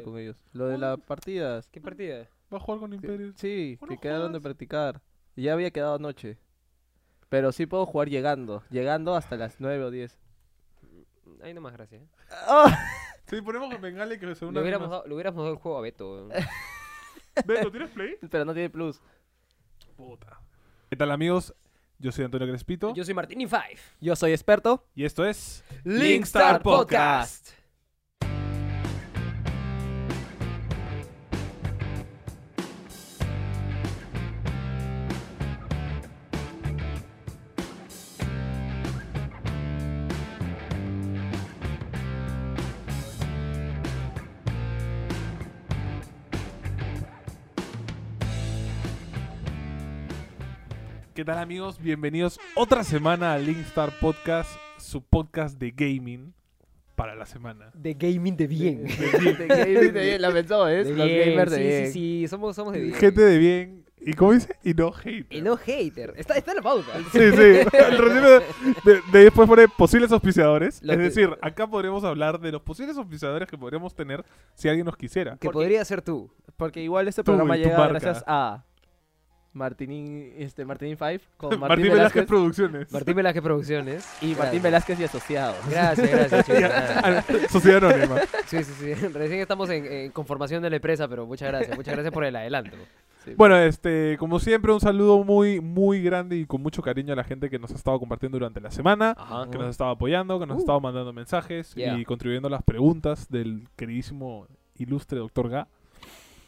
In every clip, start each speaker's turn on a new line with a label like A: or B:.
A: con ellos. Lo de las partidas.
B: ¿Qué partida?
C: Va a jugar con Imperio.
A: Sí,
C: Bueno,
A: que quedaron de
C: jodas.
A: practicar. Y Ya había quedado anoche. Pero sí puedo jugar llegando. Llegando hasta las 9 o 10.
B: Ahí nomás, gracias.
C: Sí, ponemos a Bengala y que se una
B: Le
C: vez
B: hubiéramos,
C: más.
B: dado, le hubiéramos dado el juego a Beto. weón.
C: Beto, ¿tienes play?
A: Pero no tiene plus.
C: Puta. ¿Qué tal, amigos? Yo soy Antonio Crespito.
B: Yo soy Martini Five.
A: Yo soy experto.
C: Y esto es...
A: Linkstar Podcast.
C: ¿Qué tal, amigos? Bienvenidos otra semana a Linkstar Podcast, su podcast de gaming para la semana.
B: De gaming de bien.
A: De gamers de bien, La pensó, ¿eh? Los gamers de
B: sí,
A: bien.
B: sí, sí, somos, somos de bien.
C: Gente de bien. ¿Y cómo dice? Y no hate.
B: Y no hater. Está, está en la pauta.
C: Sí, sí. El recibo de, de- de después pone posibles auspiciadores.
B: Lo
C: es
B: que-
C: decir, acá podríamos hablar de los posibles auspiciadores que podríamos tener si alguien nos quisiera.
B: Que
A: Porque-
B: podría ser tú.
A: Porque igual este
C: Tú
A: programa
C: y tu
A: llega
C: marca.
A: gracias a Martinín, este, Martinín Five con
C: Martín Velázquez Producciones.
B: Martín Velázquez Producciones.
A: y Martín
B: Gracias.
A: Velázquez y asociados.
B: Gracias, gracias. chicos. Ah,
C: Ah, Sociedad Anónima.
B: Sí, sí, sí. Recién estamos en, en conformación de la empresa, pero muchas gracias. Muchas gracias por el adelanto.
A: Sí.
C: Bueno, este, como siempre, un saludo muy, muy grande y con mucho cariño a la gente que nos ha estado compartiendo durante la semana,
B: Ajá.
C: que nos ha estado apoyando, que nos ha estado mandando mensajes
B: Ah, Yeah.
C: y contribuyendo a las preguntas del queridísimo ilustre doctor Ga.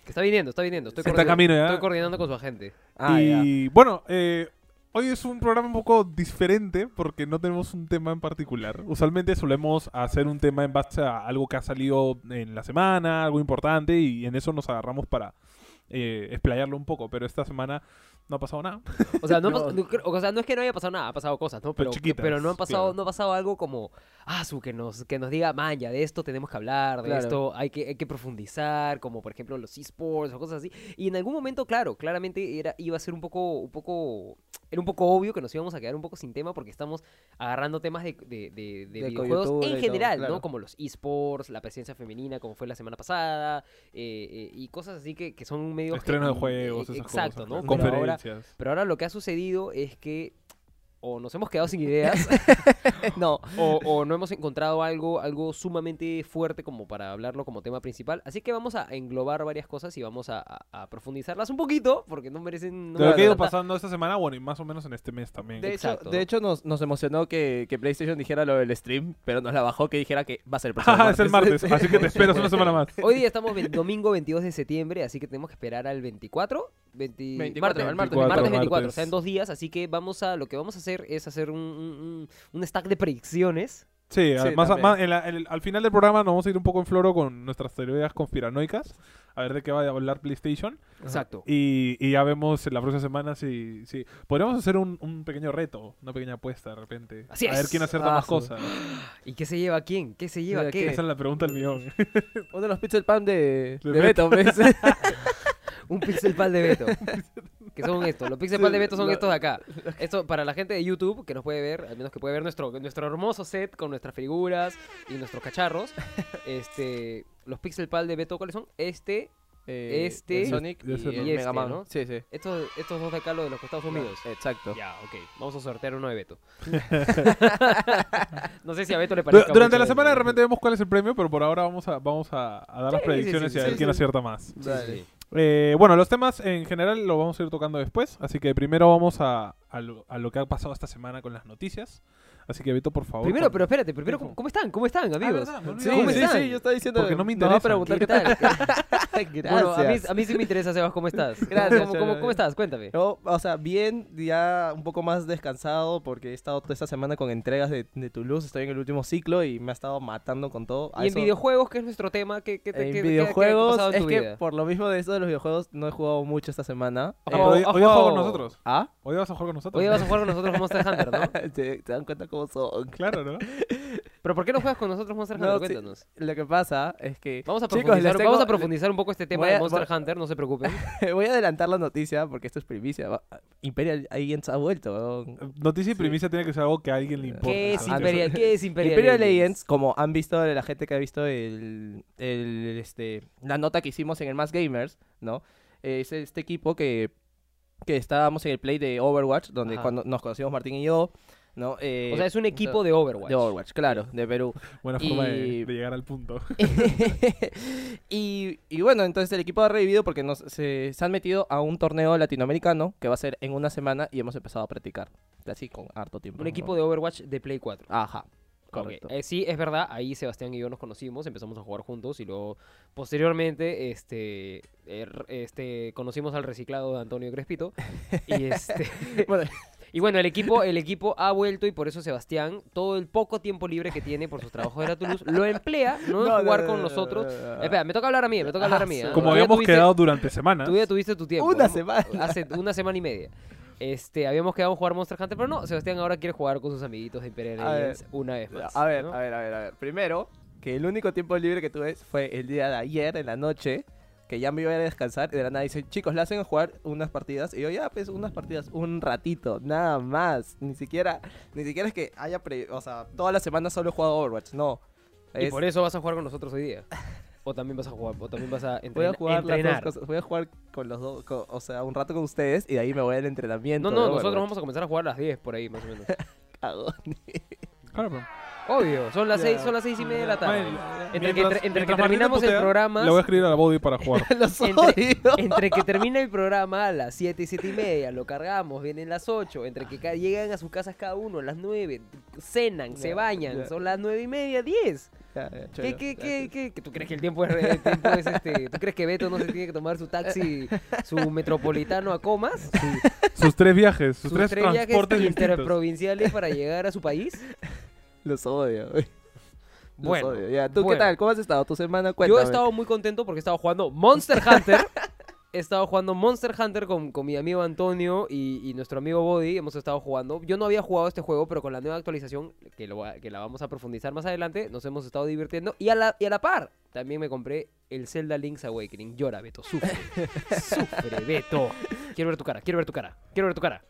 B: Que está viniendo, está viniendo. Estoy,
C: Está en
B: coordinando-
C: camino ya.
B: estoy coordinando con su agente.
A: Ah, ya.
C: y bueno, eh, hoy es un programa un poco diferente porque no tenemos un tema en particular. Usualmente solemos hacer un tema en base a algo que ha salido en la semana, algo importante, y en eso nos agarramos para eh, explayarlo un poco. Pero esta semana no ha pasado nada.
B: O sea, no, ha
A: No.
B: pas- no creo- o sea, no es que no haya pasado nada, ha pasado cosas, ¿no? Pero,
C: Pero chiquitas,
B: pero no ha pasado,
C: claro.
B: no ha pasado algo como, ah, su que nos, que nos diga, man, ya de esto tenemos que hablar, de
A: Claro.
B: esto hay que, hay que profundizar, como por ejemplo los esports o cosas así. Y en algún momento, claro, claramente era, iba a ser un poco, un poco, era un poco obvio que nos íbamos a quedar un poco sin tema porque estamos agarrando temas de, de, de- de
A: De
B: videojuegos
A: coyuntura y
B: en
A: todo,
B: general, ¿no?
A: claro.
B: Como los esports, la presencia femenina, como fue la semana pasada, eh, eh, y cosas así que, que son medio...
C: Estreno de
B: gen-
C: juegos,
B: eh,
C: esas
B: Exacto,
C: cosas,
B: ¿no?
C: claro.
B: Pero ahora-
C: Conferencias.
B: pero ahora lo que ha sucedido es que o nos hemos quedado sin ideas
A: no.
B: o, o no hemos encontrado algo, algo sumamente fuerte como para hablarlo como tema principal. Así que vamos a englobar varias cosas y vamos a, a- a profundizarlas un poquito porque no merecen... no
C: De lo que ha ido
B: merecen tanta-
C: pasando esta semana, bueno, y más o menos en este mes también.
A: De hecho,
B: Exacto,
A: de
B: ¿no?
A: hecho nos, nos emocionó que, que PlayStation dijera lo del stream, pero nos la bajó que dijera que va a ser el próximo
C: Ajá, Ah, es el martes, así que te esperas una semana más.
B: Hoy día estamos ve- domingo 22 de septiembre, así que tenemos que esperar al 24. 20 martes,
A: 24,
B: al martes,
A: 24,
B: martes
A: martes.
B: 24, o sea, en dos días, así que vamos a, lo que vamos a hacer es hacer un, un- un- un stack de predicciones.
C: Sí,
A: Sí,
C: más,
A: también.
C: más- en la- en el- al final del programa nos vamos a ir un poco en floro con nuestras teorías conspiranoicas, a ver de qué va a hablar PlayStation.
B: Exacto.
C: Y, y ya vemos en la próxima semana si... si podríamos hacer un, un pequeño reto, una pequeña apuesta de repente.
B: Así
C: a ver
B: es.
C: quién acierta
A: Ah,
C: más
A: su-
C: cosas.
B: ¿Y qué se lleva quién? ¿Qué se lleva
A: Mira,
B: qué?
C: Esa es la pregunta del millón.
A: Uno de los pixel pan de,
C: De
A: de Beto, ¿ves?
B: Un pixel pal de Beto. que son estos. Los pixel pal de Beto son
A: Lo-
B: estos de acá. Esto para la gente de YouTube que nos puede ver, al menos que puede ver nuestro, nuestro hermoso set con nuestras figuras y nuestros cacharros. Este, los pixel pal de Beto, ¿cuáles son? Este,
A: Eh,
B: Este
A: el Sonic
C: y
A: y,
C: ese
A: el
B: no.
A: Mega Man,
B: ¿no?
A: Sí, sí.
B: estos, estos dos de acá, los de los Estados Unidos.
A: Exacto.
B: Ya, ok. Vamos a sortear uno de Beto. no sé si a Beto le
C: Du-
B: parece.
C: Durante la semana de repente vemos cuál es el premio, pero por ahora vamos a, vamos a, a dar las
B: Sí, sí,
C: predicciones
B: sí,
C: y a
B: sí,
C: ver
B: sí,
C: quién
A: sí.
C: acierta más.
A: Dale.
C: Eh, bueno, los temas en general los vamos a ir tocando después, así que primero vamos a, a lo, a lo que ha pasado esta semana con las noticias. Así que Beto, por favor.
B: Primero,
C: con-
B: pero espérate, primero, ¿cómo, cómo están? ¿Cómo están,
C: Ah,
B: amigos?
C: verdad, me
A: Sí,
C: olvidaba.
B: ¿Cómo
A: sí,
B: están?
A: sí, yo estaba diciendo.
C: Porque no me
A: nos va a
C: interesa.
A: preguntar
B: ¿Qué
A: qué
B: tal?
A: tal.
B: Bueno, a mí,
A: Gracias.
B: a mí sí me interesa, Sebas, ¿cómo estás?
A: Gracias,
B: ¿Cómo, cómo,
A: Cholo.
B: cómo estás? Cuéntame.
A: Yo, o sea, bien, ya un poco más descansado porque he estado toda esta semana con entregas de, de Toulouse, estoy en el último ciclo y me ha estado matando con todo. A
B: Y en
A: eso-
B: videojuegos, que es nuestro tema, que, que,
A: en
B: que- que- que- que ha
A: videojuegos,
B: pasado en
A: es
B: tu
A: que
B: vida?
A: por lo mismo de eso de los videojuegos no he jugado mucho esta semana.
C: Ah,
A: Eh,
C: pero hoy,
B: Ojo,
C: hoy vas a jugar
B: ojo.
C: con nosotros.
A: ¿Ah?
C: Hoy vas a jugar con nosotros.
B: Hoy vas a jugar con nosotros como Monster Hunter, ¿no?
A: ¿Te, te dan cuenta cómo son?
C: Claro, ¿no?
B: Pero ¿por qué no juegas con nosotros Monster Hunter?
A: No, sí.
B: Cuéntanos.
A: Lo que pasa es que.
B: Vamos a
A: Chicos, les
B: profundizar, vamos a
A: tengo-
B: profundizar un poco este tema
A: voy
B: de
A: a-
B: Monster
A: voy-
B: Hunter, no se preocupen.
A: Voy a adelantar la noticia porque esto es primicia. va- Imperial Agents ha vuelto. weón.
C: Noticia y primicia tiene que ser algo que a alguien le importa.
B: ¿Qué es
A: Ah,
B: Imperial? ¿Qué es Imperial?
A: Imperial
B: Legends?
A: Legends, como han visto la gente que ha visto el, el, este, la nota que hicimos en el Más Gamers, ¿no? Eh, Es este equipo que, que estábamos en el play de Overwatch, donde
B: Ajá.
A: cuando nos conocimos Martín y yo, ¿no? Eh,
B: O sea, es un equipo de Overwatch.
A: de Overwatch, claro, de Perú.
C: Buena forma de,
A: Y-
C: de llegar al punto.
A: y, y bueno, entonces el equipo ha revivido porque nos, se, se han metido a un torneo latinoamericano que va a ser en una semana y hemos empezado a practicar. Así con harto tiempo.
B: Un equipo de Overwatch de Play 4.
A: Ajá.
B: Ok,
A: Correcto.
B: eh, sí, es verdad, ahí Sebastián y yo nos conocimos, empezamos a jugar juntos y luego posteriormente este, eh, r- este conocimos al reciclado de Antonio Crespito. Y, este,
A: Bueno.
B: y bueno, el equipo, el equipo ha vuelto y por eso Sebastián, todo el poco tiempo libre que tiene por sus trabajos de la Toulouse, lo emplea, no, en jugar con nosotros. Espera, me toca hablar a mí, me toca hablar a mí. ¿ah?
C: Como
B: Tú ya
C: habíamos
B: tuviste-
C: quedado durante semanas.
B: Tú ya tuviste tu tiempo.
A: Una
B: ¿no?
A: semana.
B: Hace una semana y media. Este, habíamos quedado a jugar Monster Hunter, pero no, Sebastián ahora quiere jugar con sus amiguitos de Imperial
A: A ver.
B: Legends una vez más.
A: A ver,
B: ¿no?
A: a ver, a ver, a ver. Primero, que el único tiempo libre que tuve fue el día de ayer en la noche, que ya me iba a ir a descansar y de la nada dice, chicos, la hacen jugar unas partidas. Y yo, ya, pues, unas partidas, un ratito, nada más. Ni siquiera, ni siquiera es que haya, pre- o sea, toda la semana solo he jugado Overwatch, no.
B: Y
A: Es-
B: por eso vas a jugar con nosotros hoy día. O también vas a jugar, o también vas a entrena-
A: Voy a jugar las
B: entrenar.
A: dos cosas. Voy a jugar con los dos, co- o sea, un rato con ustedes y de ahí me voy al entrenamiento.
B: No, no, nosotros vamos a comenzar a jugar a las 10 por ahí, más o menos.
A: vamos.
C: Claro, pero-
B: Obvio, son las
A: Ya.
B: 6, son las 6 y media de la tarde.
C: Bueno,
B: Entre que-
C: mientras-
B: entre que
C: mientras
B: terminamos
C: Martina
B: el programa-
C: Le voy a escribir a la body para jugar.
A: Los
B: Entre-
A: odio.
B: Entre que termina el programa a las 7 y 7 y media, lo cargamos, vienen las 8, entre que ca- llegan a sus casas cada uno a las 9, cenan, se
A: Ya,
B: bañan,
A: ya.
B: son las 9 y media, 10.
A: Ya, ya,
B: ¿Qué,
A: chévere.
B: qué,
A: Ya,
B: qué, qué, qué- ¿Tú crees que el tiempo es, re- el tiempo es, este? ¿Tú crees que Beto no se tiene que tomar su taxi, su metropolitano a comas?
C: Sus tres viajes, sus,
B: sus
C: tres,
B: tres,
C: transportes
B: viajes
C: distintos.
B: interprovinciales para llegar a su país.
A: Los odio. güey. Los
B: Bueno,
A: odio. Ya, ¿Tú qué
B: bueno.
A: tal? ¿Cómo has estado tu semana?
B: Yo
A: Cuéntame.
B: he estado muy contento porque he estado jugando Monster Hunter. He estado jugando Monster Hunter con, con mi amigo Antonio y, y nuestro amigo Body. Hemos estado jugando. Yo no había jugado este juego, pero con la nueva actualización, que, lo, va- que la vamos a profundizar más adelante, nos hemos estado divirtiendo. Y a la, y a la par, también me compré el Zelda Link's Awakening. Llora, Beto. Sufre. Sufre, Beto. Quiero ver tu cara, quiero ver tu cara, quiero ver tu cara.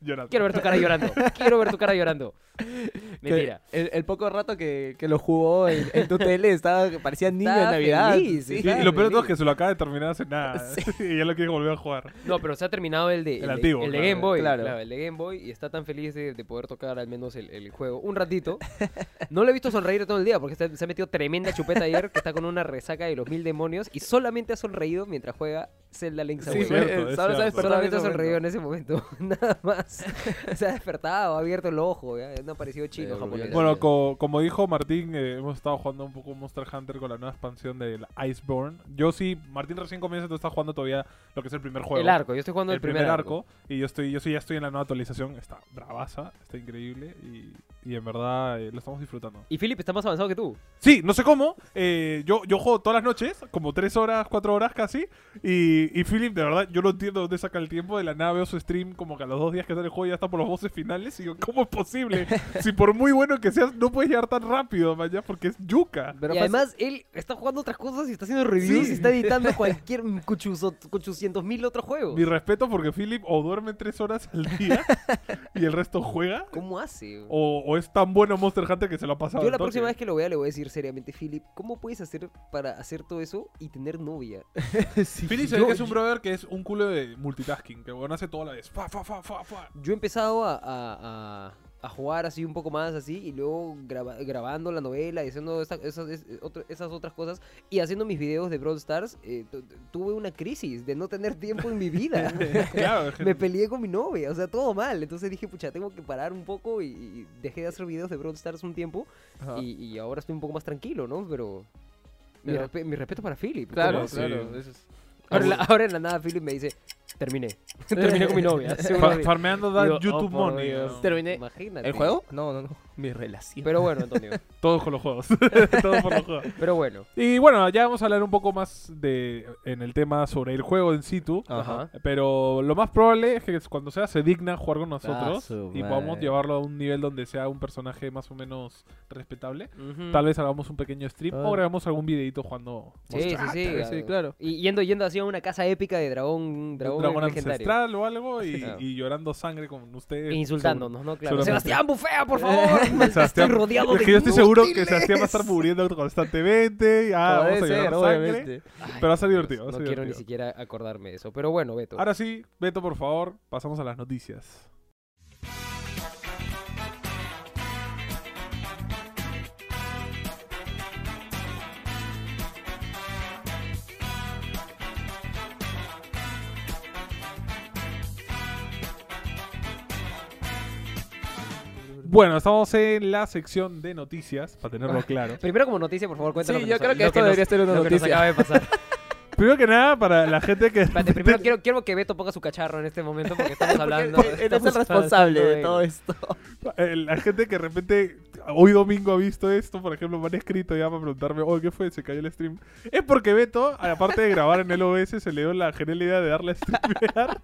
C: Llorando.
B: Quiero ver tu cara llorando. Quiero ver tu cara llorando.
A: Que
B: Mentira.
A: El, el poco rato que, que lo jugó en, en tu tele estaba, parecía niño en
B: Estaba
A: Navidad.
B: feliz,
A: sí.
C: Sí,
B: Claro,
C: y lo peor de todo es
B: sí.
C: que se lo acaba de terminar hace nada. y ya lo quiere volver a jugar.
B: No, pero se ha terminado el de,
C: El
B: de-
C: antiguo,
B: el de
C: claro.
B: Game Boy.
A: Claro.
B: Claro. el de Game Boy. Y está tan feliz de, de poder tocar al menos el, el juego un ratito. No lo he visto sonreír todo el día porque está- se ha metido tremenda chupeta ayer que está con una resaca de los mil demonios y solamente ha sonreído mientras juega Zelda Link's
A: Sí,
C: Sí,
A: fue-
B: Awakening.
C: cierto,
A: eh, solo
C: es
A: se ha despertado
C: cierto.
A: en
B: Solamente ha
A: ese
B: sonreído
A: momento.
B: en ese momento, nada más. Se ha despertado, ha abierto el ojo, ya, no ha parecido chino,
A: Pero,
B: japonés.
A: Gracias.
C: Bueno, co- como dijo Martín, eh, hemos estado jugando un poco Monster Hunter con la nueva expansión del Iceborne. Yo sí, Martín recién comienza, tú estás jugando todavía lo que es el primer juego.
B: el arco, yo estoy jugando
C: El,
B: el,
C: primer, arco. Y yo estoy yo sí ya estoy en la nueva actualización. Está bravaza, está increíble. Y, y en verdad eh, lo estamos disfrutando.
B: Y Philip está más avanzado que tú.
C: Sí, no sé cómo. eh, yo, yo juego todas las noches, como tres horas, cuatro horas casi. Y, y Philip, de verdad, yo no entiendo dónde saca el tiempo. De la nave veo su stream como que a los dos días que sale el juego ya está por los voces finales. Y yo, ¿cómo es posible? si por muy bueno que seas, no puedes llegar tan rápido, vaya, porque es yuca.
A: Pero
B: y
A: fácil-
B: además él está jugando otras cosas y está haciendo reviews
C: Sí.
B: y está editando cualquier cuchuscientos mil otros juegos.
C: Mi respeto porque Philip o duerme tres horas al día y el resto juega.
B: ¿Cómo hace?
A: Oh,
B: bro?
C: O, o es tan bueno Monster Hunter que se lo ha pasado.
B: Yo
C: al
B: la
C: toque.
B: próxima vez que lo vea le voy a decir seriamente, Philip, ¿cómo puedes hacer para hacer todo eso y tener novia?
C: Philip se
B: Yo-
C: ve que es un brother que es un culo de multitasking, que bueno, hace todo a la vez. Fa, fa, fa, fa, fa.
B: Yo he empezado a, a- a- a jugar así un poco más así y luego graba- grabando la novela y haciendo esa- esas, es- otro- esas otras cosas y haciendo mis videos de Brawl Stars, eh, tu- tu- tuve una crisis de no tener tiempo en mi vida.
C: Claro, es que-
B: Me peleé con mi novia, o sea, todo mal. Entonces dije, pucha, tengo que parar un poco y, y dejé de hacer videos de Brawl Stars un tiempo
A: Ajá.
B: y, y ahora estoy un poco más tranquilo, ¿no? Pero... Mi,
A: Pero-
B: respe- mi respeto para Philip.
A: Claro,
C: ¿Cómo? Sí.
A: claro. eso es-
B: Ahora, en la- ahora en la nada Philip me dice, terminé. terminé con mi novia. hace
C: Fa-
B: unos días".
C: farmeando da
B: Digo,
C: YouTube
B: oh, por
C: Money.
B: Dios.
C: ¿no?
A: Terminé.
B: Imagínate.
A: ¿El juego? No, no, no. Mi relación.
B: Pero bueno, Antonio.
C: Todos con los juegos. Todos por los juegos.
B: Pero bueno.
C: Y bueno, ya vamos a hablar un poco más de en el tema sobre el juego en situ.
B: Ajá.
C: Pero lo más probable es que cuando sea se digna jugar con
A: Ah,
C: nosotros
A: su
C: y podamos
A: madre.
C: llevarlo a un nivel donde sea un personaje más o menos respetable.
B: Ujú.
C: Tal vez hagamos un pequeño stream
A: Ah.
C: o grabamos algún videito jugando.
B: Sí, sí,
C: Monster
B: sí.
C: Hunter,
A: sí, claro.
B: Y yendo, yendo así a una casa épica de dragón, dragón,
C: Dragón
B: legendario.
C: ancestral o algo y,
B: Claro.
C: y llorando sangre con ustedes.
B: E insultándonos, ¿no? Claro.
C: seguramente.
B: Sebastián Bufea, por favor. estoy
C: Sebastián-
B: rodeado de
C: Es que yo estoy seguro que
B: inútiles.
C: Sebastián va a estar muriendo constantemente. Ah, vamos a
A: Puede ser,
C: llorar sangre.
A: obviamente.
B: Ay,
C: Pero va a ser
B: Dios,
C: divertido, va a
B: No
C: ser
B: quiero ni
C: divertido.
B: siquiera acordarme de eso. Pero bueno, Beto.
C: Ahora sí, Beto, por favor, pasamos a las noticias. Bueno, estamos en la sección de noticias, para tenerlo claro.
B: Primero como noticia, por favor, cuéntanos.
A: Sí, yo creo que esto debería ser una noticia.
B: acaba de pasar.
C: Primero que nada, para la gente que...
B: Espérate, primero quiero, quiero que Beto ponga su cacharro en este momento porque estamos hablando.
A: Porque Él es el
B: estamos
A: responsable
B: hablando
A: de todo esto.
C: Eh, La gente que de repente hoy domingo ha visto esto, por ejemplo, me han escrito ya para preguntarme, oh, ¿qué fue? Se cayó el stream. Es porque Beto, aparte de grabar en el OBS, se le dio la genial idea de darle a streamear.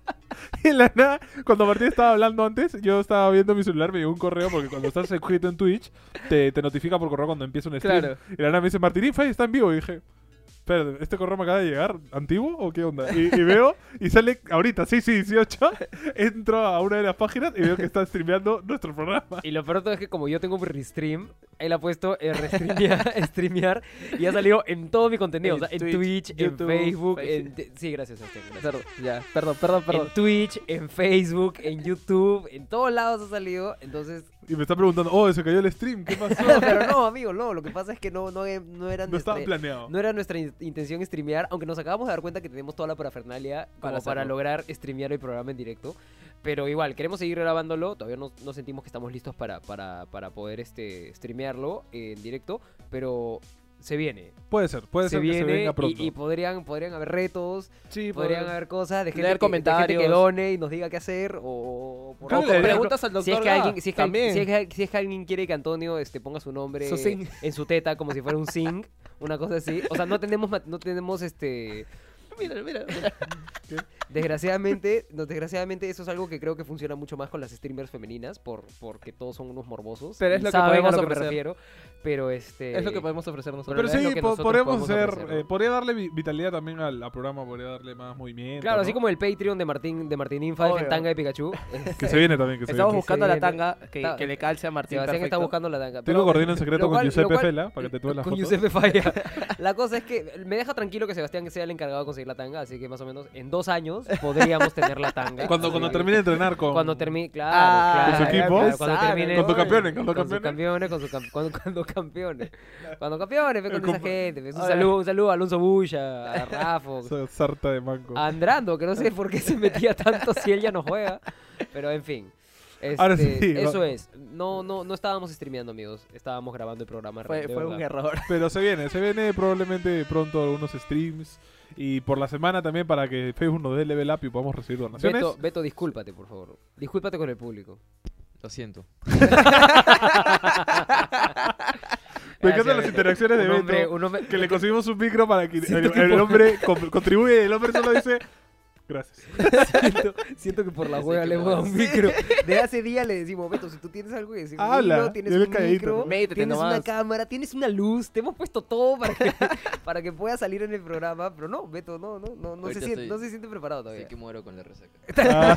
C: Y en la nada, cuando Martín estaba hablando antes, yo estaba viendo mi celular, me llegó un correo, porque cuando estás suscrito en Twitch, te, te notifica por correo cuando empieza un stream.
A: Claro.
C: Y de la nada me dice, Martín, Ifay está en vivo. Y dije, espérate, ¿este correo me acaba de llegar? ¿Antiguo o qué onda? Y, y veo, y sale ahorita, sí, sí, 18, entro a una de las páginas y veo que está streameando nuestro programa.
B: Y lo peor de todo es que como yo tengo un restream, él ha puesto eh, restreamear, streamear y ha salido en todo mi contenido.
A: En
B: o sea, en
A: Twitch,
B: Twitch,
A: YouTube,
B: en Facebook, en...
A: Facebook.
B: te- Sí, gracias, Sebastián, gracias.
A: Perdón, ya, perdón, perdón, perdón.
B: En Twitch, en Facebook, en YouTube, en todos lados ha salido. Entonces,
C: Y me está preguntando, oh, se cayó el stream, ¿qué pasó?
B: pero no, amigo, no. Lo que pasa es que no, no, no era
C: No estaba
B: nuestra-
C: planeado.
B: No era nuestra in- intención streamear, aunque nos acabamos de dar cuenta que tenemos toda la parafernalia como
A: Para
B: para,
A: hacerlo.
B: lograr streamear el programa en directo. Pero igual, queremos seguir grabándolo. Todavía no, no sentimos que estamos listos para, para, para poder este, streamearlo en directo. Pero se viene.
C: Puede ser, puede
B: se
C: ser
B: viene.
C: que se venga
B: y-
C: pronto.
B: y, podrían, podrían haber retos,
A: Sí,
B: podrían haber cosas. De gente,
A: Leer
B: que, de gente que
A: comentarios.
B: done y nos diga qué hacer. O, por-
C: Creo
A: O
C: que
B: o
A: con
C: debería-
A: preguntas al doctor.
B: si es que
A: Gab,
B: alguien, si es que,
A: también.
B: si es que- si es que alguien quiere que Antonio este, ponga su nombre
A: Su zinc.
B: en su teta como si fuera un zinc, una cosa así. O sea, no tenemos ma- no tenemos este
A: Mira, mira, mira.
B: desgraciadamente, no, desgraciadamente eso es algo que creo que funciona mucho más con las streamers femeninas por porque todos son unos morbosos.
A: Pero
B: y
A: es lo que
B: saben
A: podemos
B: a lo que me
A: ofrecer.
B: refiero, pero este
A: Es lo que podemos ofrecer nosotros.
C: Pero
B: es lo
C: sí,
B: que
C: po-
B: nosotros
C: podríamos
B: podemos
C: hacer,
B: ofrecer, ¿no?
C: eh, podría darle vi- vitalidad también al, al programa, podría darle más movimiento.
B: Claro,
C: ¿no?
B: así como el Patreon de Martín de Martín Infa
A: Obvio.
B: en tanga de Pikachu.
C: Que se viene también, que se
A: Estamos
C: viene.
B: que
A: buscando
B: se
A: la
B: viene.
A: tanga que,
B: Está-
A: que le calce a Martín.
B: Sebastián está
A: perfecto.
B: buscando la tanga.
C: Tengo
B: pero-
C: que coordinar en secreto
B: lo
C: con
B: cual- lo
C: Giuseppe
B: cual-
C: Fela para que te tome las
B: Con
C: fotos.
B: Giuseppe Falla. La cosa es que me deja tranquilo que Sebastián sea el encargado de conseguir la tanga, así que más o menos en dos años podríamos tener la tanga.
C: Cuando,
B: Así
C: cuando
B: que-
C: termine de entrenar con...
B: Cuando termine, claro,
A: Ah,
B: claro,
C: Con su
B: claro,
C: equipo.
B: claro, cuando termine,
C: Con tu campeón, ¿eh?
B: con
C: Con tu
B: sus campeones, con sus cam- cuando, cuando campeones, cuando campeones, ve con
C: El
B: esa
C: compa-
B: gente, ves, un
A: Ahora-
B: saludo, un saludo a Alonso Bulla, a Rafa,
C: Esa sarta de manco.
B: a Andrando, que no sé por qué se metía tanto si él ya no juega. Pero en fin.
C: Ahora
B: Este,
C: sí,
B: eso
C: va-
B: es. No, no, no estábamos streameando, amigos. Estábamos grabando el programa.
A: Fue,
B: de
A: fue un
B: verdad.
A: error.
C: Pero se viene, se viene probablemente pronto algunos streams. Y por la semana también para que Facebook nos dé level up y podamos recibir donaciones.
B: Beto, Beto, discúlpate, por favor. Discúlpate con el público.
D: Lo siento.
C: Me
B: Gracias,
C: encantan las
B: Beto.
C: interacciones de
B: eh, Un hombre-
C: Beto.
B: un hombre-
C: Que le conseguimos un micro para que el,
B: Siento que
C: el
B: por-
C: hombre con- contribuye y el hombre solo dice gracias.
B: siento, siento que por la
D: Sí,
B: hueá
D: que
B: le
D: por
B: hemos
D: la-
B: dado un micro. De hace días le decimos, Beto, si tú tienes algo que decir,
C: Habla,
B: dilo, tienes
C: yo le
B: un
C: calladito,
B: micro,
C: ¿no?
A: Métete
B: tienes una
A: nomás.
B: cámara, tienes una luz, te hemos puesto todo para que, para que pueda salir en el programa. Pero no, Beto, no, no, no, no, se,
D: Ahorita
B: siente,
D: estoy-
B: no se siente preparado todavía.
D: Sé que muero con la resaca.
B: Claro,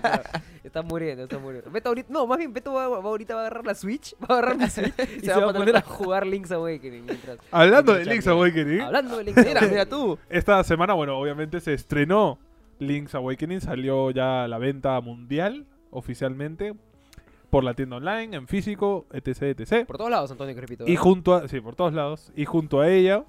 B: claro. Está muriendo, está muriendo. Beto ahorita, no, más bien Beto va, va- ahorita va a agarrar la Switch, va a agarrar la Switch y se, va a poner a jugar Link's Awakening mientras.
C: Hablando de
B: mientras
C: Link's
B: chambea.
C: Awakening,
B: Hablando de Link's
A: Mira,
B: Awakening.
A: mira tú.
C: esta semana, bueno, obviamente se estrenó Link's Awakening, salió ya a la venta mundial oficialmente por la tienda online, en físico, etc, etc.
B: Por todos lados, Antonio Crepito. ¿eh?
C: Y junto a, sí, por todos lados, y junto a ella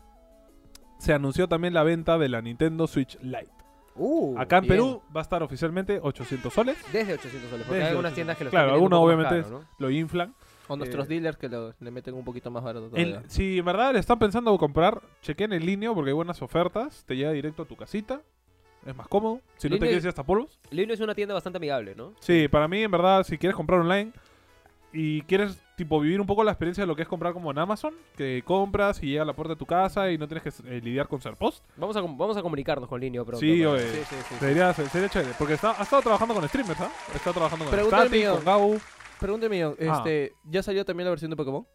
C: se anunció también la venta de la Nintendo Switch Lite.
B: Uh,
C: Acá en
B: bien.
C: Perú va a estar oficialmente 800 soles,
B: Desde 800 soles, porque
C: Desde
B: hay algunas
C: 800.
B: tiendas que los
C: Claro,
B: están vendiendo
C: algunos
B: un poco más
C: obviamente
B: caro,
C: lo inflan.
A: O nuestros
C: Eh,
A: dealers que lo- le meten un poquito más barato
C: El-
A: todavía.
C: si en verdad le están pensando comprar, chequen en línea porque hay buenas ofertas. Te llega directo a tu casita. Es más cómodo. Si no te
B: Línea-
C: quieres ir hasta polvos.
B: ¿no? Lino es una tienda bastante amigable, ¿no?
C: Sí, para mí en verdad, si quieres comprar online y quieres tipo vivir un poco la experiencia de lo que es comprar como en Amazon, que compras y llega a la puerta de tu casa y no tienes que eh, lidiar con ser post.
B: Vamos a, com- vamos a comunicarnos con Linio pronto.
C: Sí,
B: ¿no?
C: oye.
A: Sí, sí, sí, sí.
C: Sería, sería chévere, porque está, ha estado trabajando con streamers, ¿ah? Ha estado trabajando con
A: Pregunta del
C: Stati,
A: millón.
C: con Gau,
A: Pregúnteme, yo,
C: Ah.
A: este, ¿ya salió también la versión de Pokémon?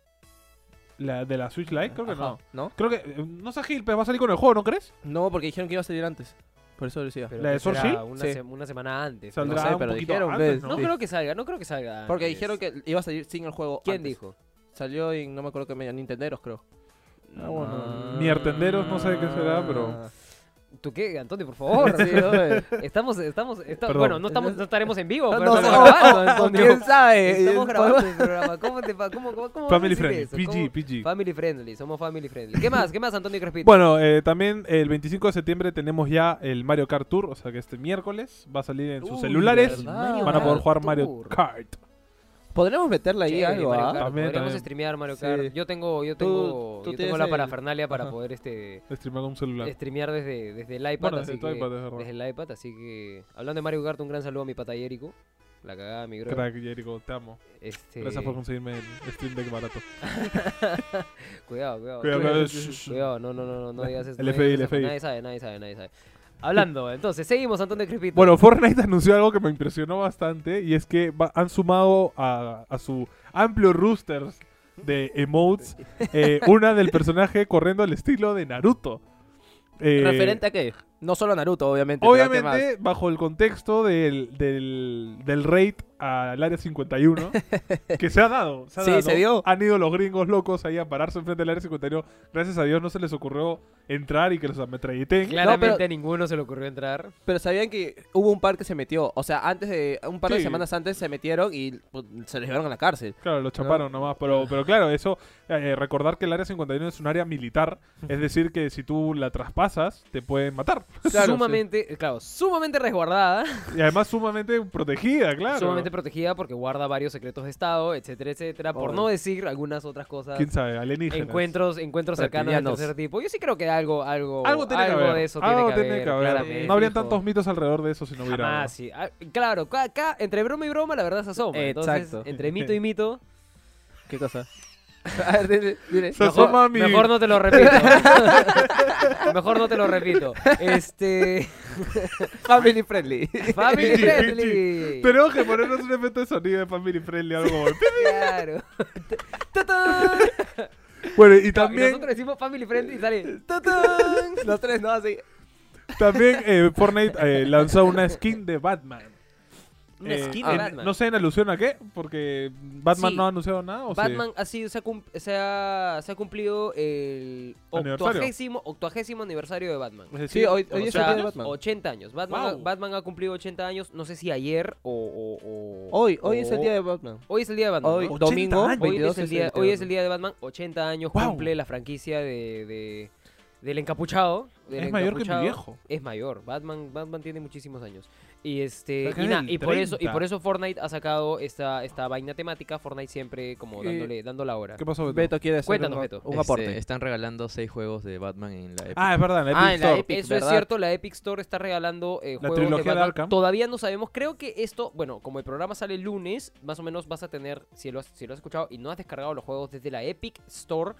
C: la, de la Switch Lite, creo que
A: Ajá,
C: no.
A: ¿No?
C: Creo que, eh, no sé, Gil, pero va a salir con el juego, ¿no crees?
A: No, porque dijeron que iba a salir antes. Por eso lo decía.
B: Pero
C: ¿La de
B: que será
C: Sorci?
B: Una,
A: Sí.
B: se- una semana antes.
C: Saldrá
A: sé,
C: un
A: pero
C: poquito
A: dijeron,
C: antes,
A: ¿ves?
B: No,
C: ¿no?
B: no
A: Sí.
B: creo que salga, no creo que salga.
A: Porque
B: antes.
A: dijeron que iba a salir sin el juego.
B: ¿Quién
A: antes.
B: dijo?
A: Salió en, no me acuerdo qué medio, Nintenderos, creo.
C: Ah, bueno, ni Artenderos, no sé de qué será, pero...
B: ¿Tú qué, Antonio? Por favor.
A: Sí, oye.
B: Estamos, estamos, esta-
C: Perdón.
B: bueno, no, estamos, no estaremos en vivo,
A: No,
B: pero
A: no,
B: estamos
A: no,
B: grabando,
A: no,
B: Antonio.
A: ¿Quién sabe?
B: Estamos
A: Eh,
B: grabando el programa. ¿Cómo te pa- cómo, cómo, Ah. cómo vas a
C: Family
B: decir
C: friendly,
B: eso?
C: PG,
B: ¿Cómo-
C: PG.
B: Family friendly, somos family friendly. ¿Qué más? ¿Qué más, Antonio Crespito?
C: Bueno, eh, también el 25 de septiembre tenemos ya el Mario Kart Tour, o sea que este miércoles va a salir en sus
B: Uy,
C: celulares.
B: ¿verdad? Mario
C: Van a poder
B: Kart
C: jugar Mario
B: Tour.
C: Kart.
A: Podríamos meterle ahí
B: Chévere,
A: algo,
B: Mario
A: ¿ah?
B: Kart,
C: También,
B: Podríamos
C: también.
B: streamear Mario
A: Sí.
B: Kart. Yo tengo, yo
A: Tú-
B: tengo,
A: tú
B: yo tengo
A: tienes
B: la
A: el-
B: parafernalia para
A: Ajá.
B: poder este
C: Streamar con un celular.
B: streamear desde, desde el iPad,
C: Bueno,
B: así
C: desde tu
B: que-
C: iPad, es verdad.
B: desde el iPad, así que hablando de Mario Kart, un gran saludo a mi pata Jericho. La cagada, mi bro.
C: Crack, Jericho, te amo.
B: Este,
C: Gracias por conseguirme el Stream Deck barato.
B: Cuidado, cuidado.
C: Cuidado,
B: Cuidado,
C: cuidado, shh, shh.
B: cuidado, no, no, no, no, no digas eso.
C: El
B: no
C: FBI,
B: digas
C: el
B: eso,
C: FBI.
B: Nadie sabe, nadie sabe, nadie sabe. Hablando, entonces, seguimos, Antonio Crespito.
C: Bueno, Fortnite anunció algo que me impresionó bastante y es que va- han sumado a, a su amplio roster de emotes eh, una del personaje corriendo al estilo de Naruto. Eh,
A: ¿Referente a qué? No solo a Naruto, obviamente. pero ¿a qué más?
C: Obviamente, bajo el contexto del, del, del raid al área 51, que se ha dado. ha
A: Sí,
C: dado.
A: se dio.
C: Han ido los gringos locos ahí a pararse enfrente del área 51. Gracias a Dios no se les ocurrió entrar y que los ametralleten.
B: Claramente
A: No, pero-
B: a ninguno se le ocurrió entrar.
A: Pero sabían que hubo un par que se metió. O sea, antes de. Un par de
C: Sí.
A: semanas antes se metieron y pues, se les llevaron a la cárcel.
C: Claro, los chaparon nomás, pero, pero claro, eso, eh, recordar que el área 51 es un área militar, es decir, que si tú la traspasas, te pueden matar.
A: Claro,
B: sumamente, claro, sumamente resguardada,
C: Y además sumamente protegida, claro.
B: sumamente protegida porque guarda varios secretos de estado, etcétera, etcétera, por
A: Obvio.
B: no decir algunas otras cosas.
C: ¿Quién sabe? Alienígenas.
B: Encuentros, encuentros cercanos del
A: Reptilianos.
B: tercer tipo. Yo sí creo que algo, algo,
C: Algo tiene que haber.
B: de eso
C: algo
B: tiene que haber. claramente,
C: No habrían
B: hijo.
C: tantos mitos alrededor de eso si no hubiera.
B: Jamás, sí. Ah, claro, ca- ca- entre broma y broma la verdad se asoma. Entonces,
A: Exacto.
B: entre mito y mito,
A: ¿Qué cosa? A ver, dile, dile.
C: Se
B: mejor,
C: asoma mi.
B: mejor no te lo repito. mejor no te lo repito. Este,
A: Family friendly.
B: family
C: Pichi,
B: friendly.
C: Tenemos que ponernos un efecto de sonido de Family Friendly algo.
B: Claro. ¡Tatán!
C: bueno, y
B: Y
C: también,
B: nosotros decimos family friendly y sale.
C: Eh,
A: ¡Tutun! Los tres, ¿no? Así.
C: también eh, Fortnite eh, lanzó una skin de Batman.
B: Una
C: Eh,
B: skin de
C: en-
B: Batman.
C: No sé en alusión a qué, porque Batman
B: Sí.
C: no ha anunciado nada. ¿o Oh, sí?
B: Batman ha sido, se, ha, cum- se ha- se ha cumplido el
C: Aniversario.
B: octogésimo, octogésimo aniversario de Batman.
C: Es decir,
A: Sí, hoy, hoy
C: ¿o
A: es
C: sea,
A: el día de
B: años?
A: Batman.
B: 80 años. Batman,
C: Wow.
B: ha, Batman ha cumplido 80 años, no sé si ayer o... o- o-
A: Hoy, hoy
B: o-
A: es el día de Batman.
B: Hoy es el día de Batman.
A: Hoy,
B: ¿no?
C: 80
A: domingo,
C: años.
B: Hoy,
A: 22
B: es el día,
A: de
B: hoy es el
A: Batman.
B: día de Batman, 80 años,
C: Wow.
B: cumple la franquicia de, de- del encapuchado. del
C: Es mayor que mi
B: encapuchado.
C: viejo.
B: Es mayor, Batman, Batman tiene muchísimos años. Y este
C: Acá
B: y,
C: es
B: na-
C: del
B: y por eso y
C: 30.
B: por eso Fortnite ha sacado esta, esta vaina temática, Fortnite siempre como
A: Eh,
B: dándole dando la hora.
C: ¿Qué pasó, Beto?
A: Beto quiere hacer
B: Cuéntanos,
A: un,
B: Beto.
A: un
D: Este,
A: aporte.
D: están regalando seis juegos de Batman en la Epic.
C: Ah, es verdad, en la
A: Ah,
C: Epic
A: en la
C: Store.
A: Epic,
B: Eso es
A: ¿verdad?
B: cierto, la Epic Store está regalando eh,
C: La
B: juegos
C: trilogía
B: de
C: de
B: Batman.
C: Arkham.
B: Todavía no sabemos, creo que esto, bueno, como el programa sale el lunes, más o menos vas a tener, si lo has, si lo has escuchado y no has descargado los juegos desde la Epic Store,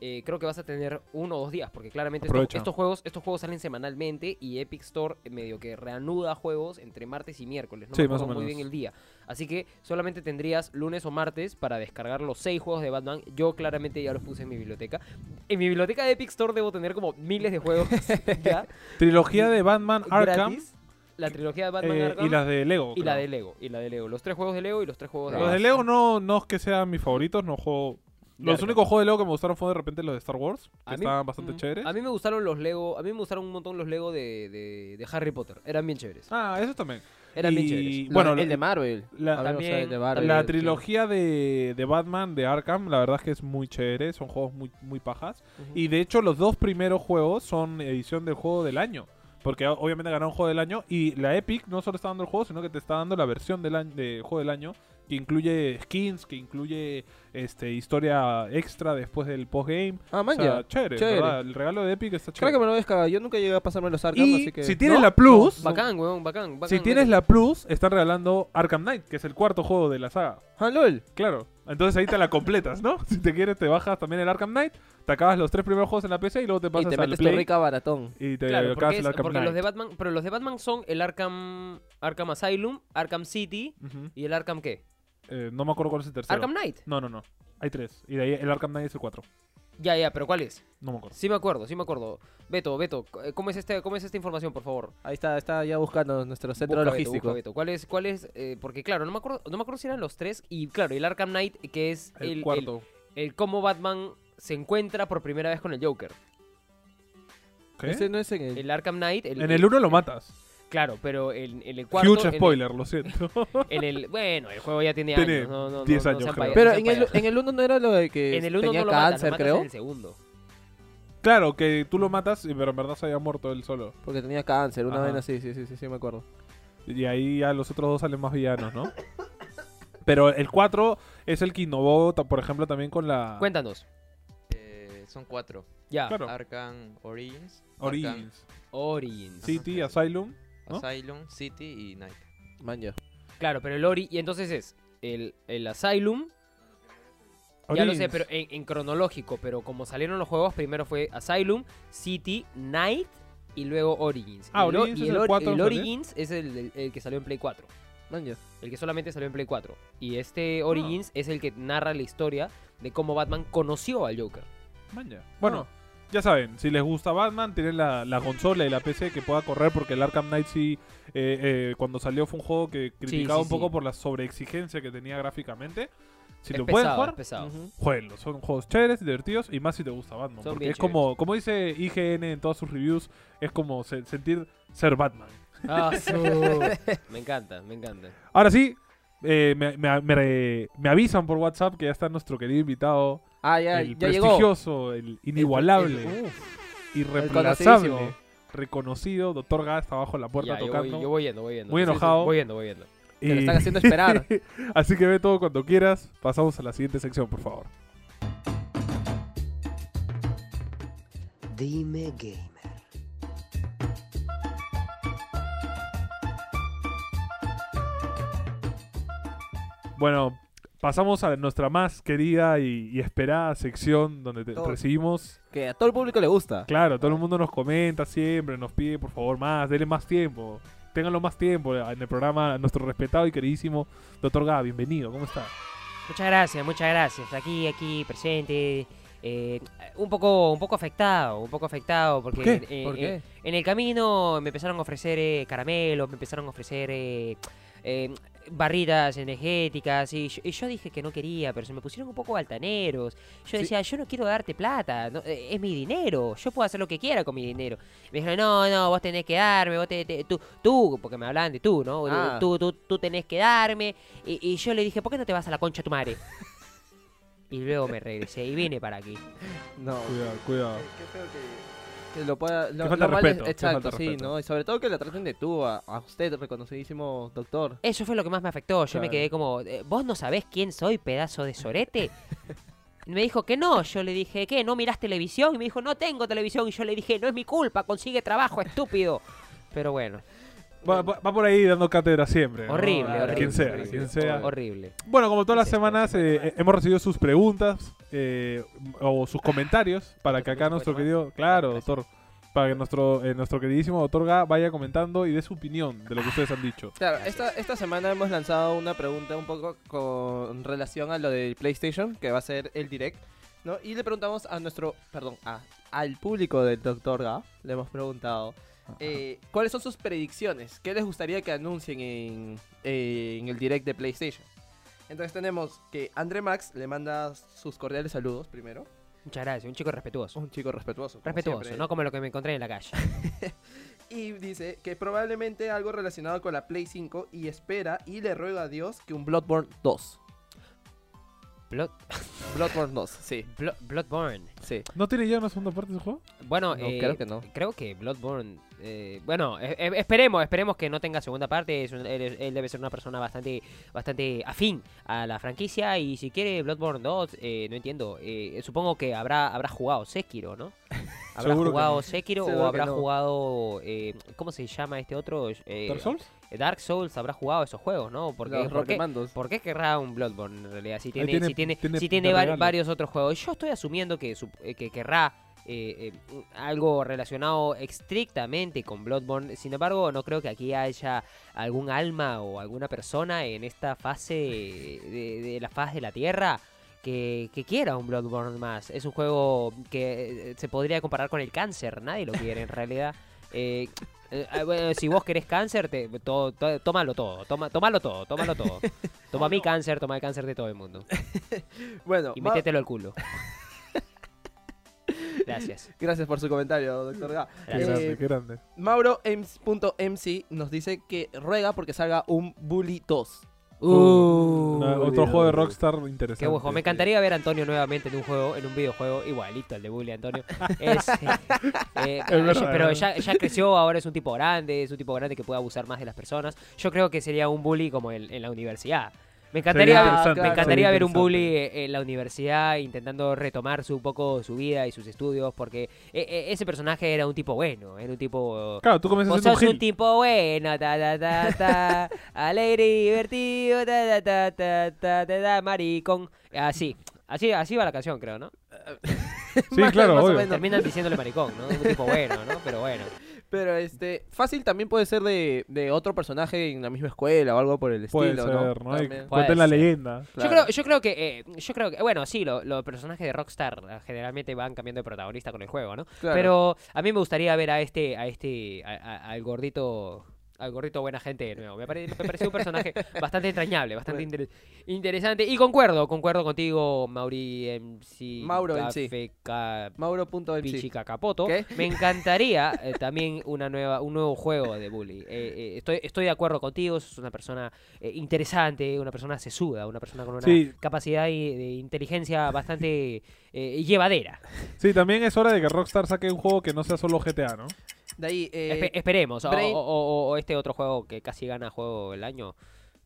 B: eh, creo que vas a tener uno o dos días, porque claramente estos,
C: Aprovecha.
B: estos juegos, estos juegos salen semanalmente y Epic Store medio que reanuda juegos entre martes y miércoles, no
C: Sí,
B: me
C: más o
B: acuerdo muy
C: menos.
B: bien el día. Así que solamente tendrías lunes o martes para descargar los seis juegos de Batman. Yo claramente ya los puse en mi biblioteca. En mi biblioteca de Epic Store debo tener como miles de juegos ya,
C: Trilogía de Batman Arkham
B: gratis. La trilogía de Batman
C: eh,
B: Arkham
C: y las de Lego.
B: y la
C: creo.
B: de Lego. Y la de Lego. Los tres juegos de Lego y los tres juegos de
C: Los de
B: Batman.
C: Lego no, no es que sean mis favoritos, no juego.
B: De
C: Los
B: Arkham.
C: únicos juegos de Lego que me gustaron fue de repente los de Star Wars,
B: A
C: que
B: mí-
C: estaban bastante
A: mm,
C: chéveres.
B: A mí me gustaron los Lego. A mí me gustaron un montón los Lego de, de- de Harry Potter. Eran bien chéveres.
C: Ah, eso también.
B: Eran bien
C: y-
B: chéveres.
C: bueno,
A: el
C: la-
A: de Marvel.
C: la-
A: Hablemos
B: también-
A: ahí de Marvel.
C: La
B: sí.
C: trilogía de, de Batman, de Arkham, la verdad es que es muy chévere, son juegos muy, muy pajas.
B: Ujú.
C: Y de hecho los dos primeros juegos son edición del juego del año. Porque o- obviamente ganó un juego del año y la Epic no solo está dando el juego, sino que te está dando la versión del año, de juego del año que incluye skins, que incluye este historia extra después del postgame.
A: Ah,
C: O
A: man,
C: sea,
A: ya.
C: chévere,
A: chévere.
C: ¿verdad? El regalo de Epic está
A: Creo
C: chévere.
A: que me lo he descargado. Yo nunca llegué a pasarme los Arkham,
C: y
A: así que...
C: si tienes
A: ¿No?
C: la Plus,
B: Bacán, weón, bacán. bacán
C: si tienes
B: métele.
C: la Plus, están regalando Arkham Knight, que es el cuarto juego de la saga.
A: Ah, LOL.
C: Claro. Entonces ahí te la completas, ¿no? Si te quieres, te bajas también el Arkham Knight, te acabas los tres primeros juegos en la PC y luego te
A: Y
C: pasas
A: te
C: al
A: metes tu
C: Play
A: Este rica baratón.
C: y te
B: Claro,
C: acabas
B: porque,
C: el
B: es-
C: Arkham
B: porque
C: Knight.
B: los de Batman, pero los de Batman son el Arkham, Arkham Asylum, Arkham City
C: Ujú.
B: y el Arkham qué?
C: Eh, no me acuerdo cuál es el tercero.
B: Arkham Knight.
C: No, no, no. Hay tres. Y de ahí el Arkham Knight es el cuatro.
B: Ya, ya, pero ¿cuál es?
C: No me acuerdo.
B: Sí me acuerdo, sí me acuerdo. Beto, Beto, c- eh, ¿cómo es este, cómo es esta información, por favor?
A: Ahí está, está ya buscando nuestro centro
B: Busca, Beto,
A: logístico.
B: busca, Beto. ¿Cuál es, cuál es? eh, porque claro, no me acuerdo, no me acuerdo si eran los tres y claro, el Arkham Knight que es
C: El,
B: el, el-
C: cuarto.
B: el cómo Batman se encuentra por primera vez con el Joker.
C: ¿Qué?
A: Ese no es en el...
B: El Arkham Knight, el,
C: en el uno lo matas.
B: claro, pero en, en el cuarto. en
C: Huge
B: el-
C: spoiler, lo siento.
B: En el, bueno, el juego ya tiene,
C: Tiene
B: años. No, no, no,
C: 10
B: no
C: años,
B: sean
C: creo.
B: paya-
A: Pero
B: no sean
A: en el,
B: payasos.
A: en el 1 no era lo de que
B: En el uno
A: tenía
B: no lo matas,
A: cáncer,
B: lo matas
A: creo.
B: en el segundo.
C: claro, que tú lo matas, y- pero en verdad se había muerto él solo.
A: Porque tenía cáncer, una
C: Ajá.
A: vez así, sí, sí, sí, sí, me acuerdo.
C: Y ahí ya los otros dos salen más villanos, ¿no? Pero el 4 es el que innovó, ta- por ejemplo, también con la...
B: Cuéntanos.
D: Eh, son cuatro.
B: Ya.
C: Ah. Claro.
D: Arkham Origins. Arkham
C: Origins.
B: Ah, Origins.
C: City, Asylum. ¿no?
D: Asylum, City y Night.
A: Man, ya.
B: Claro, pero el Ori. Y entonces es el, el Asylum. Ya lo sé,
C: Origins.
B: pero eh, en, en cronológico. Pero como salieron los juegos, primero fue Asylum, City, Night y luego Origins.
C: Ah,
B: El o-
C: Origins
B: y
C: es
B: el,
C: el
B: Ori-
C: cuatro,
B: el
C: ¿sale?
B: Origins es el, el- el que salió en Play 4.
A: Man, ya.
B: El que solamente salió en Play 4. Y este
C: Ah.
B: Origins es el que narra la historia de cómo Batman conoció al Joker.
C: Manja. Bueno, ya saben, si les gusta Batman, tienen la, la consola y la PC que pueda correr, porque el Arkham Knight sí, eh, eh, cuando salió fue un juego que criticaba
B: sí,
C: un poco
B: sí.
C: por la sobreexigencia que tenía gráficamente. Si
B: es
C: lo
B: pesado,
C: pueden
B: es
C: jugar,
B: pesado.
A: Ujú.
C: jueguenlo. Son juegos chéveres, divertidos y más si te gusta Batman.
B: Son
C: porque
B: bien
C: es como, como dice IGN en todas sus reviews, es como se- sentir ser Batman.
B: Ah, su- me encanta, me encanta.
C: Ahora sí, eh, me, me- me re- me avisan por WhatsApp que ya está nuestro querido invitado,
A: Ah, ya,
C: el
A: ya llegó.
C: prestigioso, el inigualable.
B: Eh,
A: El- el- uf.
C: irreemplazable,
A: conocidísimo.
C: reconocido. Doctor Gas está abajo en la puerta
B: Ya, yo voy-
C: tocando.
B: Yo voy yendo, voy yendo.
C: Muy enojado.
B: Voy yendo, voy yendo.
C: y-
A: Te lo están haciendo esperar.
C: Así que ve todo cuando quieras. Pasamos a la siguiente sección, por favor.
E: Dime Gamer.
C: Bueno, pasamos a nuestra más querida y, y esperada sección donde te-
A: Todo.
C: recibimos.
A: que a todo el público le gusta.
C: Claro, todo el mundo nos comenta siempre, nos pide por favor más, denle más tiempo. Ténganlo más tiempo eh, en el programa, nuestro respetado y queridísimo Doctor Gas, bienvenido, ¿cómo está?
F: Muchas gracias, muchas gracias. Aquí, aquí, presente. Eh, un poco un poco afectado, un poco afectado porque
C: qué?
F: en- en-
A: ¿Por qué?
F: en- en el camino me empezaron a ofrecer eh, caramelos, me empezaron a ofrecer eh, eh, barritas energéticas y yo, y yo dije que no quería, pero se me pusieron un poco altaneros. Yo decía, yo no quiero darte plata, no, eh, es mi dinero, yo puedo hacer lo que quiera con mi dinero. Me dijeron, no, no, vos tenés que darme, vos te, te- tú, tú, porque me hablaban de tú, ¿no?
A: Ah.
F: Tú, tú, tú tenés que darme. Y, y yo le dije, ¿por qué no te vas a la concha de tu madre? y luego me regresé y vine para aquí.
A: No.
C: Cuidado, cuidado.
A: Que lo pueda. Lo,
C: falta
A: lo mal es-
C: respeto, te
A: exacto,
C: falta
A: sí,
C: respeto.
A: ¿no? Y sobre todo que le traten de tú a, a usted, reconocidísimo doctor.
F: Eso fue lo que más me afectó. Yo me
A: Claro.
F: quedé como, eh, ¿vos no sabés quién soy, pedazo de sorete? Me dijo que no, yo le dije, ¿qué? ¿No mirás televisión? Y me dijo, no tengo televisión. Y yo le dije, no es mi culpa, consigue trabajo, estúpido. Pero bueno,
C: Va, va- va por ahí dando cátedra siempre. ¿no?
F: Horrible,
C: A
F: horrible,
C: Quien sea,
A: horrible,
C: quien sea.
B: Horrible.
C: Bueno, como todas las
B: Gracias,
C: semanas, eh, hemos recibido sus preguntas eh, o sus comentarios para que acá nuestro querido, claro, doctor, para que nuestro, eh, nuestro queridísimo doctor Ga vaya comentando y dé su opinión de lo que ustedes han dicho.
A: Claro, esta, esta semana hemos lanzado una pregunta un poco con relación a lo del PlayStation, que va a ser el direct, ¿no? Y le preguntamos a nuestro, perdón, a- al público del Dr. Ga, le hemos preguntado, eh, ¿cuáles son sus predicciones? ¿Qué les gustaría que anuncien en, en el direct de PlayStation? Entonces tenemos que André Max le manda sus cordiales saludos primero.
F: muchas gracias, un chico respetuoso.
A: Un chico respetuoso. como
F: Respetuoso,
A: siempre.
F: no como lo que me encontré en la calle.
A: Y dice que probablemente algo relacionado con la Play 5 y espera y le ruega a Dios que un Bloodborne 2.
F: Blood-
A: Bloodborne 2, sí,
F: Blo- Bloodborne.
A: sí.
C: ¿No tiene ya una segunda parte del juego?
B: Bueno,
A: No,
B: eh,
A: creo que no.
B: Creo que Bloodborne
G: eh,
B: Bueno, e- e- esperemos, esperemos que no tenga segunda parte. Es un- él, es- él debe ser una persona bastante, bastante afín a la franquicia. Y si quiere Bloodborne 2, eh, no entiendo. eh, supongo que habrá, habrá jugado Sekiro, ¿no? ¿Habrá
C: Seguro que
B: jugado Sekiro
A: Seguro
B: o
A: que
B: habrá
A: no.
B: jugado. eh, ¿Cómo se llama este otro? Eh,
C: ¿Dark Souls?
B: Dark Souls habrá jugado esos juegos, ¿no? Porque,
A: Los
B: ¿por qué-
A: Rocketmandos.
B: ¿Por qué querrá un Bloodborne en realidad? Si tiene,
C: tiene-
B: si tiene,
C: tiene
B: si tiene
C: de
B: var-
C: regalo.
B: varios otros juegos. Yo estoy asumiendo que, su- eh, que querrá eh, eh, algo relacionado estrictamente con Bloodborne. Sin embargo, no creo que aquí haya algún alma o alguna persona en esta fase de, de la faz de la Tierra. Que, que quiera un Bloodborne más. Es un juego que eh, se podría comparar con el cáncer. Nadie lo quiere en realidad. Eh, eh, ah, bueno, si vos querés cáncer, te, to- to- tómalo todo, toma, tómalo todo, tómalo todo. Toma mi cáncer, toma el cáncer de todo el mundo.
A: Bueno,
B: Y
A: va-
B: métetelo al culo. Gracias.
A: gracias por su comentario, doctor Ga.
C: Qué
B: Eh,
C: grande, qué grande.
A: MauroEms.mc nos dice que ruega porque salga un Bully 2.
C: No,
B: Uh,
C: otro
A: bien.
C: juego de Rockstar interesante.
B: qué buen juego. Me encantaría ver a Antonio nuevamente en un juego, en un videojuego, igualito al de Bully Antonio. Es, eh, eh,
C: verdad,
B: pero
C: es
B: ya, ya creció, ahora es un tipo grande, es un tipo grande que puede abusar más de las personas. Yo creo que sería un bully como en, en la universidad. Me encantaría,
C: Sería
B: ver-
C: interesante,
B: Me
A: claro.
B: encantaría
C: sería
B: ver un bully
C: interesante.
B: eh, en la universidad intentando retomar su, un poco su vida y sus estudios, porque eh, eh, ese personaje era un tipo bueno, era un tipo...
C: Claro, tú comienzas
B: Vos
C: siendo
B: sos
C: un
B: un
C: gil.
B: tipo bueno, ta ta ta ta, alegre y divertido, ta ta ta ta ta ta, ta, maricón. Así, así, así va la canción, creo, ¿no?
C: Sí, claro,
A: más o
C: obvio.
A: menos.
B: Terminan diciéndole maricón, ¿no? Un tipo bueno, ¿no? Pero bueno.
A: Pero este, fácil también puede ser de, de otro personaje en la misma escuela o algo por el
C: Puede
A: estilo,
C: ser,
A: ¿no?
C: ¿no? Y
A: También.
C: Cuenten la
B: Puede ser.
C: leyenda.
A: Claro.
B: Yo creo, yo creo que, eh, yo creo que, bueno, sí, lo- los personajes de Rockstar eh, generalmente van cambiando de protagonista con el juego, ¿no?
A: Claro.
B: Pero a mí me gustaría ver a este, a este, a- a- al gordito, al gordito buena gente de nuevo. Me, pare- me pareció un personaje bastante entrañable, bastante inter- interesante. Y concuerdo, concuerdo contigo, Mauri em, MC.
A: Mauro MC.
B: Cafeca-
A: Mauro.mc.
B: Pichica Capoto.
A: ¿Qué?
B: Me encantaría eh, también una nueva, un nuevo juego de Bully. Eh, eh, estoy, estoy de acuerdo contigo, es una persona eh, interesante, una persona sesuda, una persona con una
C: Sí.
B: capacidad y- de inteligencia bastante eh, llevadera.
C: Sí, también es hora de que Rockstar saque un juego que no sea solo GTA, ¿no?
A: De ahí, eh,
B: Espe- esperemos. o-
A: Brain-
B: O, o- o este otro juego que casi gana juego del año.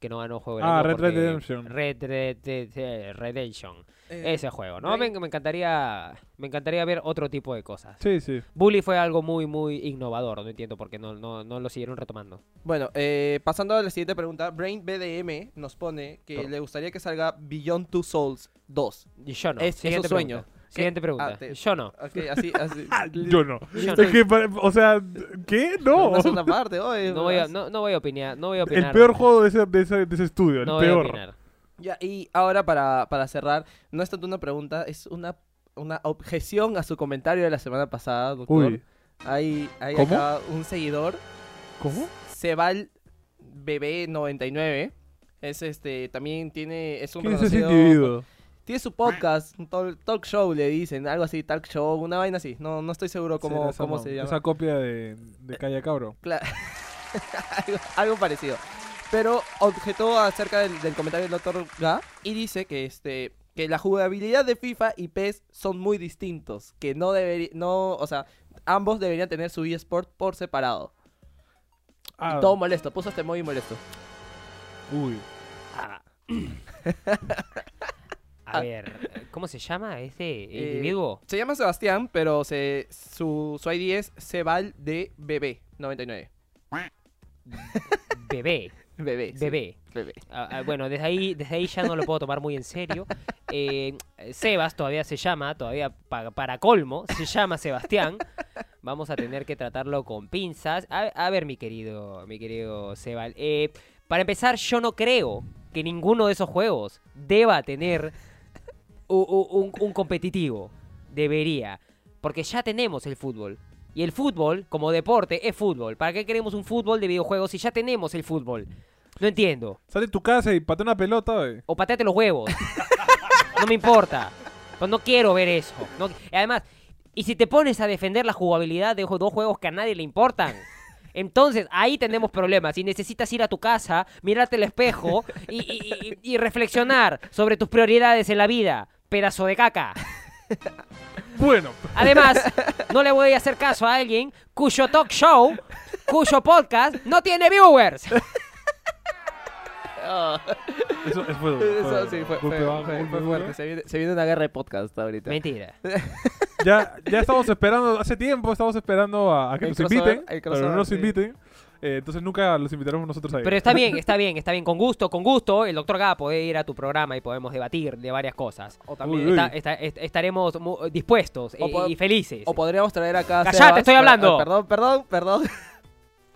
B: Que no ganó juego del
C: Ah,
B: año.
C: Red
B: porque-
C: Redemption.
B: Red, Red- Red- eh, Redemption.
A: eh,
B: Ese juego, ¿no? Me,
A: Brain-
B: me encantaría. Me encantaría ver otro tipo de cosas.
C: Sí, sí.
B: Bully fue algo muy, muy innovador. No entiendo por qué no, no, no lo siguieron retomando.
A: Bueno, eh, pasando a la siguiente pregunta, Brain BDM nos pone que
B: Todo.
A: le gustaría que salga Beyond Two Souls 2.
B: Y Yo no.
A: Es- es un
B: Siguiente
A: sueño.
B: pregunta. Siguiente pregunta.
A: Ah, te-
B: Yo no.
A: Ok, así, así.
C: Yo no.
B: Yo no.
C: Es que, pare- o sea, ¿qué? No.
A: Más otra parte, oye,
B: No voy, a,
A: más.
B: no, no voy a opinar. No voy a opinar.
C: El peor juego de ese, de ese, de ese estudio, el
B: No voy a
C: peor.
B: opinar.
A: Ya, y ahora para, para cerrar, no es tanto una pregunta, es una, una objeción a su comentario de la semana pasada, doctor.
C: Uy,
A: Hay, hay
C: ¿Cómo?
A: acá un seguidor,
C: ¿cómo?
A: Sebal BB99. Es este, también tiene, es un
C: ¿Quién es ese
A: reconocido-
C: individuo?
A: Tiene su podcast, un tol- talk show le dicen, algo así, talk show, una vaina así. No, no estoy seguro cómo,
C: Será
A: cómo
C: esa
A: se
C: mam-
A: llama.
C: Esa copia de, de Calla Cabro.
A: Cla- algo, algo parecido. Pero objetó acerca del, del comentario del doctor Ga y dice que este que la jugabilidad de FIFA y PES son muy distintos, que no debería no, o sea, ambos deberían tener su eSport por separado.
C: Ah,
A: Y todo molesto, puso este muy molesto.
C: uy.
B: A
A: Ah.
B: ver. ¿Cómo se llama este
A: Eh,
B: individuo?
A: Se llama Sebastián, pero se, su, su ID es Sebal de bebé 99.
B: Bebé.
A: Bebé. sí,
B: Bebé.
A: bebé.
B: Ah, ah, bueno, desde ahí, desde ahí ya no lo puedo tomar muy en serio. Eh, Sebas todavía se llama, todavía pa- para colmo, se llama Sebastián. Vamos a tener que tratarlo con pinzas. A, a ver, mi querido, mi querido Sebal. eh, para empezar, yo no creo que ninguno de esos juegos deba tener u- u- un, un competitivo. Debería. Porque ya tenemos el fútbol. Y el fútbol, como deporte, es fútbol. ¿Para qué queremos un fútbol de videojuegos si ya tenemos el fútbol? No entiendo.
C: Sale de tu casa y patea una pelota, güey.
B: O pateate los huevos. No me importa. Pues no quiero ver eso. No- y además, y si te pones a defender la jugabilidad de dos juegos que a nadie le importan. Entonces, ahí tenemos problemas. Y necesitas ir a tu casa, mirarte el espejo y, y- y- y reflexionar sobre tus prioridades en la vida. Pedazo de caca.
C: Bueno,
F: Además, no le voy a hacer caso a alguien cuyo talk show, cuyo podcast, no tiene viewers.
C: eso, eso fue duro, fue
A: Ah, Eso
C: duro.
A: sí, fue,
C: Golpe
A: fue-
C: bajo,
A: fue-
C: golpe
A: fue
C: duro.
A: fuerte. Se viene, se viene una guerra de podcast ahorita.
F: Mentira.
C: Ya, ya estamos esperando, hace tiempo estamos esperando a, a que
A: El
C: nos
A: crossover,
C: inviten,
A: el
C: pero no nos
A: crossover, sí.
C: inviten. Eh, entonces nunca los invitaremos nosotros ahí.
F: Pero está bien, está bien, está bien. Con gusto, con gusto. El doctor Gá puede ir a tu programa y podemos debatir de varias cosas.
A: O
C: también-
F: Está- está- est- estaremos mu- dispuestos
A: O
F: y-
A: pod-
F: y felices.
A: O podríamos traer acá. a
F: ¡Cállate,
A: Sebas.
F: estoy
A: Ah,
F: hablando!
A: ah, Perdón, perdón, perdón.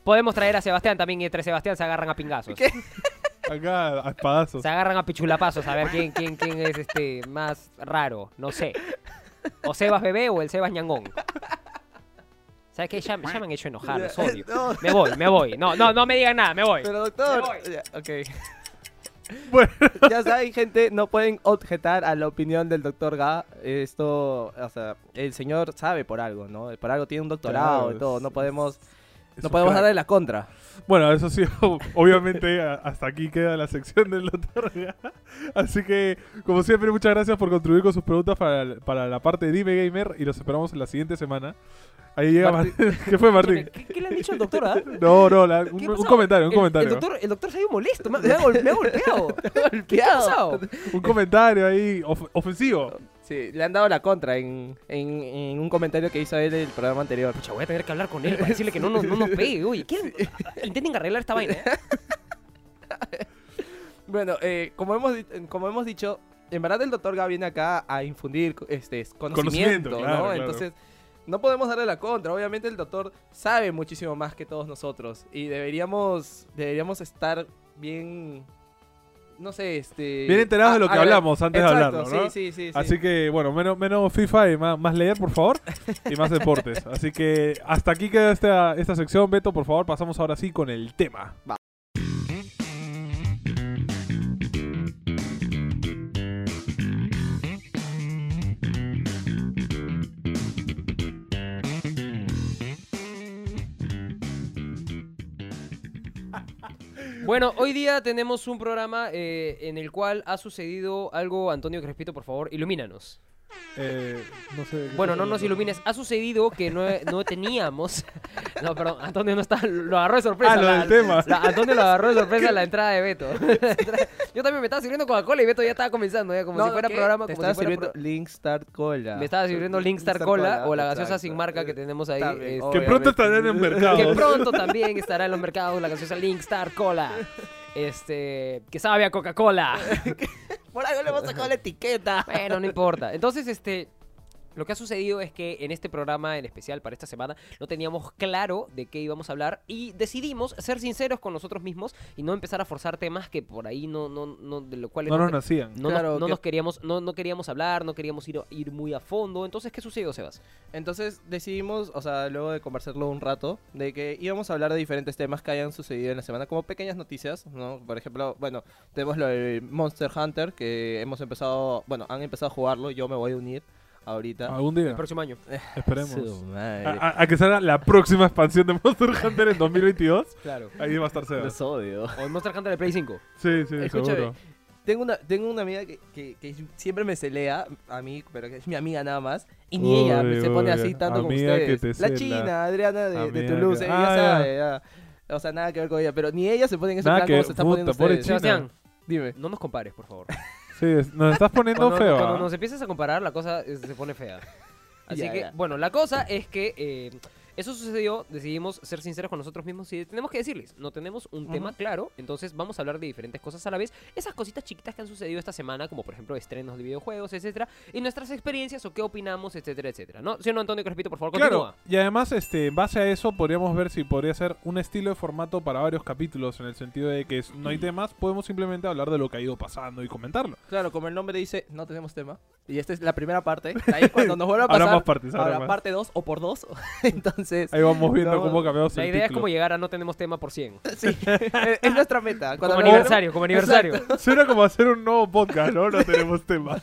F: Podemos traer a Sebastián también y entre Sebastián se agarran a pingazos.
C: Acá a espadazos.
F: Se agarran a pichulapazos a ver quién, quién, quién es este más raro. No sé. O Sebas Bebé o el Sebas Ñangón. ¿Sabes qué? Ya, ya me han hecho enojar, los odio.
A: No,
F: Me voy, me voy. No, no, no me digan nada, me voy.
A: pero
F: Me
A: doctor.
F: voy.
A: Ya, ok.
C: Bueno.
A: Ya saben, gente, no pueden objetar a la opinión del doctor Ga. Esto, o sea, el señor sabe por algo, ¿no? Por algo tiene un doctorado
C: Claro,
A: y todo. No
C: sí.
A: podemos,
C: Es
A: no
C: un
A: podemos
C: crack.
A: darle la contra.
C: Bueno, eso sí, o- obviamente a- hasta aquí queda la sección del doctor. Ga. Así que, como siempre, muchas gracias por contribuir con sus preguntas para, para la parte de Dime Gamer y los esperamos la siguiente semana. Ahí llega
A: Martín.
C: Martín. ¿Qué fue Martín?
B: ¿Qué, qué le han dicho al doctor? ah?
C: No, no, la- un,
B: ¿Qué
C: un
B: pasó?
C: comentario, un
B: El-
C: comentario.
B: El, doctor, el doctor se ha ido molesto. Me, me ha, gol- me ha golpeado. ¿Qué ha
A: Golpeado.
B: pasado?
C: Un comentario ahí of- ofensivo.
A: Sí, le han dado la contra en, en- en un comentario que hizo él el programa anterior.
F: Pucha, voy a tener que hablar con él para decirle que no, nos- no nos pegue. Oye, ¿quieren- intenten arreglar esta vaina. ¿eh?
A: Bueno, eh, como, hemos, di- como hemos dicho, en verdad el doctor Ga viene acá a infundir co- este, conocimiento,
C: Conocimiento, claro,
A: ¿no?
C: claro.
A: Entonces, no podemos darle la contra. Obviamente el doctor sabe muchísimo más que todos nosotros y deberíamos, deberíamos estar bien, no sé, este...
C: Bien enterados de lo que
A: a- a-
C: hablamos antes de
A: Exacto,
C: hablarlo, ¿no?
A: Sí, sí, sí. sí.
C: Así que, bueno, menos, menos FIFA y más, más leer, por favor. Y más deportes. Así que hasta aquí queda esta, esta sección, Beto. Por favor, pasamos ahora sí con el tema.
B: Bueno, hoy día tenemos un programa eh, en el cual ha sucedido algo, Antonio Crespito, por favor, ilumínanos.
C: Eh, no sé, ¿qué
B: Bueno,
C: fue?
B: no nos ilumines. Ha sucedido que no, no teníamos. No, perdón, Antonio no está. Lo agarró de sorpresa.
C: Ah, lo
B: la-
C: del tema.
B: la- Antonio lo agarró de sorpresa la entrada de Beto. Yo también me estaba sirviendo Coca-Cola y Beto ya estaba comenzando, ya como
A: No,
B: si fuera
A: ¿qué?
B: programa.
A: Te
B: Como
A: estaba
B: si fuera
A: sirviendo
B: pro-
A: Link Start Cola.
B: Me estaba sirviendo Link Star Cola o la gaseosa sin marca que
A: tenemos
B: tenemos ahí. este,
A: Está bien,
B: es-
C: Que pronto estarán en mercados.
B: que pronto también estará en los mercados la gaseosa Link Star Cola. Este, que sabe a Coca-Cola.
A: Por algo le hemos sacado la etiqueta.
B: Bueno, no importa. Entonces, este. Lo que ha sucedido es que en este programa en especial para esta semana no teníamos claro de qué íbamos a hablar y decidimos ser sinceros con nosotros mismos y no empezar a forzar temas que por ahí no, no, no de los cuales
C: No
B: no
C: nos
B: que-
C: nacían.
B: no nos-
A: Claro,
B: no
A: que-
B: nos queríamos, no, no queríamos hablar, no queríamos ir, ir muy a fondo. Entonces, ¿qué sucedió, Sebas?
A: Entonces decidimos, o sea, luego de conversarlo un rato, de que íbamos a hablar de diferentes temas que hayan sucedido en la semana, como pequeñas noticias, ¿no? Por ejemplo, bueno, tenemos lo de Monster Hunter, que hemos empezado, bueno, han empezado a jugarlo, yo me voy a unir ahorita.
C: Algún
B: El
C: día,
B: próximo año.
A: Su
C: esperemos.
A: madre.
C: A, a- a que salga la próxima expansión de Monster Hunter en 2022.
B: Claro.
C: Ahí va a estar Sebas.
A: Los odio.
B: O el Monster Hunter de Play 5.
C: Sí, sí,
A: Escúchame.
C: seguro.
A: Tengo una, tengo una amiga que, que- que siempre me celea, a mí, pero que es mi amiga nada más, y ni ella
C: Uy,
A: se pone
C: uy,
A: así tanto como
C: amiga que
A: ustedes.
C: te
A: la
C: cela.
A: China, Adriana de, de
C: Amiga
A: Toulouse,
C: que-
A: ella
C: Ah, ya.
A: sabe, ya. O sea, nada que ver con ella, pero ni ella se pone en ese
C: Nada
A: plan
C: que-
A: como se están
C: puta,
A: poniendo
C: pobre
A: ustedes.
C: China.
B: Sebastián,
A: Dime.
B: no nos compares, por favor.
C: Sí, es- nos estás poniendo
B: cuando,
C: feo.
B: cuando
C: ¿ah?
B: nos empiezas a comparar, la cosa eh, se pone fea. Así
A: Ya,
B: que,
A: ya.
B: bueno, la cosa es que eh, eso sucedió, decidimos ser sinceros con nosotros mismos y tenemos que decirles, no tenemos un tema claro, entonces vamos a hablar de diferentes cosas a la vez, esas cositas chiquitas que han sucedido esta semana, como por ejemplo estrenos de videojuegos, etcétera, y nuestras experiencias o qué opinamos, etcétera, etcétera. ¿No? Si no, Antonio, que repito, por favor,
C: Claro,
B: continúa.
C: y además, este, en base a eso, podríamos ver si podría ser un estilo de formato para varios capítulos, en el sentido de que no
B: Mm.
C: hay temas, podemos simplemente hablar de lo que ha ido pasando y comentarlo.
A: Claro, como el nombre dice, no tenemos tema. Y esta es la primera parte. De Ahí cuando nos vuelva a
C: Habrá
A: pasar,
C: más partes, habrá
A: habrá
C: más.
A: parte 2 o por 2. Entonces,
C: Ahí vamos viendo
A: No,
C: cómo cambiamos
B: La
C: el
B: idea es
C: título.
B: como llegar a no tenemos tema por 100.
A: sí, es es nuestra meta.
B: Como
A: Cuando lo logremos-
B: aniversario, como aniversario.
C: Suena como hacer un nuevo podcast, ¿no? No tenemos tema.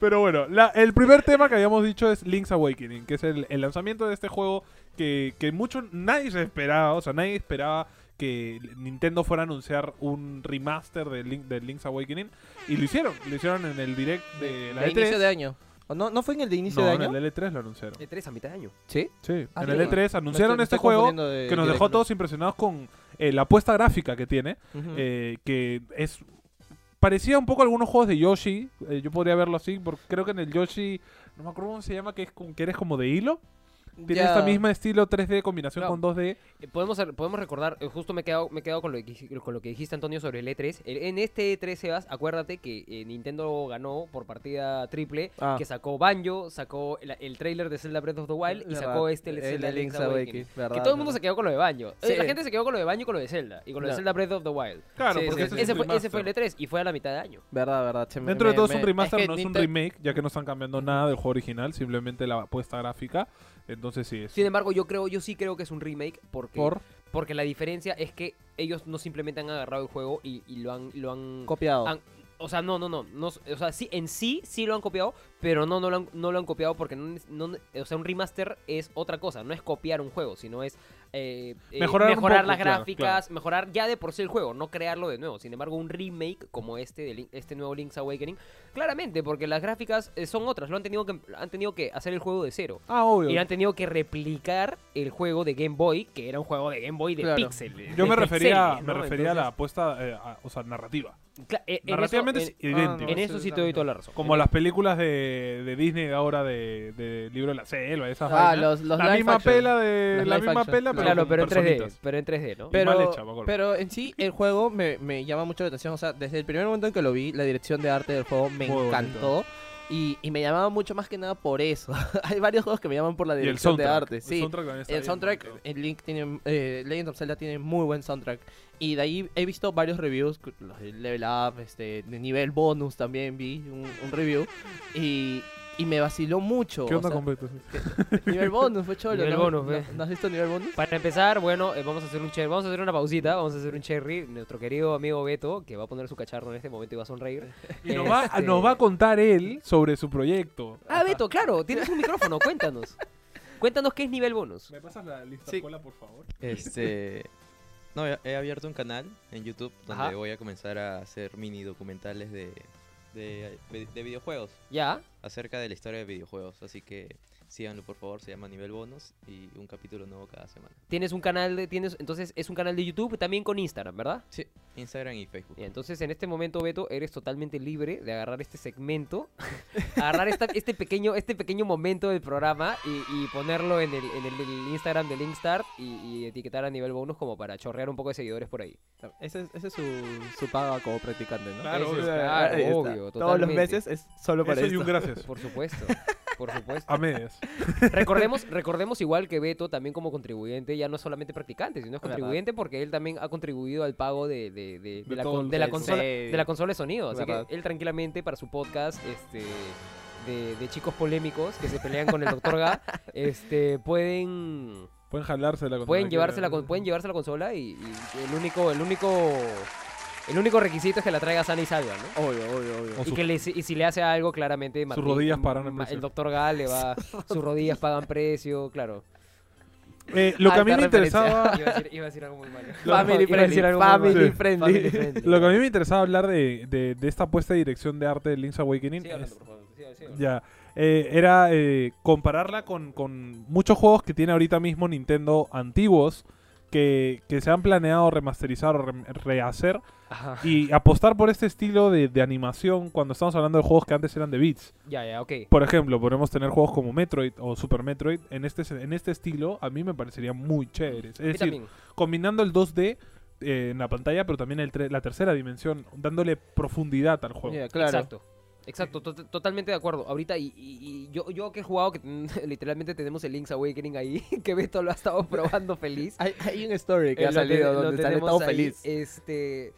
C: Pero bueno, la- el primer tema que habíamos dicho es Link's Awakening, que es el, el lanzamiento de este juego que, que mucho nadie se esperaba, o sea, nadie esperaba que Nintendo fuera a anunciar un remaster de, Link, de Link's Awakening y lo hicieron, lo hicieron en el direct de la
A: de
C: E3.
A: inicio de año. O ¿O no, no fue en el de inicio
C: No,
A: de
C: en
A: año?
C: el L3 lo anunciaron.
B: De tres a mitad de año.
A: Sí.
C: Sí,
A: Ah,
C: en
A: sí.
C: el E3
A: Me
C: anunciaron
A: estoy- me
C: este
A: estoy
C: juego
A: confundiendo de-
C: que nos
A: de
C: dejó
A: Direct.
C: todos impresionados con eh, la apuesta gráfica que tiene,
B: Mm.
A: Ujú.
C: eh, que es parecía un poco a algunos juegos de Yoshi, eh, yo podría verlo así, porque creo que en el Yoshi, no me acuerdo cómo se llama, que, es con- que eres como de hilo, tiene
A: Ya.
C: esta misma estilo 3D combinación
B: Claro.
C: con 2D.
B: Eh, Podemos, podemos recordar, eh, justo me he quedado, me he quedado con, lo que, dij- con lo que dijiste Antonio sobre el E3. El- en este E3, Sebas, acuérdate que eh, Nintendo ganó por partida triple,
A: Ah.
B: que sacó Banjo, sacó el, el trailer de Zelda Breath of the Wild y
A: Verdad.
B: sacó este
C: eh,
B: el
A: El
B: Zelda
A: de
B: Link's
A: Link's Awakening,
B: Awakening.
A: verdad,
B: que todo el mundo
A: verdad.
B: se quedó con lo de Banjo. Eh,
A: Sí.
B: La gente se quedó con lo de Banjo y con lo de Zelda. Y con lo de
A: Claro.
B: Zelda Breath of the Wild.
C: Claro,
B: Sí,
C: porque
B: sí, sí.
C: este es
B: ese, fue,
C: un
B: ese
C: remaster.
B: fue el E3 y fue a la mitad de año.
A: Verdad, verdad. che, me-
C: Dentro de
A: me-
C: todo es
A: me-
C: un remaster,
D: es que
C: no es un
D: Nintendo-
C: remake, ya que no están cambiando nada del juego original, simplemente la apuesta gráfica. Entonces sí, es
B: Sin embargo, yo creo, yo sí creo que es un remake porque,
C: por...
B: porque la diferencia es que ellos no simplemente han agarrado el juego y, y lo han, lo han
A: Copiado.
B: han- o sea, no, no, no, no. O sea, sí, en sí, sí lo han copiado, pero no, no lo han, no lo han copiado porque no, es- no- O sea, un remaster es otra cosa. No es copiar un juego, sino es eh, eh,
C: Mejorar un poco,
B: las
C: claro,
B: gráficas, mejorar ya de por sí el juego, no crearlo de nuevo. Sin embargo, un remake como este, de Link- este nuevo Link's Awakening, claramente, porque las gráficas eh, son otras. Lo han tenido que, han tenido que hacer el juego de cero.
C: Ah, obvio.
B: Y han tenido que replicar el juego de Game Boy, que era un juego de Game Boy de
A: Claro.
B: pixel. de- de
C: Yo me refería,
B: pixeles,
C: me
B: ¿no?
C: refería a la
B: Entonces,
C: apuesta, eh, a- o sea, narrativa.
B: cla- eh, en eso-
C: Narrativamente
B: en-
C: es idéntico.
A: no,
B: en eso sí te doy toda la razón.
C: Como las películas de, de Disney de ahora de, de Libro de la Selva, esas
A: Ah,
C: vainas.
A: los, los
C: la
A: live
C: misma
A: action.
C: pela de
A: Los
C: la
A: live
C: misma
A: action.
C: pela, pero,
B: Claro,
C: con
B: pero en 3D,
C: personitas.
B: pero en 3D, ¿no?
C: Pe-
A: Pero,
C: mal hecha, me acuerdo.
A: pero en sí, el juego me, me llama mucho la atención. O sea, desde el primer momento en que lo vi, la dirección de arte del juego me
C: Muy
A: encantó. Y, y me llamaba mucho más que nada por eso. Hay varios juegos que me llaman por la
C: Y el
A: dirección de
C: soundtrack.
A: arte. Sí,
C: El soundtrack, también está
A: El
C: bien
A: soundtrack,
C: bonito.
A: el Link tiene, eh, Legend of Zelda tiene muy buen soundtrack. Y de ahí he visto varios reviews, cu- los de Level Up, este, de nivel bonus también vi un, un review. Y, y me vaciló mucho.
C: ¿Qué
A: o
C: onda
A: sea,
C: con Beto?
A: Nivel bonus, eh. fue cholo.
B: Nivel
A: ¿no?
B: bonus,
A: ¿No-
B: ve.
A: ¿No has visto nivel bonus?
B: Para empezar, bueno, eh, vamos a hacer un cherry, vamos a hacer una pausita, vamos a hacer un cherry. Nuestro querido amigo Beto, que va a poner su cacharro en este momento y va a sonreír.
C: Y nos va,
B: Este-
C: nos va a contar él sobre su proyecto.
B: Ah, Beto, claro, tienes un micrófono, cuéntanos. Cuéntanos qué es nivel bonus.
C: ¿Me pasas la lista
D: Sí.
C: cola, por favor?
D: Este. No, he- he abierto un canal en YouTube donde
B: Ajá.
D: voy a comenzar a hacer mini documentales de, de, de videojuegos,
B: Ya,
D: acerca de la historia de videojuegos. Así que síganlo por favor, se llama Nivel Bonus y un capítulo nuevo cada semana.
B: tienes un canal de, tienes, entonces es un canal de YouTube también con Instagram, ¿verdad?
D: Sí, Instagram y Facebook.
B: Ya, entonces en este momento, Beto, eres totalmente libre de agarrar este segmento, agarrar esta- este, pequeño, este pequeño momento del programa y, y ponerlo en el, en el- el Instagram de Linkstart y, y etiquetar a nivel bonus como para chorrear un poco de seguidores por ahí.
A: Ese es, ese es su, su paga como practicante, ¿no?
C: Claro,
A: Ese es-
C: obvio.
A: ahí está.
B: obvio,
A: Todos los
B: totalmente.
A: meses es solo para
C: Eso y
A: eso.
C: un gracias.
B: Por supuesto, por supuesto.
C: A medias.
B: Recordemos, recordemos igual que Beto también como contribuyente ya no es solamente practicante, sino es
A: Verdad.
B: contribuyente porque él también ha contribuido al pago de, de- de- de
C: De
B: la,
C: todo
B: con-
C: el
B: de la
C: juego.
B: consola,
A: Sí.
B: de la consola de sonido. Así
A: Verdad.
B: que él tranquilamente para su podcast este, de, de chicos polémicos que se pelean con el doctor Ga, este, pueden,
C: Pueden jalársela con
B: pueden, llevarse la, con- pueden llevarse la consola y, y el, único, el, único, el único requisito es que la traiga sana y salva, ¿no?
A: Obvio, obvio, obvio.
C: O
B: Y,
C: su-
B: que le- y si le hace algo, claramente Martín-
C: rodillas pagan el
B: ma-
C: precio.
B: El doctor Gal le va. sus rodillas pagan precio, claro.
C: Eh, lo que a mí
B: Alta
C: me
B: referencia.
C: interesaba
B: Iba a decir, iba a decir algo muy malo.
A: Family
B: Iba a decir
A: friendly,
B: algo muy malo.
A: family
B: Sí.
A: friendly.
B: Family friendly.
C: Lo que a mí me interesaba hablar de, de- de esta puesta de dirección de arte de Link's Awakening
B: Sigue hablando,
C: es-
B: por favor, sigue- sigue hablando.
C: ya, eh, era eh, compararla con, con muchos juegos que tiene ahorita mismo Nintendo antiguos que, que se han planeado remasterizar o re- rehacer
B: Ajá.
C: y apostar por este estilo de, de animación cuando estamos hablando de juegos que antes eran de bits.
B: Ya, ya, ok.
C: Por ejemplo, podemos tener juegos como Metroid o Super Metroid en este, en este estilo, a mí me parecería muy chévere. Es
B: A mí
C: decir,
B: también.
C: combinando el 2D eh, en la pantalla, pero también el tre- la tercera dimensión, dándole profundidad al juego.
A: Ya, claro.
B: Exacto. Exacto, to- totalmente de acuerdo. Ahorita, y, y- y yo, yo que he jugado, que literalmente tenemos el Link's Awakening ahí, que Beto lo ha estado probando feliz.
A: Hay, hay un story que
B: Eh,
A: ha
B: lo te-
A: salido
B: lo
A: donde sale
B: tenemos
A: todo
B: ahí,
A: feliz.
B: Este,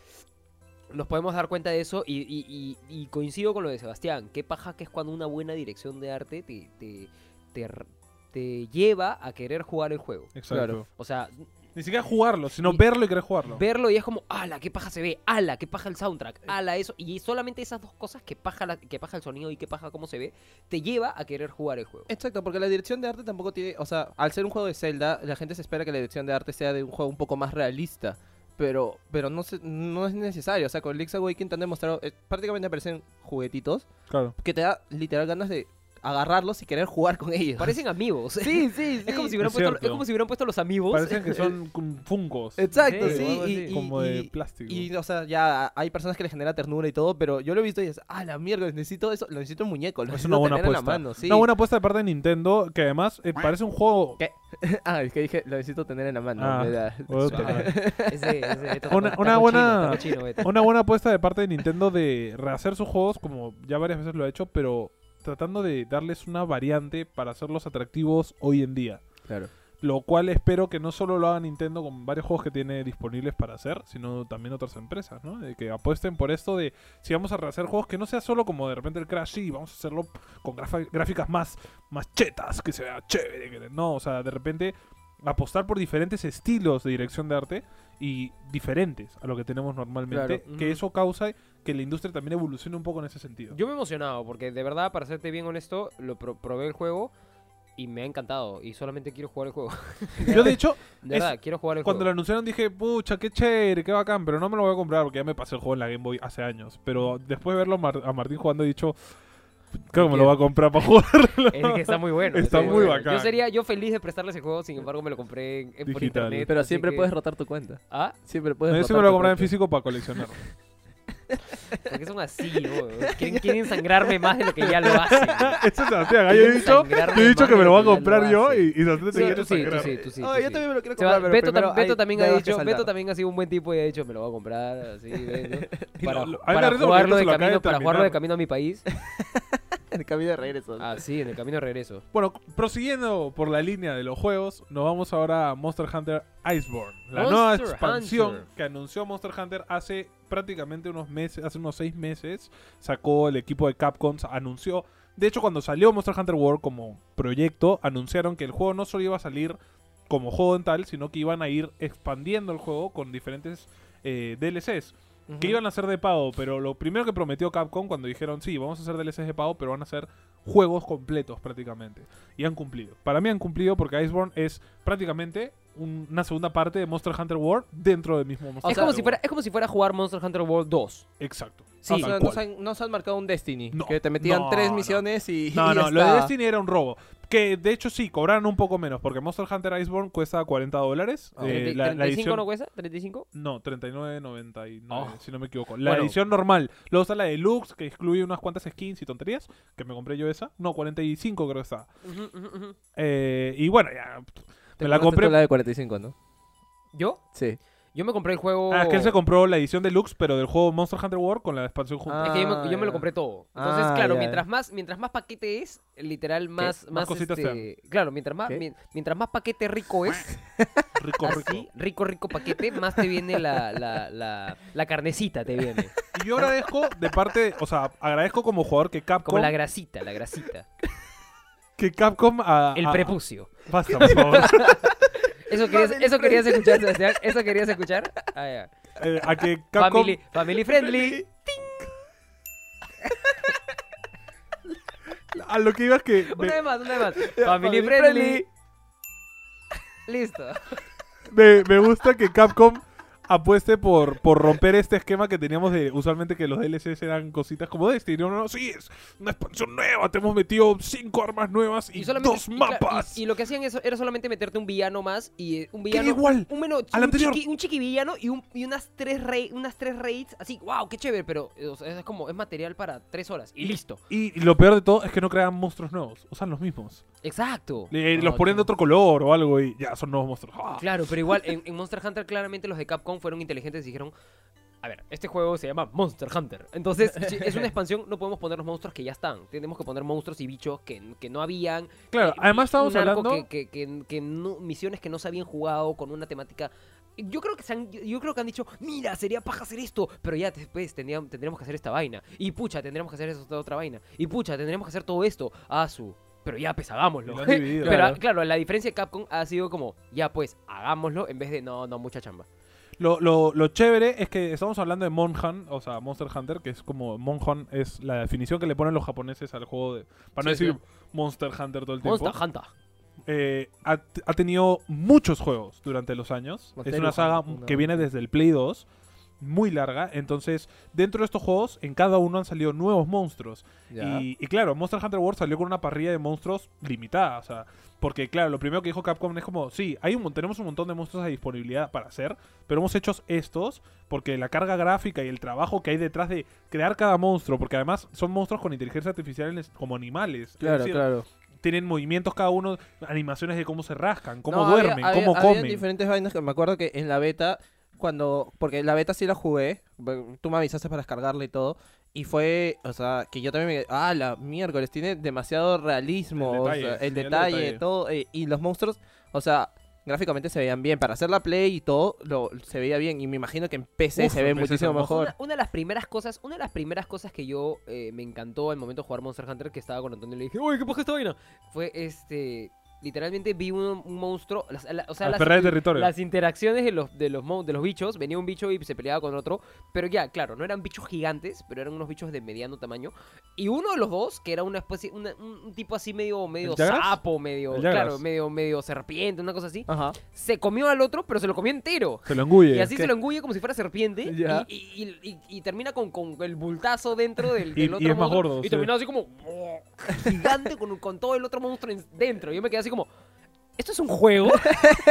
B: nos podemos dar cuenta de eso y, y- y- y coincido con lo de Sebastián. Qué paja que es cuando una buena dirección de arte te, te, te r- te lleva a querer jugar el juego.
C: Exacto.
A: Claro.
B: O sea,
C: Ni siquiera jugarlo, sino
B: Y-
C: verlo y querer jugarlo.
B: verlo y es como, ala, qué paja se ve, ala, qué paja el soundtrack, ala, eso. Y solamente esas dos cosas, que paja, la- que paja el sonido y que paja cómo se ve, te lleva a querer jugar el juego.
A: Exacto, porque la dirección de arte tampoco tiene, o sea, al ser un juego de Zelda, la gente se espera que la dirección de arte sea de un juego un poco más realista, pero pero no se- no es necesario, o sea, con Link's Awakening te han demostrado eh, prácticamente aparecen juguetitos
C: Claro.
A: que te da literal ganas de agarrarlos y querer jugar con ellos.
B: Parecen amigos.
A: Sí, sí, sí.
B: Es como si
C: Es
B: hubieran, puesto,
C: cierto.
B: es como si hubieran puesto los amigos.
A: Pues,
C: Parecen que son con funcos.
A: eh, Exacto,
B: Sí,
A: sí.
B: o algo
A: y-
B: así.
A: y-
C: como de
A: y-
C: plástico.
A: Y, o sea, ya hay personas que le genera ternura y todo, pero yo lo he visto y es, ah, la mierda, necesito eso, lo necesito un muñeco, lo
C: es
A: necesito
C: una buena
A: tener en la
C: apuesta.
A: mano, sí.
C: Una buena apuesta de parte de Nintendo, que además eh, parece un juego.
A: ¿Qué? ah, es que dije, lo necesito tener en la mano.
C: Ah,
A: me da-
C: Puta madre.
B: Ese- ese Beto
C: Una-
B: taco-
C: una
B: taco
C: buena-
B: chino, taco chino, Beto.
C: Una buena apuesta de parte de Nintendo de rehacer sus juegos, como ya varias veces lo ha hecho, pero tratando de darles una variante para hacerlos atractivos hoy en día.
A: Claro.
C: Lo cual espero que no solo lo haga Nintendo con varios juegos que tiene disponibles para hacer, sino también otras empresas, ¿no? De que apuesten por esto de si vamos a rehacer juegos que no sea solo como de repente el Crash y vamos a hacerlo con grafa- gráficas más, más chetas, que se vea chévere. que- No, o sea, de repente apostar por diferentes estilos de dirección de arte y diferentes a lo que tenemos normalmente,
B: Claro,
C: que
B: ujú.
C: eso causa que la industria también evolucione un poco en ese sentido.
B: Yo me he emocionado porque de verdad, para serte bien honesto, lo pro- probé el juego y me ha encantado y solamente quiero jugar el juego.
C: Yo, de hecho,
B: De
C: Es-
B: verdad, quiero jugar el
C: Cuando lo
B: juego.
C: anunciaron dije, pucha, qué chévere, qué bacán, pero no me lo voy a comprar porque ya me pasé el juego en la Game Boy hace años. Pero después de verlo a Mar- a Martín jugando he dicho, creo que me lo voy a comprar para jugarlo.
B: Es que está muy bueno.
C: Está muy
B: bueno.
C: bacán.
B: Yo sería yo feliz de prestarle ese juego, sin embargo me lo compré en, en- por
C: Digital.
B: internet.
A: Pero
B: así
A: siempre
B: que-
A: puedes rotar tu cuenta.
B: Ah,
A: Siempre puedes
C: No, yo sí me
A: rotar
C: lo voy a
A: tu
C: comprar en
A: cuenta.
C: físico para coleccionarlo.
B: porque son así, bo, quieren, quieren ensangrarme más de lo que ya lo hacen.
C: Ese es Sebastián, ahí he dicho, yo he dicho que me lo voy a comprar yo y, y
B: Sí,
C: Sebastián te
B: tú
C: quiere
B: sí, tú
C: sangrar.
B: sí, tú sí.
A: Oh,
B: tú
A: yo
B: sí.
A: también me lo quiero
B: Se va-
A: comprar, pero
B: Beto,
A: primero
B: tam- Beto
A: hay
B: también ha
A: huevas que
B: dicho, Beto
A: saltar.
B: también ha sido un buen tipo y ha dicho, me lo voy a comprar, así, Beto,
C: Y
B: para,
C: lo- lo- a
B: para
C: mí me da risa porque
B: jugarlo
C: esto
B: de
C: se lo acaba
B: camino,
C: de
B: para jugarlo de
C: terminar.
B: camino a mi país.
A: En el camino de regreso.
C: Ah,
B: Así, en el camino de regreso.
C: Bueno, prosiguiendo por la línea de los juegos, nos vamos ahora a Monster Hunter Iceborne. La
B: Monster
C: nueva expansión
B: Hunter.
C: que anunció Monster Hunter hace prácticamente unos meses, hace unos seis meses, sacó el equipo de Capcom, sa- anunció... De hecho, cuando salió Monster Hunter World como proyecto, anunciaron que el juego no solo iba a salir como juego en tal, sino que iban a ir expandiendo el juego con diferentes eh, DLCs. Que iban a ser de pago, pero lo primero que prometió Capcom cuando dijeron, sí, vamos a hacer DLCs de pago, pero van a ser juegos completos prácticamente. Y han cumplido. Para mí han cumplido porque Iceborne es prácticamente un- una segunda parte de Monster Hunter World dentro del mismo Monster
B: es,
C: Hunter
B: como si fuera,
C: World.
B: es como si fuera a jugar Monster Hunter World 2.
C: Exacto.
B: Sí.
A: o
C: Tal
A: sea,
C: cual.
A: nos han, nos han marcado un Destiny.
C: pues. No,
A: que te metían
C: no,
A: tres
C: no.
A: misiones y.
C: No,
A: y
C: no,
A: ya
C: lo de
A: está.
C: Destiny era un robo. Que de hecho sí, cobraron un poco menos, porque Monster Hunter Iceborne cuesta 40 dólares.
A: Ah,
C: eh,
B: Treinta-
C: la, la
B: ¿35
C: edición...
B: no cuesta? ¿35?
C: No, 39.99,
B: Oh.
C: si no me equivoco. La
B: Bueno.
C: edición normal. Luego está la deluxe, que excluye unas cuantas skins y tonterías, que me compré yo esa. No, 45 creo que está. Eh, y bueno, ya.
A: Te
C: me
A: compraste
C: la compré.
A: tú La de 45, ¿no?
B: ¿Yo?
A: Sí.
B: Yo me compré el juego...
C: Ah, es que él se compró la edición deluxe, pero del juego Monster Hunter World con la expansión junto.
A: Ah,
B: Es que yo me, yo me
A: ya.
B: lo compré todo. Entonces,
A: Ah,
B: claro,
A: ya,
B: mientras más mientras más paquete es, literal más
C: Más
B: más,
C: cositas
B: este,
C: te
B: claro, mientras más
A: ¿Qué?
B: mien- mientras más paquete rico es,
C: rico, rico.
B: así, rico rico paquete, más te viene la, la, la, la carnecita te viene,
C: Y yo agradezco de parte, o sea, agradezco como jugador que
B: como
C: Capcom.
B: la grasita, la grasita,
C: Que Capcom. ah,
B: el
C: ah,
B: prepucio.
C: Basta, por favor.
B: Eso querías eso querías escuchar, Sebastián, eso querías escuchar. Ah, ya.
C: Eh, a que Capcom.
B: Family, family friendly.
C: A lo que iba es que. de-
B: Una vez más, una vez más. Family,
A: family
B: friendly.
A: friendly.
B: Listo.
C: me, me gusta que Capcom apueste por, por romper este esquema que teníamos de usualmente que los DLCs eran cositas como Destiny. No, no, no, sí, es una expansión nueva. Te hemos metido cinco armas nuevas y, dos
B: y claro,
C: mapas.
B: Y, y lo que hacían eso era solamente meterte un villano más y eh, un
C: Que era
B: villano
C: igual.
B: un, menos,
C: al
B: un,
C: anterior.
B: Chiqui, un chiqui villano y, un- y unas tres rei- unas tres raids así, wow, qué chévere, pero eh, o sea, es como es material para tres horas y listo.
C: Y lo peor de todo es que no crean monstruos nuevos, usan los mismos.
B: Exacto.
C: Eh,
B: No,
C: los ponen de otro color o algo y ya son nuevos monstruos. Ah.
B: Claro, pero igual en, en Monster Hunter claramente los de Capcom fueron inteligentes y dijeron, a ver, este juego se llama Monster Hunter. Entonces, si es una expansión, no podemos poner los monstruos que ya están. Tenemos que poner monstruos y bichos que, que no habían.
C: Claro,
B: eh,
C: además estábamos
B: un arco
C: hablando-
B: Que, que, que- que no- misiones que no se habían jugado con una temática... Yo creo que se han, yo creo que han dicho, mira, sería paja hacer esto, pero ya después tendríamos, tendríamos que hacer esta vaina. Y pucha, tendríamos que hacer esta otra vaina. Y pucha, tendríamos que hacer todo esto. Ah, su... Pero ya, pues, hagámoslo.
C: Y lo han dividido.
B: Pero,
C: Claro.
B: Claro, la diferencia de Capcom ha sido como, ya pues, hagámoslo, en vez de no, no, mucha chamba.
C: Lo, lo- lo chévere es que estamos hablando de Monhan, o sea, Monster Hunter, que es como Monhan es la definición que le ponen los japoneses al juego de... Para no
B: Sí,
C: decir
B: sí.
C: Monster Hunter todo el tiempo.
B: Monster Hunter.
C: Eh, ha, ha tenido muchos juegos durante los años.
A: Monster
C: es una saga
A: Hunter, una
C: que viene desde el Play 2. muy larga. Entonces, dentro de estos juegos, en cada uno han salido nuevos monstruos. Y, y claro, Monster Hunter World salió con una parrilla de monstruos limitada. O sea, porque claro, lo primero que dijo Capcom es como, sí, hay un, mon- tenemos un montón de monstruos a disponibilidad para hacer, pero hemos hecho estos porque la carga gráfica y el trabajo que hay detrás de crear cada monstruo, porque además son monstruos con inteligencia artificial en les- como animales. Es
A: Claro,
C: decir,
A: claro.
C: Tienen movimientos cada uno, animaciones de cómo se rascan, cómo
A: No, había-
C: duermen,
A: había-
C: cómo
A: había
C: comen.
A: diferentes vainas que me acuerdo que en la beta, cuando. Porque la beta sí la jugué. bueno, Tú me avisaste para descargarla y todo. Y fue, o sea, que yo también me. Ah, la miércoles, tiene demasiado realismo.
C: El
A: o sea,
C: detalle,
A: el
C: tenía el
A: detalle,
C: detalle.
A: todo. eh, y los monstruos, o sea, gráficamente se veían bien. Para hacer la play y todo, lo, se veía bien. Y me imagino que en PC
C: Uf,
A: se ve
C: en PC es
A: muchísimo
C: hermoso.
A: mejor.
B: Una, una de las primeras cosas, una de las primeras cosas que yo eh, me encantó al momento de jugar Monster Hunter, que estaba con Antonio y le dije, uy, ¿qué paja esta vaina? Fue este, literalmente vi un, un monstruo, las- la- o sea,
C: Al
B: las,
C: perder el territorio.
B: las interacciones de los, de, los, mon- de los bichos, venía un bicho y se peleaba con otro, pero ya, claro, no eran bichos gigantes, pero eran unos bichos de mediano tamaño, y uno de los dos, que era una especie, una- un tipo así medio, medio
C: Jagras?
B: sapo, medio,
C: ¿El Jagras?
B: claro, medio, medio serpiente, una cosa así,
A: Ajá.
B: se comió al otro, pero se lo comió entero.
C: Se lo engulle.
B: Y así
C: ¿Qué?
B: se lo engulle como si fuera serpiente.
A: Ya.
B: Y, y- y- y- y termina con, con el bultazo dentro del,
C: Y-
B: del
C: y
B: otro
C: es más
B: monstruo,
C: gordo,
B: Y
C: sí.
B: termina así como gigante con, con todo el otro monstruo en- dentro. Yo me quedé así como. ¿Esto es un juego?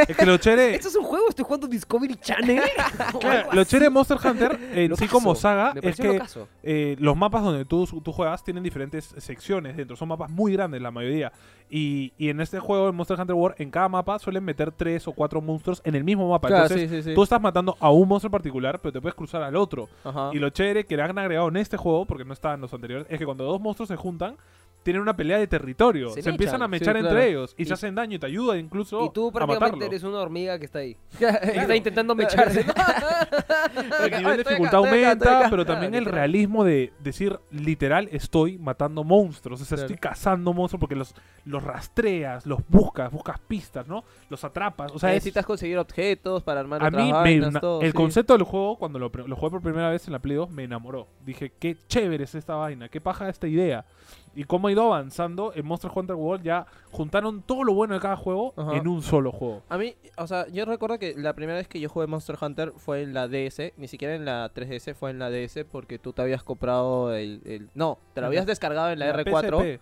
C: Es que lo chévere,
B: ¿Esto es un juego? ¿Estoy jugando Discovery Channel? O
C: claro,
B: algo
C: lo
B: así.
C: chévere de Monster Hunter en sí
B: Locazo.
C: como saga
B: Me
C: es
B: pareció
C: que
B: locazo.
C: eh, los mapas donde tú, tú juegas tienen diferentes secciones dentro. Son mapas muy grandes la mayoría. Y, y en este juego, en Monster Hunter World, en cada mapa suelen meter tres o cuatro monstruos en el mismo mapa.
A: Claro,
C: Entonces,
A: sí, sí, sí.
C: tú estás matando a un monstruo en particular, pero te puedes cruzar al otro.
A: Ajá.
C: Y lo chévere que le han agregado en este juego, porque no estaba en los anteriores, es que cuando dos monstruos se juntan, tienen una pelea de territorio. Se,
B: Se
C: empiezan
B: mechan,
C: a mechar
A: sí,
C: entre
A: claro.
C: ellos y, se
B: Y-
C: hacen daño y te ayuda incluso
B: Y tú
C: a matarlo.
B: prácticamente eres una hormiga que está ahí. Que está intentando mecharse.
C: El
A: Acá, estoy acá,
C: nivel de dificultad
A: estoy acá,
C: aumenta,
A: estoy acá.
C: pero
A: Claro,
C: también el
A: literal.
C: realismo de decir, literal, estoy matando monstruos. O sea,
A: Claro.
C: estoy cazando monstruos porque los, los rastreas, los buscas, buscas pistas, ¿no? Los atrapas. O sea, es-
A: Necesitas conseguir objetos para armar
C: a
A: otras
C: mí me
A: vainas,
C: ena-
A: todo,
C: el
A: sí.
C: concepto del juego, cuando lo, pre- lo jugué por primera vez en la Play 2, me enamoró. Dije, qué chévere es esta vaina, qué paja esta idea. Y cómo ha ido avanzando en Monster Hunter World, ya juntaron todo lo bueno de cada juego
A: Ajá.
C: en un solo juego.
A: A mí, o sea, yo recuerdo que la primera vez que yo jugué Monster Hunter fue en la DS, ni siquiera en la 3DS, fue en la DS porque tú te habías comprado el... el- no, te lo
C: En
A: habías
C: la-
A: descargado en la, R4.
C: PSP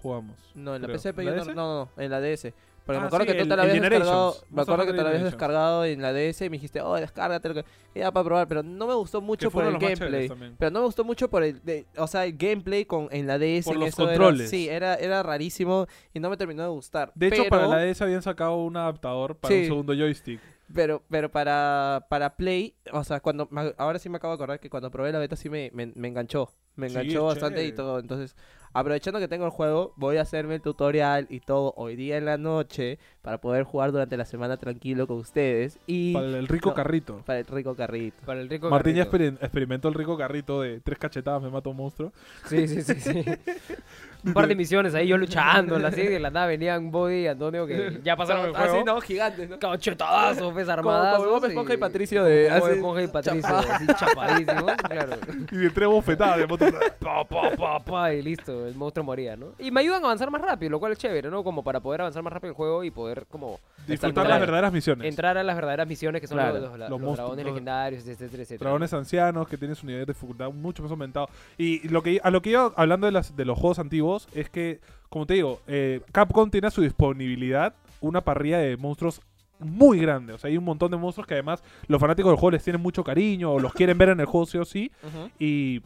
C: jugamos.
A: No, en la
C: creo.
A: PSP
C: ¿La
A: yo no, no,
C: DS?
A: no, en la DS. Porque
C: Ah,
A: me acuerdo
C: sí,
A: que tú
C: el-
A: te lo
C: el
A: habías descargado,
C: Generations.
A: me acuerdo
C: Monster
A: que te lo
C: Hunter
A: habías
C: Generations.
A: descargado en la DS y me dijiste, oh, descárgate, lo que- era para probar, pero no me gustó mucho
C: Que
A: por
C: fueron
A: el
C: los más chéveres
A: gameplay.
C: también.
A: Pero no me gustó mucho por el, de- o sea, el gameplay con en la DS.
C: Por
A: en
C: los
A: eso era-
C: controles.
A: sí, era, era rarísimo y no me terminó de gustar.
C: De hecho,
A: Pero-
C: para la DS habían sacado un adaptador para un
A: Sí.
C: segundo joystick.
A: Pero, pero para, para Play, o sea, cuando me- ahora sí me acabo de acordar que cuando probé la beta sí me, me, me enganchó. Me
C: Sí,
A: enganchó
C: es
A: bastante y
C: chévere.
A: todo. Entonces, aprovechando que tengo el juego, voy a hacerme el tutorial y todo hoy día en la noche para poder jugar durante la semana tranquilo con ustedes y
C: Para el rico
A: No.
C: carrito.
A: para el rico carrito.
B: Para el rico
C: Martín ya
B: carrito.
C: experim- experimentó el rico carrito de tres cachetadas, me mato un monstruo.
B: Sí, sí, sí, sí. Un par de misiones ahí, yo luchando, así, de la nada venían Body y Antonio que ya
C: Ah,
B: pasaron el
A: Así,
B: juego.
A: Ah, no, gigantes, ¿no?
B: Cachetadazos, ves
A: Como,
B: armadas.
A: como Bob Esponja y Patricio de...
B: Como Bob
A: así-
B: Esponja y Patricio,
A: chapa-
B: así chapadísimos, claro.
C: Y de tres bofetadas de moto. pa, pa, pa.
B: Papá, y listo, el monstruo moría, ¿no? Y me ayudan a avanzar más rápido, lo cual es chévere, ¿no? Como para poder avanzar más rápido el juego y poder como
C: Disfrutar
B: Exacto.
C: las verdaderas misiones.
B: entrar a las verdaderas misiones que son
A: Claro,
B: los, los-
C: los
B: los
C: monstruos,
B: dragones
C: los-
B: legendarios, etcétera, etcétera.
C: Dragones ancianos que tienen su nivel de dificultad mucho más aumentado. Y lo que, a lo que iba hablando de, las, de los juegos antiguos es que, como te digo, eh, Capcom tiene a su disponibilidad una parrilla de monstruos muy grande. O sea, hay un montón de monstruos que además los fanáticos del juego les tienen mucho cariño o los quieren ver en el juego sí o sí.
A: Ujú.
C: y,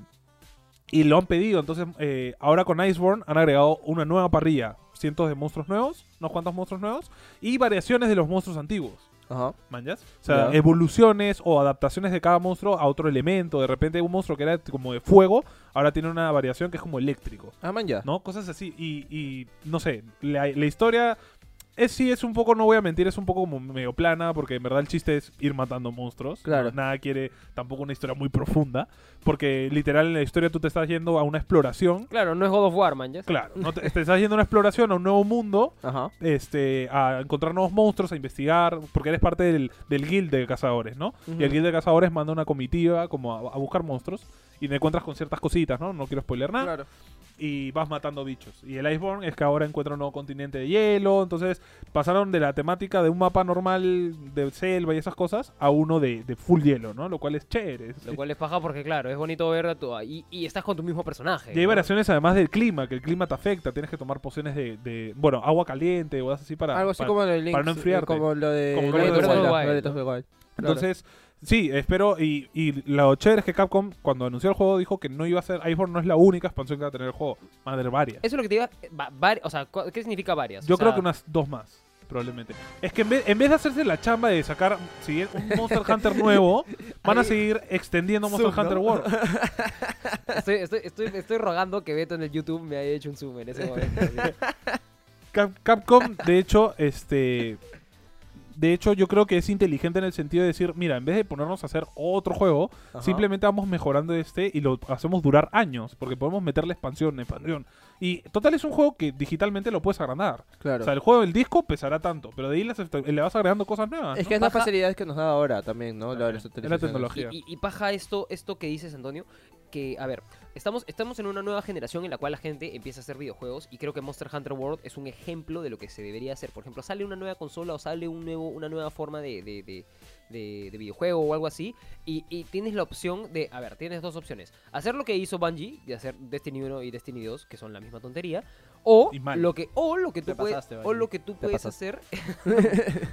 C: y lo han pedido. Entonces, eh, ahora con Iceborne han agregado una nueva parrilla. Cientos de monstruos nuevos, unos cuantos monstruos nuevos y variaciones de los monstruos antiguos.
A: Ajá.
C: ¿Manjas? O sea,
A: Ya.
C: evoluciones o adaptaciones de cada monstruo a otro elemento. De repente un monstruo que era como de fuego, ahora tiene una variación que es como eléctrico.
A: Ah, man, ya.
C: ¿No? Cosas así. Y, y, no sé, la, la historia es sí, es un poco, no voy a mentir, es un poco como medio plana, porque en verdad el chiste es ir matando monstruos.
A: Claro.
C: No- Nada quiere tampoco una historia muy profunda, porque literal en la historia tú te estás yendo a una exploración.
B: Claro, no es God of War, man, ya.
C: Claro, no te, te estás yendo a una exploración, a un nuevo mundo,
A: Ajá.
C: este, a encontrar nuevos monstruos, a investigar, porque eres parte del, del guild de cazadores, ¿no? Y el guild de cazadores manda una comitiva como a, a buscar monstruos. y te encuentras con ciertas cositas, ¿no? No quiero spoiler nada.
A: Claro.
C: Y vas matando bichos. Y el Iceborne es que ahora encuentra un nuevo continente de hielo. Entonces pasaron de la temática de un mapa normal de selva y esas cosas a uno de, de full hielo, ¿no? Lo cual es chévere. es-
B: Lo cual es paja porque, claro, es bonito ver a tu... Y, y estás con tu mismo personaje.
C: Y hay
B: ¿no?
C: variaciones además del clima, que el clima te afecta, tienes que tomar pociones de, de, bueno, agua caliente o algo así para...
A: Ah, Algo así
C: para-
A: como lo de Link's,
C: para no
A: eh,
C: enfriarte.
A: Como lo de
C: Como
A: Breath
C: Breath
A: of
C: of the
A: Wild,
B: Wild,
A: Breath of
B: ¿no?
A: the Wild. Claro.
C: Entonces, sí, espero, y, y lo chévere es que Capcom cuando anunció el juego dijo que no iba a ser, Iceborne no es la única expansión que va a tener el juego, van a tener varias.
B: Eso es lo que te iba... va- vari- o sea, cu- ¿qué significa varias?
C: Yo
B: O sea,
C: creo que unas dos más, probablemente. Es que en vez, en vez de hacerse la chamba de sacar si es un Monster Hunter nuevo, van a
A: Ahí-
C: seguir extendiendo Monster
A: Zoom, ¿no?
C: Hunter World.
B: Estoy, estoy, estoy, estoy rogando que Beto en el YouTube me haya hecho un zoom en ese momento.
C: Cap- Capcom, de hecho, este. De hecho, yo creo que es inteligente en el sentido de decir, mira, en vez de ponernos a hacer otro juego,
A: Ajá.
C: simplemente vamos mejorando este y lo hacemos durar años, porque podemos meterle expansión, expansión. Y total es un juego que digitalmente lo puedes agrandar.
A: Claro.
C: O sea, el juego, el disco pesará tanto, pero de ahí las esta- le vas agregando cosas nuevas.
A: es que es la
B: baja-
A: facilidad que nos da ahora también, ¿no? Lo de las
C: Ah, Es la
A: actualizaciones.
C: tecnología.
B: Y, y- y paja esto, esto que dices, Antonio, que, a ver, estamos, estamos en una nueva generación en la cual la gente empieza a hacer videojuegos y creo que Monster Hunter World es un ejemplo de lo que se debería hacer. Por ejemplo, sale una nueva consola o sale un nuevo, una nueva forma de, de- de- de- de videojuego o algo así y, y tienes la opción de, a ver, tienes dos opciones. Hacer lo que hizo Bungie, de hacer Destiny 1 y Destiny 2, que son la misma tontería, o
C: Y mal.
B: lo que, o lo que tú
A: Te
B: puedes,
A: pasaste,
B: o
A: Bungie.
B: lo que tú
A: Te
B: puedes
A: pasaste.
B: hacer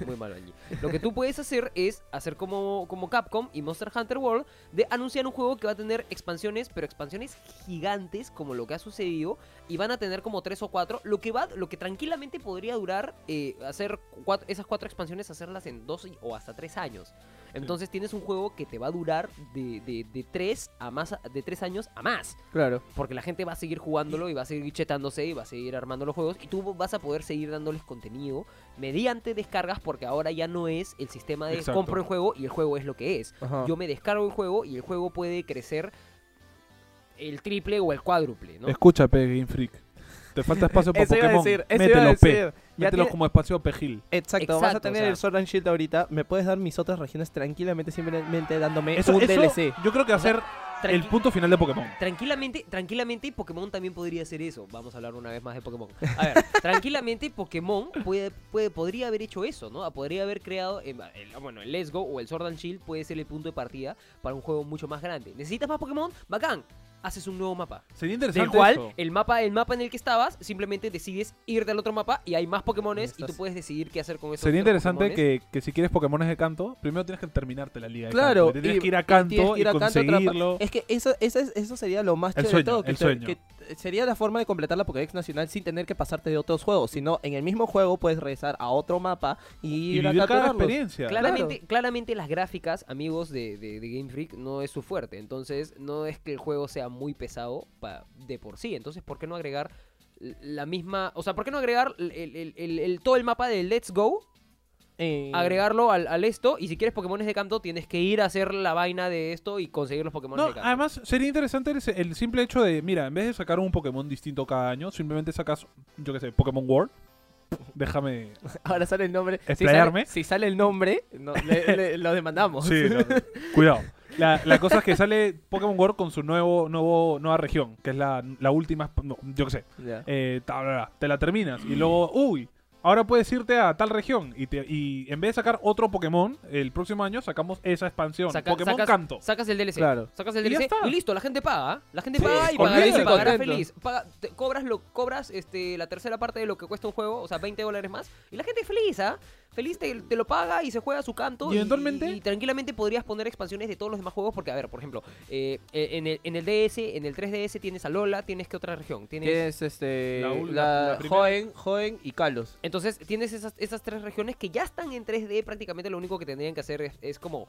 B: muy malo allí. Lo que tú puedes hacer es hacer como, como Capcom y Monster Hunter World de anunciar un juego que va a tener expansiones, pero expansiones gigantes como lo que ha sucedido y van a tener como tres o cuatro, lo que va, lo que tranquilamente podría durar eh, hacer cuatro- esas cuatro expansiones hacerlas en dos y- o hasta tres años. Entonces tienes un juego que te va a durar de, de, de tres a más a- de tres años a más.
A: Claro.
B: Porque la gente va a seguir jugándolo y va a seguir chetándose y va a seguir armando los juegos. Y tú vas a poder seguir dándoles contenido mediante descargas porque ahora ya no es el sistema de
C: Exacto.
B: compro el juego y el juego es lo que es.
A: Ajá.
B: Yo me descargo el juego y el juego puede crecer el triple o el cuádruple, ¿no?
C: Escucha, P, Game Freak. Te falta espacio para
A: Eso iba a
C: Pokémon.
A: decir, eso iba a
C: Mételo, P.
A: decir. Ya
C: Mételo
A: tiene-
C: como espacio pejil.
A: Exacto, vas
B: Exacto,
A: a tener
B: o sea-
A: el Sword and Shield ahorita. Me puedes dar mis otras regiones tranquilamente, simplemente dándome
C: Eso,
A: un
C: eso
A: DLC.
C: yo creo que va a ser
B: Tranqui-
C: el punto final de Pokémon.
B: Tranquilamente, tranquilamente Pokémon también podría hacer eso. Vamos a hablar una vez más de Pokémon. A ver, tranquilamente Pokémon puede, puede, podría haber hecho eso, ¿no? Podría haber creado, eh, el- bueno, el Let's Go o el Sword and Shield puede ser el punto de partida para un juego mucho más grande. ¿Necesitas más Pokémon? Bacán, haces un nuevo mapa.
C: Sería
B: Del
C: interesante.
B: cual
C: Pues eso.
B: el mapa, el mapa en el que estabas, simplemente decides irte al otro mapa y hay más Pokémones y
A: Estás-
B: tú puedes decidir qué hacer con esos
C: Sería
B: otros
C: interesante
B: Pokémones.
C: que, que si quieres Pokémones de canto, primero tienes que terminarte la liga. de
A: Claro,
C: Kanto. Te tienes
A: y-
C: que ir a
A: y tienes
C: canto y,
A: que ir a Kanto, atrapa-
C: conseguirlo.
A: Es que eso, eso, es- eso sería lo más
C: El
A: chévere de
C: sueño,
A: todo. Que,
C: el
A: te-
C: sueño.
A: que sería la forma de completar la Pokédex Nacional sin tener que pasarte de otros juegos. Sino en el mismo juego puedes regresar a otro mapa y
C: y
A: ir a
C: vivir cada
A: capturarlos.
C: experiencia.
A: Claro.
B: Claramente, claramente las gráficas, amigos de, de- de Game Freak, no es su fuerte. Entonces, no es que el juego sea muy pesado pa- de por sí. Entonces, ¿por qué no agregar l- la misma... O sea, ¿por qué no agregar el, el- el- el- todo el mapa de Let's Go?
A: Eh,
B: Agregarlo al, al esto. Y si quieres Pokémones de canto, tienes que ir a hacer la vaina de esto y conseguir los Pokémon
C: No,
B: de canto.
C: además sería interesante el, el simple hecho de, mira, en vez de sacar un Pokémon distinto cada año, simplemente sacas, yo qué sé, Pokémon World. Déjame.
A: Ahora sale el nombre. Si
C: Explayarme.
A: sale, si sale el nombre, no, le- le- lo demandamos.
C: Sí, no, no. cuidado. La, la cosa es que sale Pokémon World con su nuevo, nuevo, nueva región, que es la, la última, no, yo qué sé,
A: Ya.
C: eh, ta, bla, bla, te la terminas y luego, uy, ahora puedes irte a tal región y, te- y en vez de sacar otro Pokémon, el próximo año sacamos esa expansión,
B: Saca-
C: Pokémon
B: sacas,
C: Canto.
B: Sacas el DLC.
A: Claro.
B: Sacas el
C: Y ya
B: DLC
C: está.
B: y, listo, la gente paga. ¿eh? La gente
A: Sí,
B: paga y
C: olvídate.
B: pagará, y pagará
A: Contento.
B: feliz. Paga- te- cobras lo, cobras este, la tercera parte de lo que cuesta un juego, o sea, 20 dólares más. Y la gente es feliz, ¿ah? Feliz te, te lo paga y se juega su canto.
C: Y eventualmente-
B: y tranquilamente podrías poner expansiones de todos los demás juegos. Porque, a ver, por ejemplo, eh, eh, en, el, en el DS, en el 3DS tienes a Lola, tienes que otra región. Tienes,
A: Que es este.
C: La ul- la-
A: La,
C: la primera.
A: Joven, Joven y Kalos.
B: Entonces tienes esas, esas tres regiones que ya están en 3D, prácticamente lo único que tendrían que hacer es, es como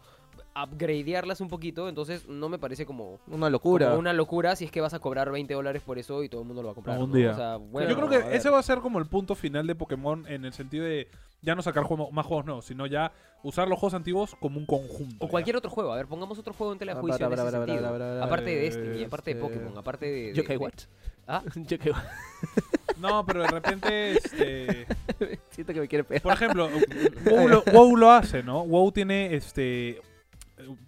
B: upgradearlas un poquito, entonces no me parece como
A: Una locura.
B: Como una locura si es que vas a cobrar 20 dólares por eso y todo el mundo lo va a comprar.
C: Algún
B: ¿no?
C: día.
B: O sea, bueno,
C: Yo creo
B: a
C: que
B: ver.
C: ese va a ser como el punto final de Pokémon en el sentido de ya no sacar juego- más juegos nuevos, sino ya usar los juegos antiguos como un conjunto.
B: O
C: ya.
B: cualquier otro juego. A ver, pongamos otro juego en tela de
A: Ah,
B: juicio.
A: para,
B: en ese
A: para, para,
B: sentido.
A: para, para, para,
B: aparte de
C: para,
B: Destiny, aparte de
A: este-
B: Pokémon, aparte de.
A: Yo qué
B: de-
A: what?
B: Ah.
A: Yo qué what?
C: No, pero de repente, este,
A: Siento que me quiere pegar.
C: por ejemplo, WoW lo, WoW lo hace, ¿no? WoW tiene este eh,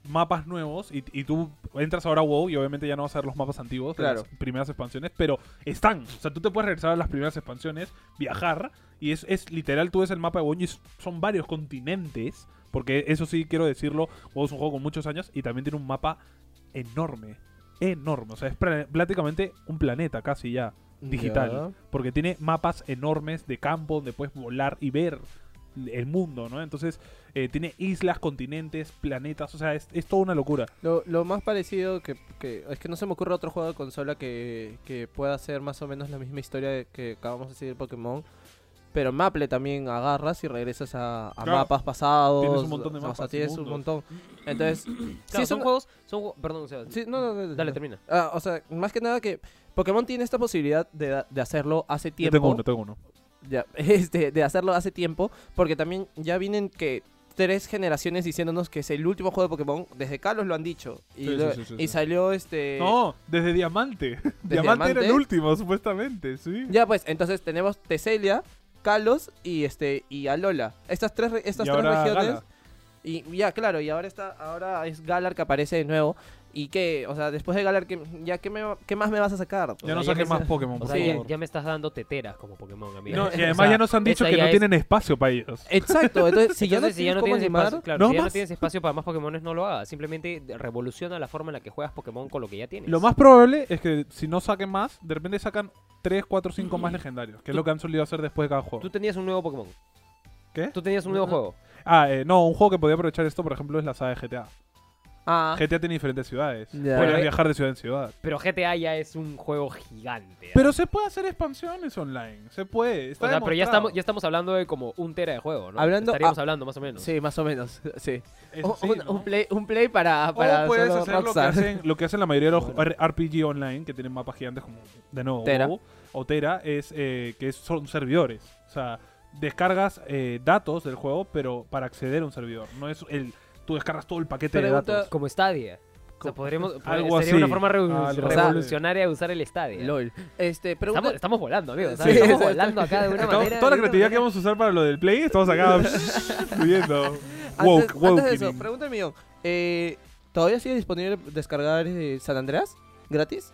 C: mapas nuevos y, y tú entras ahora a WoW y obviamente ya no vas a ver los mapas antiguos de
A: Claro.
C: las primeras expansiones, pero están. O sea, tú te puedes regresar a las primeras expansiones, viajar y es, es literal, tú ves el mapa de WoW y es- son varios continentes, porque eso sí quiero decirlo, WoW es un juego con muchos años y también tiene un mapa enorme, enorme. O sea, es pra- prácticamente un planeta casi ya digital. Porque tiene mapas enormes de campo donde puedes volar y ver el mundo, ¿no? Entonces, eh, tiene islas, continentes, planetas, o sea, es, es toda una locura.
A: Lo, lo más parecido que, que- Es que no se me ocurre otro juego de consola que, que pueda ser más o menos la misma historia de- que acabamos de seguir Pokémon. Pero Maple también agarras y regresas a, a
C: Claro.
A: mapas pasados.
C: Tienes un montón de
A: o sea,
C: mapas y
A: tienes un montón.
C: mundos.
A: Entonces,
B: Claro,
A: sí,
B: son
A: son-
B: juegos. Son juegos- Perdón, Sebas.
A: sí, no, no, no, no.
B: Dale, termina.
A: Ah, o sea, más que nada que Pokémon tiene esta posibilidad de, de hacerlo hace
C: Yo
A: tiempo.
C: tengo uno, tengo uno.
A: Ya, este, de hacerlo hace tiempo, porque también ya vienen que tres generaciones diciéndonos que es el último juego de Pokémon, desde Carlos lo han dicho, y,
C: Sí,
A: lo-
C: sí, sí, sí,
A: y
C: sí.
A: salió
B: Eh,
A: este...
C: no, desde Diamante. Diamante, era el
A: Diamante.
C: último, supuestamente, sí.
A: Ya pues, entonces tenemos Teselia, Kalos y este y Alola. Estas tres, re- estas
C: Y
A: tres
C: ahora
A: regiones...
C: Gala.
A: Y ya, claro, y ahora está, ahora es Galar que aparece de nuevo. Y que, o sea, después de Galar, ¿qué, ya, ¿qué, me, qué más me vas a sacar?
C: Ya no
B: sea, ya
C: saques
B: me-
C: más Pokémon,
B: O
C: por
B: sea,
A: Sí.
B: ya,
C: favor.
B: ya me estás dando teteras como Pokémon, amigo.
C: No,
B: O
C: y
B: sea,
C: además ya nos han dicho
B: esa
C: que
B: ya
C: no
B: es- Eh,
C: tienen espacio para ellos.
A: Exacto, entonces si ya no
B: Entonces,
A: tienes, cómo
B: espacio,
A: animar,
B: claro,
C: ¿no
B: si ya no
C: más?
B: tienes espacio para más Pokémon, no lo hagas. Simplemente revoluciona la forma en la que juegas Pokémon con lo que ya tienes.
C: Lo más probable es que si no saquen más, de repente sacan 3, 4, 5 más legendarios, que es lo que han solido hacer después de cada juego.
B: Tú tenías un nuevo Pokémon.
C: ¿Qué?
B: Tú tenías un nuevo
A: No.
B: juego.
C: Ah, eh, no, un juego que podía aprovechar esto, por ejemplo, es la saga de GTA.
A: Ah,
C: GTA tiene diferentes ciudades.
A: Ya.
C: Puedes
B: Pero, eh,
C: viajar de ciudad en ciudad.
B: Pero GTA ya es un juego gigante. ¿ah?
C: Pero se puede hacer expansiones online. Se puede. Está
B: O sea, pero ya
C: demostrado.
B: estamos, ya estamos hablando de como un tera de juego, ¿no?
A: Hablando-
B: Estaríamos
A: ah,
B: hablando más o menos.
A: sí, más o menos, sí.
C: Eso
A: un,
C: sí,
A: un-
C: ¿no?
A: un play, un play para, para
C: o puedes
A: solo
C: hacer lo que,
A: Rockstar.
C: hacen, lo que hacen la mayoría de los RPG online, que tienen mapas gigantes como, de nuevo,
A: Tera.
C: WoW o Tera, es, eh, que es- son servidores. O sea, descargas eh, datos del juego, pero para acceder a un servidor. No es el... Tú descargas todo el paquete
A: Pregunta-
C: de datos.
B: Como Stadia. O sea, podríamos,
C: Algo
B: sería una
C: así.
B: forma revo-
C: Algo
A: así.
B: revolucionaria de usar el Stadia.
A: LOL. Este, pregunta-
B: Estamos, estamos volando, amigos.
A: Sí,
B: estamos
A: exacto.
B: volando acá de una
C: Estamos-
B: manera.
C: toda la
B: de una
C: creatividad que
B: manera-
C: vamos a usar para lo del play, estamos acá fluyendo.
A: antes,
C: Woke,
A: antes
C: woke.
A: de eso, pregunta del millón. Eh, ¿Todavía sigue disponible descargar eh, San Andreas? ¿Gratis?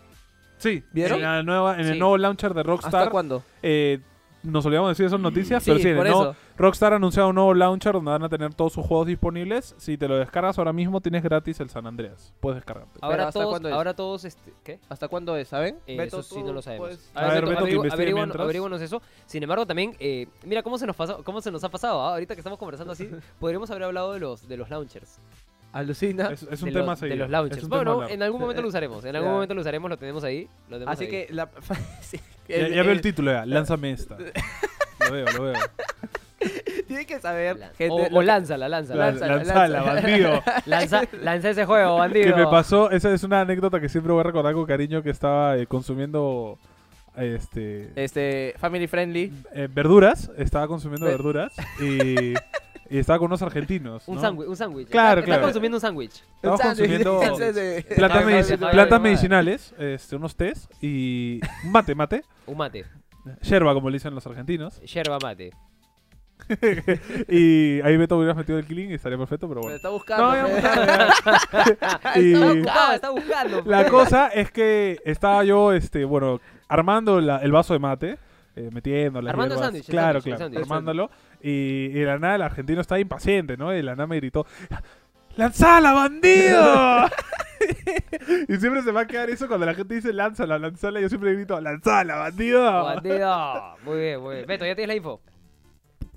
C: Sí,
A: ¿Vieron?
C: En, la nueva, en
B: Sí.
C: el nuevo launcher de
A: ¿Hasta
C: Rockstar.
A: cuándo?
C: eh, nos olvidamos de decir esas noticias,
A: Sí,
C: pero sí, en el
A: por
C: nuevo-
A: eso.
C: Rockstar ha anunciado un nuevo launcher donde van a tener todos sus juegos disponibles. Si te lo descargas ahora mismo, tienes gratis el San Andreas. Puedes descargarte.
A: Ah,
B: Ahora
A: ¿hasta
B: todos,
A: cuándo es?
B: ahora todos, este, ¿qué?
A: ¿Hasta cuándo es? ¿Saben?
B: Eh,
A: Beto,
B: eso sí
A: tú
B: no lo sabemos.
A: puedes-
C: A ver, Beto, que
B: averigua-
C: investigue
B: averigua-
C: mientras.
B: averíguanos eso. Sin embargo, también, eh, mira cómo se nos pasó, cómo se nos ha pasado. ah, Ahorita que estamos conversando así, podríamos haber hablado de los, de los launchers.
A: Alucina.
C: Es, es un
B: de
C: tema
B: los,
C: seguido.
B: de los
C: Es
B: launchers.
C: un tema
B: Bueno,
C: largo.
B: en algún momento lo usaremos. En algún
A: Ya.
B: momento lo usaremos, lo tenemos ahí. Lo tenemos
A: Así
B: ahí.
A: que la... sí,
C: ya,
A: el-
C: ya veo el
A: el-
C: título, ya. Lánzame esta. lo veo, lo veo.
A: Tiene que saber,
B: Lan-
A: eh, gente,
B: o,
A: lo
B: o
A: que-
B: lánzala, lánzala.
C: La-
A: Lánzala,
C: Lanzala,
A: lánzala.
C: bandido.
B: Lanza, lanza ese juego, bandido.
C: que me pasó, esa es una anécdota que siempre voy a recordar con cariño que estaba eh, consumiendo este
A: Este, family friendly.
C: eh, verduras, estaba consumiendo
A: Ve-
C: verduras y, y estaba con unos argentinos.
B: Un
C: ¿no?
B: sándwich, un sándwich.
C: Claro,
B: Está- está
C: claro.
B: consumiendo un sándwich.
C: Estamos consumiendo
A: Entonces, eh,
C: plantas,
B: Javi,
C: medici-
B: Javi, Javi,
C: plantas
B: Javi.
C: medicinales, este, unos tés y un mate, mate,
B: Un mate.
C: yerba como le dicen los argentinos.
B: Yerba mate.
C: Y ahí Beto hubieras metido el killing y estaría perfecto, pero
A: me
C: bueno.
A: está buscando.
C: No,
A: fe.
C: Y-
B: Está buscando, está buscando.
C: La cosa es que estaba yo, este, bueno, armando la- el vaso de mate, eh, metiendo las
B: Armando el
C: hierbas.
B: sándwich, el
C: Claro,
B: sándwich, el
C: claro,
B: sándwich.
C: armándolo. Y, y de la nada el argentino estaba impaciente, ¿no? Y de la nada me gritó, ¡Lanzala, bandido! y siempre se va a quedar eso cuando la gente dice, ¡Lánzala, lánzala! Yo siempre grito, ¡Lanzala, bandido!
B: Bandido. Muy bien, muy bien. Beto, ¿ya tienes la info?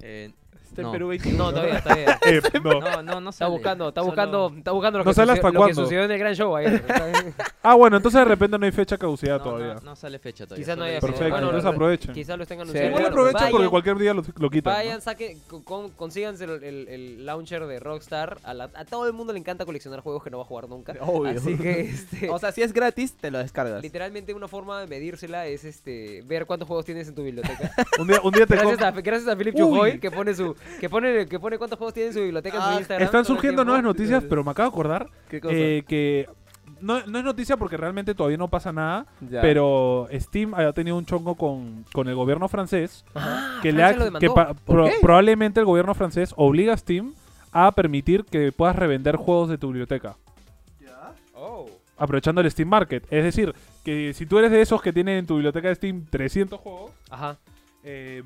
D: Eh,
A: Está en
D: No.
A: Perú
B: No,
A: 21.
B: todavía, todavía.
C: Eh, no.
D: no, no, no
B: Está
D: sale.
B: buscando, está
D: Solo-
B: buscando, está buscando lo,
C: No
B: que,
C: sale hasta
B: sucedió, lo que
C: cuándo.
B: sucedió en el gran show ayer.
C: Ah, bueno, entonces de repente no hay fecha de caducidad
D: No, no,
C: todavía.
D: No, sale fecha todavía.
B: Quizás no
D: solo
B: haya
D: eso.
B: fecha.
C: Perfecto,
B: Bueno,
C: entonces
B: lo-
C: aprovechen.
B: Quizás lo estén
A: Sí,
B: anunciando.
C: Igual
A: bueno,
C: aprovechen
B: vayan-
C: porque cualquier día lo, lo quitan. ¿no?
B: Vayan, saquen, con- con- consíganse el, el- el launcher de Rockstar. A, la- a todo el mundo le encanta coleccionar juegos que no va a jugar nunca.
A: Obvio.
B: Así que, este,
A: O sea, si es gratis, te lo descargas.
B: literalmente una forma de medírsela es este ver cuántos juegos tienes en tu biblioteca.
C: Un día, un día te
B: Gracias
C: compro-
B: a, gracias a Philip
C: Uy.
B: Chujoy que pone su que pone que pone cuántos juegos tiene en su biblioteca en
A: Ah,
B: su Instagram.
C: Están
B: todo el
C: surgiendo
B: tiempo.
C: nuevas noticias, pero me acabo de acordar
A: ¿Qué cosa?
C: eh, que no, no es noticia porque realmente todavía no pasa nada,
A: Ya.
C: pero Steam ha tenido un chongo con, con el gobierno francés que, le
B: Ah, Francia
C: ha-
B: lo demandó.
C: que pa-
A: ¿Por
C: pro-
A: qué?
C: probablemente el gobierno francés obliga a Steam a permitir que puedas revender juegos de tu biblioteca. Aprovechando el Steam Market. Es decir, que si tú eres de esos que tienen en tu biblioteca de Steam 300 juegos,
B: Ajá.
C: eh,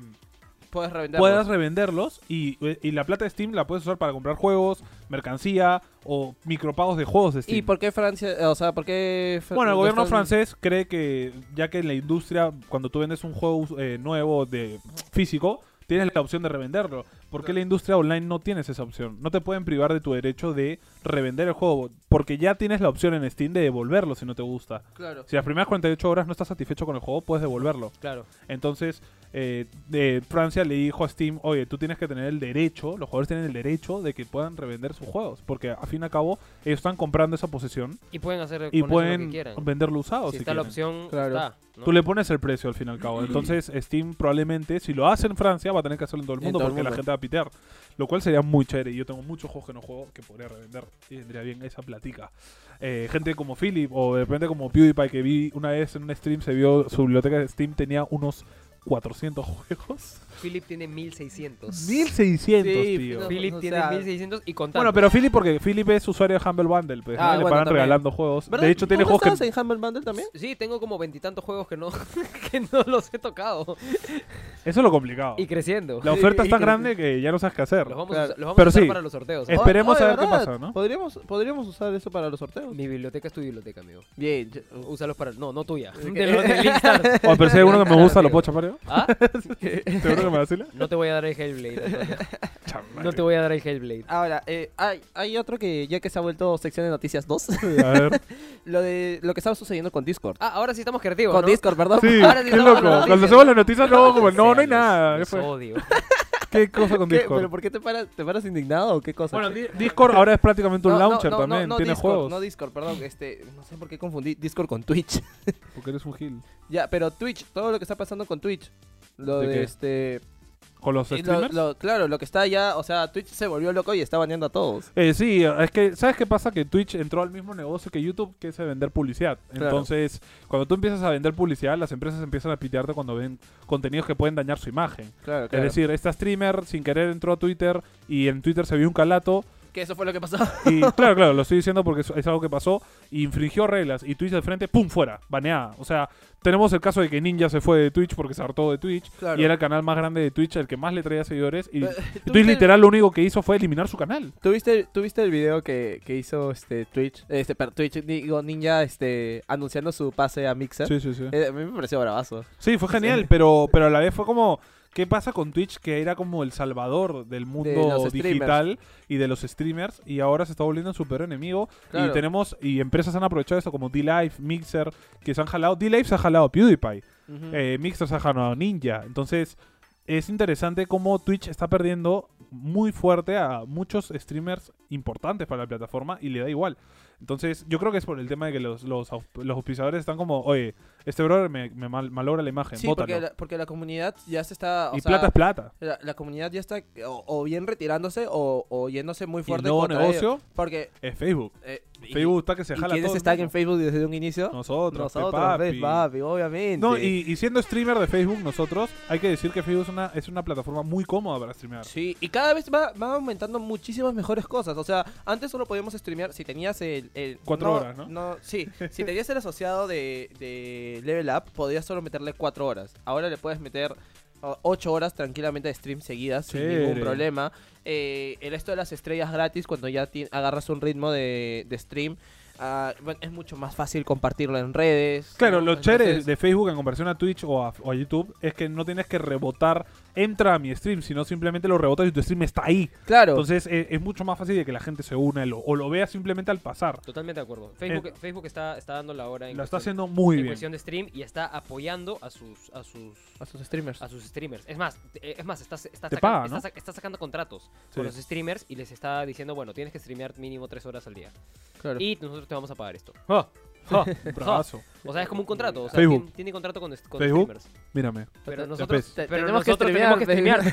A: Puedes revenderlos.
C: puedas revenderlos y, y la plata de Steam la puedes usar para comprar juegos, mercancía o micropagos de juegos de Steam.
A: ¿Y por qué Francia? O sea, ¿por qué... Fr-
C: Bueno, el
A: no
C: gobierno
A: están-
C: francés cree que ya que en la industria, cuando tú vendes un juego eh, nuevo de físico, tienes la opción de revenderlo. ¿Por qué la industria online no tienes esa opción? No te pueden privar de tu derecho de revender el juego, porque ya tienes la opción en Steam de devolverlo si no te gusta.
A: Claro.
C: Si las primeras 48 horas no estás satisfecho con el juego, puedes devolverlo.
B: Claro.
C: Entonces, eh, eh, Francia le dijo a Steam, oye, tú tienes que tener el derecho, los jugadores tienen el derecho de que puedan revender sus juegos, porque a fin y al cabo ellos están comprando esa posesión
B: Y pueden hacer con
C: y
B: eso lo que
C: pueden
B: quieran.
C: venderlo usado.
B: Si,
C: si
B: está la
C: quieren.
B: opción,
A: Claro.
B: está. ¿no?
C: Tú le pones el precio al fin y al cabo. Entonces, Steam probablemente, si lo hace en Francia, va a tener que hacerlo en todo el
A: En
C: mundo
A: todo el
C: porque la
A: mundo.
C: gente va a pitear. Lo cual sería muy chévere. Y Yo tengo muchos juegos que no juego que podría revender. Y vendría bien esa platica. Eh, gente como Philip o de repente como PewDiePie que vi una vez en un stream, se vio su biblioteca de Steam tenía unos 400 juegos.
B: Philip tiene 1600.
C: 1600,
A: Sí,
C: tío.
A: no,
B: Philip
A: o
B: tiene
A: sea-
B: 1600 y contando.
C: Bueno, pero Philip, porque Philip es usuario de Humble Bundle, pues
A: Ah,
C: ¿no? le
A: bueno,
C: pagan
A: también.
C: regalando juegos.
A: ¿Verdad?
C: De hecho, tiene
A: ¿Tú
C: juegos que
A: estabas en Humble Bundle también?
B: Sí, tengo como veintitantos juegos que no, que no los he tocado.
C: Eso es lo complicado.
B: Y creciendo.
C: La oferta
A: y-
C: es tan
A: y-
C: grande que ya no sabes qué hacer.
B: Los vamos a,
A: Claro.
B: usar- los vamos
C: Pero
B: a usar
C: sí.
B: para los sorteos.
C: Es-
A: Oh,
C: Esperemos
A: de
C: a ver qué
A: verdad.
C: pasa, ¿no?
A: Podríamos, podríamos usar eso para los sorteos.
B: Oh, Mi biblioteca es tu biblioteca, amigo.
A: Bien. yo-
B: Úsalos para. No, no tuya.
A: Sí,
B: De
A: que-
B: los de Linkstar.
C: O pero si hay uno que me gusta, ¿lo
B: Claro,
C: puedo chapar yo?
B: ¿Ah?
C: ¿Seguro que me vacila?
B: No te voy a dar el Hellblade. Antonio. No te
C: Chamare.
B: voy a dar el Hellblade.
A: Ahora, eh, hay, hay otro que ya que se ha vuelto sección de noticias 2,
C: A ver.
A: lo de lo que estaba sucediendo con Discord.
B: Ah, ahora sí estamos creativos.
A: con
B: ¿no?
A: Discord, perdón.
C: Sí,
B: Ahora sí
C: qué
B: estamos
C: loco.
B: hablando de
C: Cuando
B: noticias.
C: hacemos las noticias, luego como, no,
B: O sea,
C: no hay nada. ¿Qué
B: los-
C: fue?
B: los odio.
C: ¿Qué cosa con
A: ¿Qué?
C: Discord?
A: ¿Pero pues, por qué te, paras, te paras indignado o qué cosa?
C: Bueno, Di- Discord ahora es prácticamente un
A: No, no,
C: launcher
A: no, no,
C: también.
A: no
C: Tiene
A: Discord,
C: juegos.
A: No Discord, perdón. Este, no sé por qué confundí Discord con Twitch.
C: Porque eres un gil.
A: ya, pero Twitch, todo lo que está pasando con Twitch. Lo
C: ¿De
A: de,
C: qué?
A: este.
C: ¿Con los
A: y lo-
C: streamers?
A: lo- claro, lo que está ya. O sea, Twitch se volvió loco y está baneando a todos.
C: Eh, sí, es que, ¿sabes qué pasa? Que Twitch entró al mismo negocio que YouTube, que es de vender publicidad.
A: Claro.
C: Entonces, cuando tú empiezas a vender publicidad, las empresas empiezan a pitearte cuando ven contenidos que pueden dañar su imagen.
A: Claro, claro.
C: Es decir, esta streamer sin querer entró a Twitter y en Twitter se vio un calato
A: que eso fue lo que pasó.
C: Y claro, claro, lo estoy diciendo porque es, es algo que pasó. Infringió reglas y Twitch de frente, ¡pum! fuera, baneada. O sea, tenemos el caso de que Ninja se fue de Twitch porque se hartó de Twitch.
A: Claro. Eh,
C: Y era el canal más grande de Twitch, el que más le traía seguidores. Y Twitch
A: ¿Tuviste-
C: literal lo único que hizo fue eliminar su canal.
A: ¿Tuviste, ¿Tuviste el video que, que hizo este Twitch? Este, per- Twitch, digo, Ninja, este, anunciando su pase a Mixer.
C: Sí, sí, sí.
A: Eh, a mí me pareció bravazo.
C: Sí, fue genial, pero, pero a la vez fue como... ¿Qué pasa con Twitch que era como el salvador del mundo
A: los streamers.
C: digital y de los streamers y ahora se está volviendo un super enemigo? Y
A: Claro.
C: tenemos, y empresas han aprovechado esto como D-Live, Mixer, que se han jalado. D-Live se ha jalado a PewDiePie. eh, Mixer se ha ganado Ninja. Entonces, es interesante cómo Twitch está perdiendo muy fuerte a muchos streamers importantes para la plataforma y le da igual. Entonces, yo creo que es por el tema de que los, los, aus- los auspiciadores están como, oye, este brother me, me mal- malogra la imagen,
A: Sí,
C: bótalo".
A: porque la, porque la comunidad ya se está. O
C: y
A: sea,
C: plata es plata.
A: La, la comunidad ya está o, o bien retirándose o, o yéndose muy
C: Y el
A: fuerte.
C: nuevo
A: contra ellos.
C: negocio
A: Porque.
C: es Facebook.
A: eh, y-
C: Facebook está que se
A: ¿Y
C: jala
A: quiénes
C: todo el
A: están en
C: mundo.
A: Facebook desde un inicio?
C: Nosotros, pe
A: Nosotros, ves,
C: papi.
A: papi, obviamente.
C: No, y, y siendo streamer de Facebook, nosotros, hay que decir que Facebook es una, es una plataforma muy cómoda para streamear.
A: Sí, y cada vez va, va aumentando muchísimas mejores cosas. O sea, antes solo podíamos streamear si tenías el. el-
C: Cuatro horas, ¿no?
A: sí, si tenías el asociado de, de Level Up, podías solo meterle cuatro horas. Ahora le puedes meter o- ocho horas tranquilamente de stream seguidas sin
C: Chévere.
A: ningún problema. Eh, el esto de las estrellas gratis, cuando ya ti- agarras un ritmo de, de stream. ah, bueno, es mucho más fácil compartirlo en redes.
C: Claro,
A: ¿no?
C: lo chévere
A: Entonces-
C: de Facebook en comparación a Twitch o a, o a YouTube es que no tienes que rebotar, entra a mi stream, sino simplemente lo rebotas y tu stream está ahí.
A: Claro.
C: Entonces eh, es, es mucho más fácil de que la gente se una lo- o lo vea simplemente al pasar.
B: Totalmente de acuerdo. Facebook, Facebook está, está dando la hora en,
C: Eh, Lo está
B: cuestión,
C: haciendo muy
B: en
C: bien.
B: cuestión de stream y está apoyando a sus, a sus,
A: a sus streamers.
B: a sus streamers. Es más, te- eh, es más, está, está,
C: Te
B: sacan-
C: paga,
B: está
C: ¿no?
B: sa- está sacando contratos
C: Sí.
B: con los streamers y les está diciendo, bueno, tienes que streamear mínimo tres horas al día.
A: Claro.
B: Y nosotros te vamos a pagar esto.
C: Ah, Ja, bravazo.
B: O sea, es como un contrato. O sea,
C: Facebook.
B: Tiene, tiene contrato con, est- con
C: Facebook.
B: streamers.
C: Mírame.
B: Pero
A: Ya
B: nosotros,
C: ves.
B: pero
A: Tenemos que
B: nosotros
A: streamear,
B: tenemos que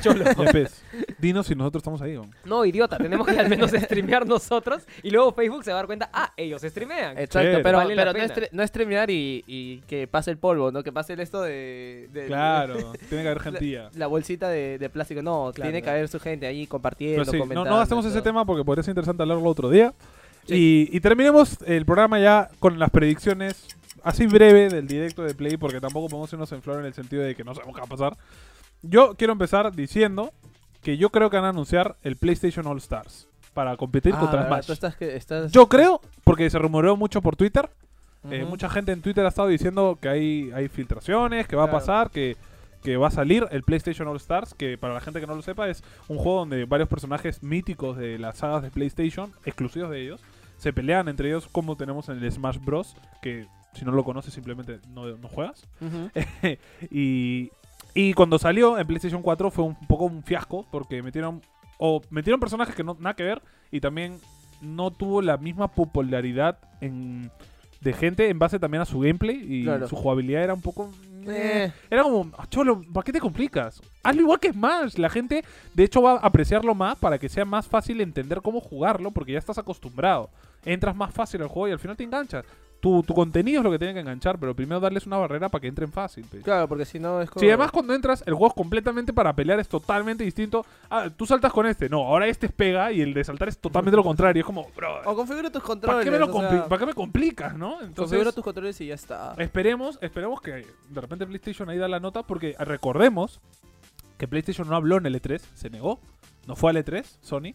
B: streamear, cholo.
C: Ya, pues, Dinos si nosotros estamos ahí. weón.
B: No, idiota, tenemos que al menos streamear nosotros y luego Facebook se va a dar cuenta, ah, ellos streamean.
A: Exacto,
C: Chévere.
A: pero,
B: Vale la
A: pero no,
B: pena.
A: estre- no streamear y, y que pase el polvo, ¿no? Que pase el esto de... de-
C: Claro, tiene que haber gentía.
A: La bolsita de, de plástico, no,
B: Claro.
A: tiene que haber su gente ahí compartiendo,
C: Pero Pues sí, no,
A: comentando.
C: no hacemos ese
A: todo.
C: tema porque podría ser interesante hablarlo otro día. Y, y terminemos el programa ya con las predicciones así breve del directo de Play porque tampoco podemos irnos en flor en el sentido de que no sabemos qué va a pasar. Yo quiero empezar diciendo que yo creo que van a anunciar el PlayStation All Stars para competir
A: Ah,
C: contra
A: ¿verdad?
C: Smash.
A: Tú estás que- estás-
C: Yo creo, porque se rumoreó mucho por Twitter, eh,
A: Ujú.
C: mucha gente en Twitter ha estado diciendo que hay, hay filtraciones, que va a
A: Claro.
C: pasar, que, que va a salir el PlayStation All Stars, que para la gente que no lo sepa es un juego donde varios personajes míticos de las sagas de PlayStation, exclusivos de ellos, se pelean entre ellos como tenemos en el Smash Bros, que si no lo conoces simplemente no, no juegas.
A: Ujú.
C: Y, y cuando salió en PlayStation 4 fue un poco un fiasco porque metieron o metieron personajes que no nada que ver y también no tuvo la misma popularidad en, de gente en base también a su gameplay y
A: Claro.
C: su jugabilidad era un poco eh,
A: Eh,
C: era como "Ah, cholo ¿para qué te complicas? Hazlo igual que Smash la gente de hecho va a apreciarlo más para que sea más fácil entender cómo jugarlo porque ya estás acostumbrado entras más fácil al juego y al final te enganchas tu, tu contenido es lo que tiene que enganchar pero primero darles una barrera para que entren fácil pues.
A: Claro, porque si no es como...
C: Si además cuando entras, el juego es completamente para pelear, es totalmente distinto. Ah, tú saltas con este. No, ahora este es pega y el de saltar es totalmente lo contrario. Es como, bro,
A: O configura tus controles.
C: ¿para qué me, lo
A: o sea,
C: compli- ¿para qué me complicas, no? Entonces, Eh,
A: configura tus controles y ya está.
C: esperemos, esperemos que de repente PlayStation ahí da la nota porque recordemos que PlayStation no habló en el E3, se negó, no fue al E3, Sony,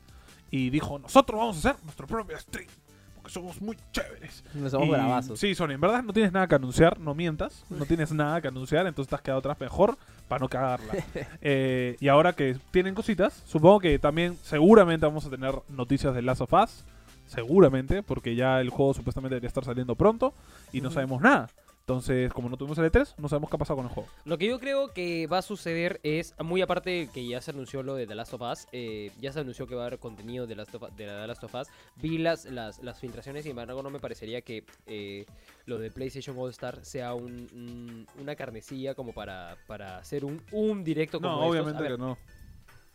C: y dijo, nosotros vamos a hacer nuestro propio stream. Porque somos muy chéveres.
A: Nos somos
C: Y-
A: bravazos.
C: Sí, Sony, en verdad no tienes nada que anunciar, no mientas, no tienes nada que anunciar, entonces te has quedado atrás mejor para no cagarla. Eh, y ahora que tienen cositas, supongo que también seguramente vamos a tener noticias de Last of Us, seguramente, porque ya el juego supuestamente debería estar saliendo pronto y no
A: Ujú.
C: sabemos nada. Entonces, como no tuvimos el E3, no sabemos qué ha pasado con el juego.
B: Lo que yo creo que va a suceder es, muy aparte que ya se anunció lo de The Last of Us, eh, ya se anunció que va a haber contenido de, Last of Us- de la The Last of Us, vi las, las, las filtraciones y sin embargo no me parecería que eh, lo de PlayStation All Star sea un- un- una carnecilla como para, para hacer un, un directo como
C: No,
B: estos. A
C: obviamente
B: ver,
C: que no.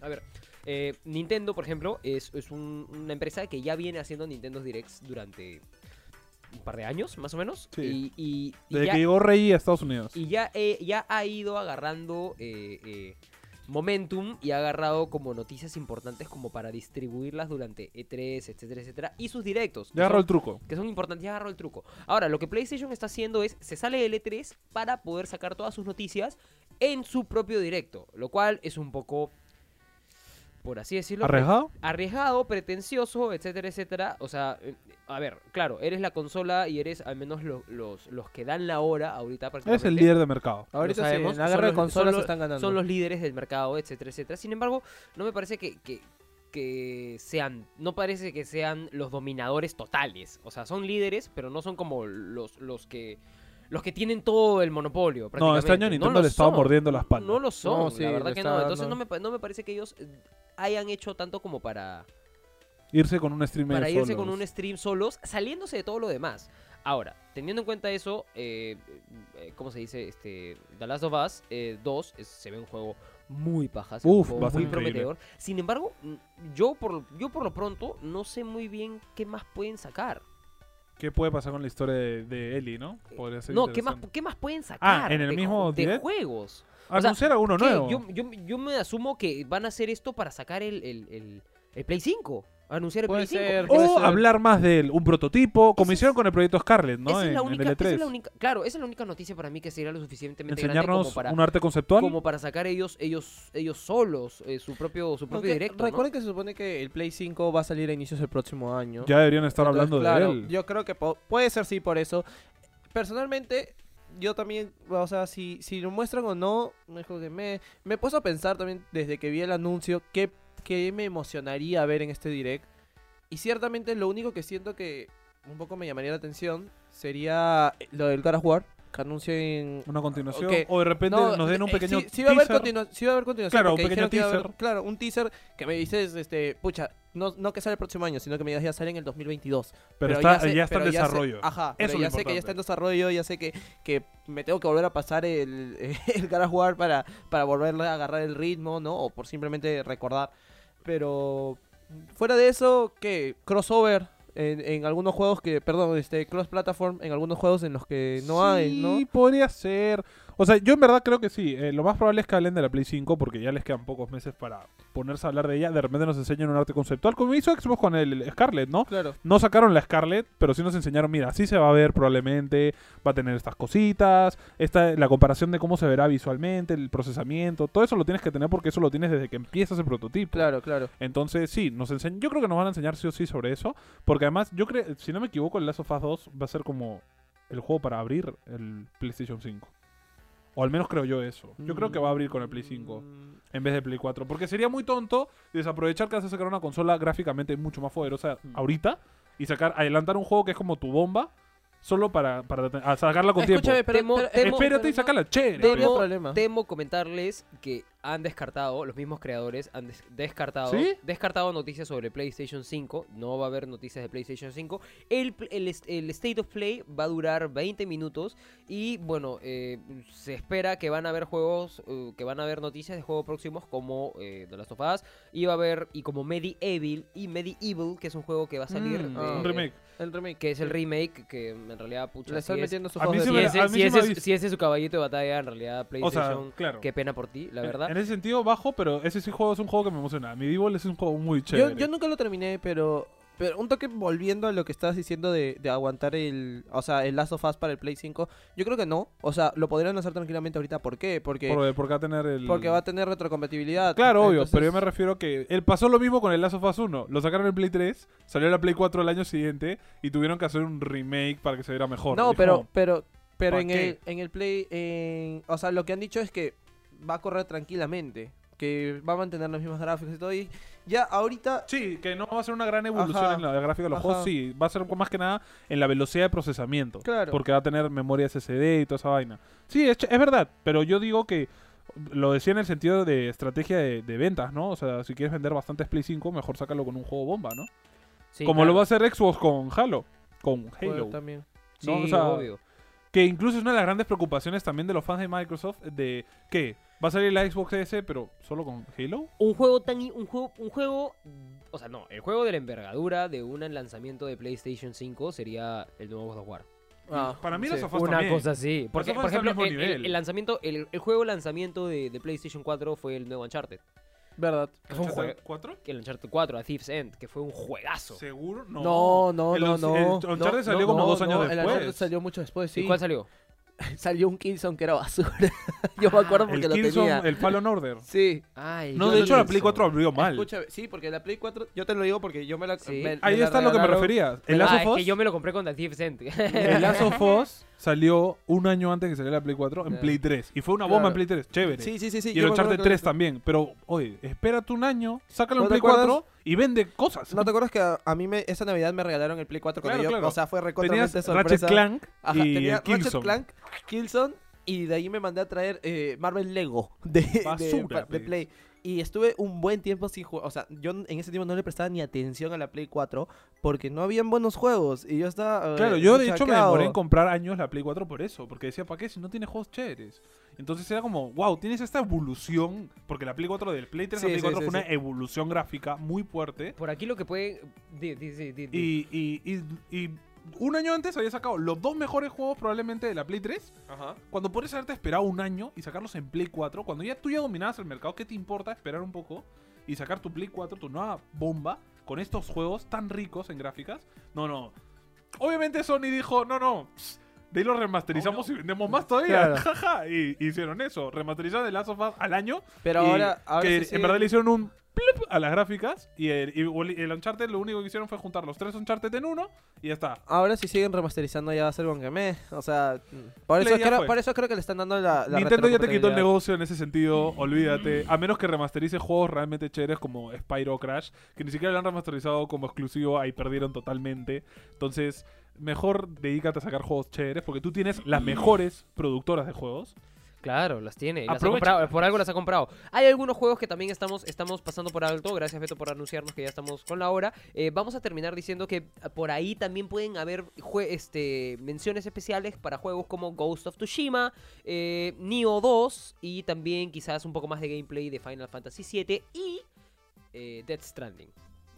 B: a ver, eh, Nintendo, por ejemplo, es, es un- una empresa que ya viene haciendo Nintendo Directs durante un par de años, más o menos.
C: Sí.
B: Y, y- y
C: Desde
B: ya,
C: que llegó Rey a Estados Unidos.
B: y ya, eh, ya ha ido agarrando eh, eh, momentum y ha agarrado como noticias importantes como para distribuirlas durante E3, etcétera, etcétera. Y sus directos. que
C: Ya agarró
B: son-
C: el truco.
B: que son importantes, ya agarró el truco. Ahora, lo que PlayStation está haciendo es, se sale del E3 para poder sacar todas sus noticias en su propio directo, lo cual es un poco, por así decirlo, pre-
C: ¿Arriesgado?
B: arriesgado, pretencioso, etcétera, etcétera. O sea, eh, a ver, claro, eres la consola y eres al menos lo- los, los que dan la hora ahorita.
C: Es el
B: prácticamente.
C: líder de mercado.
A: Ahorita
B: Lo
A: sí,
B: sabemos,
A: en la
B: son
A: guerra de
B: los-
A: consolas
B: son los-
A: están ganando.
B: Son los líderes del mercado, etcétera, etcétera. Sin embargo, no me parece que, que- que sean, no parece que sean los dominadores totales. O sea, son líderes, pero no son como los, los que los que tienen todo el monopolio.
C: No, este año
B: prácticamente.
C: Nintendo
B: lo
C: le estaba
B: son.
C: mordiendo la espalda.
B: No lo son,
A: No, sí,
B: la
A: le
B: verdad que
A: está
B: no. Entonces
A: dando-
B: no me, pa- no me parece que ellos eh, hayan hecho tanto como para,
C: Irse con un streamer
B: para irse con
C: solos.
B: un stream solos, saliéndose de todo lo demás. Ahora, teniendo en cuenta eso, eh, eh, ¿cómo se dice? Este, The Last of Us eh, 2 es- se ve un juego muy paja, se ve un
C: Uf,
B: juego
C: va a ser
B: muy
C: increíble.
B: prometedor. Sin embargo, mm, yo por, yo por lo pronto no sé muy bien qué más pueden sacar.
C: ¿Qué puede pasar con la historia de, de Ellie, no? Podría ser
B: no, ¿qué más,
C: interesante. Ah,
B: ¿qué más pueden sacar
C: en el
B: de,
C: mismo
B: ju- de
C: direct?
B: juegos? o sea,
C: Anunciar a uno
B: ¿Qué?
C: nuevo.
B: Yo, yo- yo me asumo que van a hacer esto para sacar el, el- el- el Play 5. Anunciar el
A: Puede
B: Play Oh, 5.
A: ser, puede
C: O
A: ser.
C: hablar más de él, un prototipo, como
B: Esa es-
C: hicieron con el proyecto Scarlet, ¿no?
B: Esa
C: en,
B: es la
C: en
B: única,
C: el E
B: esa es la
C: E3.
B: única- claro, esa es la única noticia para mí que sería lo suficientemente grande
C: Enseñarnos
B: como para,
C: un arte conceptual.
B: como para sacar ellos, ellos, ellos solos eh, su propio, su propio
A: Aunque
B: directo. ¿no?
A: Recuerden que se supone que el Play 5 va a salir a inicios del próximo año.
C: Ya deberían estar
A: Entonces,
C: hablando
A: claro,
C: de él.
A: Yo creo que po- puede ser sí por eso. Personalmente, yo también, o sea, si, si lo muestran o no, no es como que me, me he puesto a pensar también desde que vi el anuncio qué, qué me emocionaría ver en este direct. Y ciertamente lo único que siento que un poco me llamaría la atención sería eh, lo del God of War, que anuncien...
C: Una continuación.
A: Ok.
C: O de repente
A: No,
C: nos den un
A: eh,
C: pequeño
A: sí, sí va a haber
C: teaser.
A: continua- sí va a haber continuación.
C: Claro, un
A: porque dijeron
C: pequeño
A: que iba a haber-
C: teaser.
A: claro, un teaser que me dices, este, pucha, no, no que sale el próximo año, sino que me digas ya sale en el 2022.
C: Pero, está, ya,
A: sé-
C: está en
A: pero ya sé-
C: desarrollo.
A: ajá,
C: Eso
A: pero
C: es lo
A: ya sé que ya está en
C: importante.
A: desarrollo, ya sé que, que me tengo que volver a pasar el, el GarageBand para, para volverle a agarrar el ritmo, ¿no? O por simplemente recordar. Pero fuera de eso, que crossover en, en algunos juegos que, perdón, este cross platform en algunos juegos en los que no hay, ¿no?
C: Sí, podría ser. O sea, yo en verdad creo que sí. Eh, lo más probable es que hablen de la Play 5 porque ya les quedan pocos meses para ponerse a hablar de ella. De repente nos enseñan un arte conceptual, como hizo Xbox con el Scarlett, ¿no?
A: Claro.
C: No sacaron la Scarlett, pero sí nos enseñaron, mira, así se va a ver probablemente, va a tener estas cositas, esta, la comparación de cómo se verá visualmente, el procesamiento, todo eso lo tienes que tener porque eso lo tienes desde que empiezas el prototipo.
A: Claro, claro.
C: Entonces, sí, nos enseñ- yo creo que nos van a enseñar sí o sí sobre eso. Porque además, yo creo, si no me equivoco, el Last of Us 2 va a ser como el juego para abrir el PlayStation 5. O al menos creo yo eso. Yo creo que va a abrir con el Play 5
A: Mm,
C: en vez de Play 4. Porque sería muy tonto desaprovechar que vas a sacar una consola gráficamente mucho más poderosa
A: Mm.
C: ahorita y sacar, adelantar un juego que es como tu bomba solo para, para ten- a sacarla con
A: Escúchame,
C: tiempo.
A: pero,
B: Temo-
A: pero-
B: temo-
C: Espérate y sácala, chévere.
A: no habría
B: Temo-
C: Ah.
A: problema.
B: Temo comentarles que han descartado, los mismos creadores han des- descartado,
C: ¿Sí?
B: descartado noticias sobre PlayStation 5. No va a haber noticias de PlayStation 5. El, pl- el, est- el State of Play va a durar 20 minutos y bueno, eh, se espera que van a haber juegos, eh, que van a haber noticias de juegos próximos como eh, The Last of Us y va a haber y como Medieval y Medieval, que es un juego que va a salir,
C: Mm,
B: de-
C: un remake.
A: el remake.
B: que es el remake que en realidad pucha,
A: Le
B: si
A: están
B: es-
A: metiendo sus
C: A mí
A: ojos de
C: sí
B: si
C: me-
A: pie.
C: a
B: ese,
C: mí
B: si
C: sí me
B: ese es-
C: avisa.
B: si ese es su caballito de batalla, en realidad
C: O sea,
B: PlayStation,
C: claro.
B: qué pena por ti, la
C: En-
B: verdad.
C: En ese sentido bajo, pero ese sí juego es un juego que me emociona. Mi Devil es un juego muy
A: Yo,
C: chévere.
A: yo nunca lo terminé, pero, pero un toque volviendo a lo que estabas diciendo de, de aguantar el, o sea, el Last of Us para el Play 5, yo creo que no. O sea, lo podrían lanzar tranquilamente ahorita. ¿Por qué? Porque,
C: Por, lo de- porque va a tener el...
A: porque va a tener retrocompatibilidad.
C: Claro, obvio,
A: Entonces,
C: pero yo me refiero que él pasó lo mismo con el Last of Us 1. Lo sacaron en Play 3, salió la Play 4 el año siguiente y tuvieron que hacer un remake para que se viera mejor.
A: No,
C: Es
A: pero,
C: como,
A: pero, pero
C: ¿pa'
A: en
C: qué?
A: el, en el Play, en- o sea, lo que han dicho es que va a correr tranquilamente. Que va a mantener los mismos gráficos y todo. Y ya ahorita
C: Sí, que no va a ser una gran evolución
A: Ajá.
C: en la gráfica de los
A: Ajá.
C: juegos, sí. Va a ser más que nada en la velocidad de procesamiento.
A: Claro.
C: Porque va a tener memoria SSD y toda esa vaina. Sí, es, ch- es verdad, pero yo digo que... Lo decía en el sentido de estrategia de, de ventas, ¿no? O sea, si quieres vender bastantes Play 5, mejor sácalo con un juego bomba, ¿no?
B: Sí,
C: Como
B: claro.
C: lo va a hacer Xbox con Halo. Con
A: Bueno,
C: Halo.
A: también.
B: Sí,
C: ¿no? O sea,
B: obvio.
C: Que incluso es una de las grandes preocupaciones también de los fans de Microsoft de que va a salir la Xbox S pero solo con Halo.
B: Un juego tan i- un juego un juego o sea, no, el juego de la envergadura de un lanzamiento de PlayStation 5 sería el nuevo God of War.
C: Para
A: Ah,
C: mí Last of Us
B: Ah, Una
C: también.
B: cosa así, porque
C: Last of
B: por
C: Us está al
B: ejemplo, el,
C: mismo
B: el-
C: nivel.
B: el lanzamiento el, el juego lanzamiento de, de PlayStation 4 fue el nuevo Uncharted,
A: Verdad.
B: que fue un juego,
C: ¿Cuatro?
B: el Uncharted 4, a Thieves End, que fue un juegazo.
C: ¿Seguro? No.
A: No, no,
C: El
A: no,
C: Unch-
A: no.
C: el Uncharted
A: No,
C: salió
A: no,
C: como dos
A: no,
C: años
A: El Uncharted
C: después.
A: salió mucho después, sí.
B: ¿Y cuál salió?
A: salió un Killzone que era basura. Yo me acuerdo porque
C: el
A: lo
C: Killzone,
A: tenía.
C: el Fallen Order.
A: Sí.
B: Ay,
C: No,
B: yo
C: de hecho la
B: pienso.
C: Play 4 abrió mal.
A: Escúchame, sí, porque la Play 4, yo te lo digo porque yo me la.
B: Sí.
A: me-
C: Ahí
A: me la
C: está lo que me
A: regalaron.
C: refería. El
B: Ah,
C: Last
B: es
C: of
B: que
C: Us,
B: yo me lo compré con The Thieves End.
C: el Last of Us salió un año antes que saliera la Play 4 en
A: Claro.
C: Play 3 y fue una bomba
A: Claro.
C: en Play 3, chévere.
A: Sí, sí, sí. sí
C: y
A: yo me
C: el
A: acuerdo
C: Uncharted
A: que-
C: 3 también, pero oye, espérate un año, sácalo
A: ¿No
C: en
A: te
C: Play 4 y vende cosas.
A: ¿No te acuerdas que a, a mí me, esa Navidad me regalaron el Play 4 cuando
C: Claro,
A: yo,
C: claro.
A: o sea, fue
C: Tenías
A: recontramente
C: Ratchet
A: sorpresa.
C: Clank
A: Ajá,
C: y
A: tenía
C: el Killzone.
A: Ratchet Clank, Killzone y de ahí me mandé a traer eh, Marvel Lego de, de-
C: Basura,
A: de
C: pues.
A: Play. Y estuve un buen tiempo sin jugar. O sea, yo en ese tiempo no le prestaba ni atención a la Play 4 porque no habían buenos juegos. Y yo estaba. eh,
C: Claro, yo de hecho me
A: machacado.
C: demoré en comprar años la Play 4 por eso, porque decía, ¿para qué si no tiene juegos chéveres? Entonces era como, wow, tienes esta evolución, porque la Play 4 del Play 3
A: Sí,
C: a Play
A: sí,
C: 4
A: sí,
C: fue una
A: sí.
C: evolución gráfica muy fuerte.
B: Por aquí lo que puede. di- di- di- di- di.
C: Y, y- y- y un año antes había sacado los dos mejores juegos probablemente de la Play 3, cuando puedes haberte esperado un año y sacarlos en Play 4, cuando ya tú ya dominabas el mercado, ¿qué te importa esperar un poco y sacar tu Play 4, tu nueva bomba, con estos juegos tan ricos en gráficas? No, no. Obviamente Sony dijo, no, no. pss, De ahí lo remasterizamos y vendemos más todavía.
A: Claro.
C: Jaja. Y hicieron eso. Remasterizaron The Last of Us al año.
A: Pero
C: y
A: ahora. ahora
C: que
A: sí siguen-
C: en verdad le hicieron un plop a las gráficas. Y el, y el Uncharted lo único que hicieron fue juntar los tres Uncharted en uno. Y ya está.
A: Ahora si siguen remasterizando ya va a ser Bongamé. O sea, mm, por
C: Play
A: eso,
C: ya
A: creo,
C: fue.
A: por eso creo que le están dando la, la
C: Nintendo ya te quitó el
A: retrocompatibilidad.
C: negocio en ese sentido, olvídate. A menos que remasterice juegos realmente chéveres como Spyro Crash, que ni siquiera lo han remasterizado como exclusivo, ahí perdieron totalmente. Entonces, mejor dedícate a sacar juegos chéveres, porque tú tienes las mejores productoras de juegos
B: Claro, las tiene. las ha
C: Aprovecha.
B: comprado, por algo las ha comprado. Hay algunos juegos que también estamos, estamos pasando por alto. Gracias, Beto, por anunciarnos que ya estamos con la hora. Eh, vamos a terminar diciendo que ah, por ahí también pueden haber jue- este, menciones especiales para juegos como Ghost of Tsushima, eh, Neo 2 y también quizás un poco más de gameplay de Final Fantasy VII y eh, Death Stranding.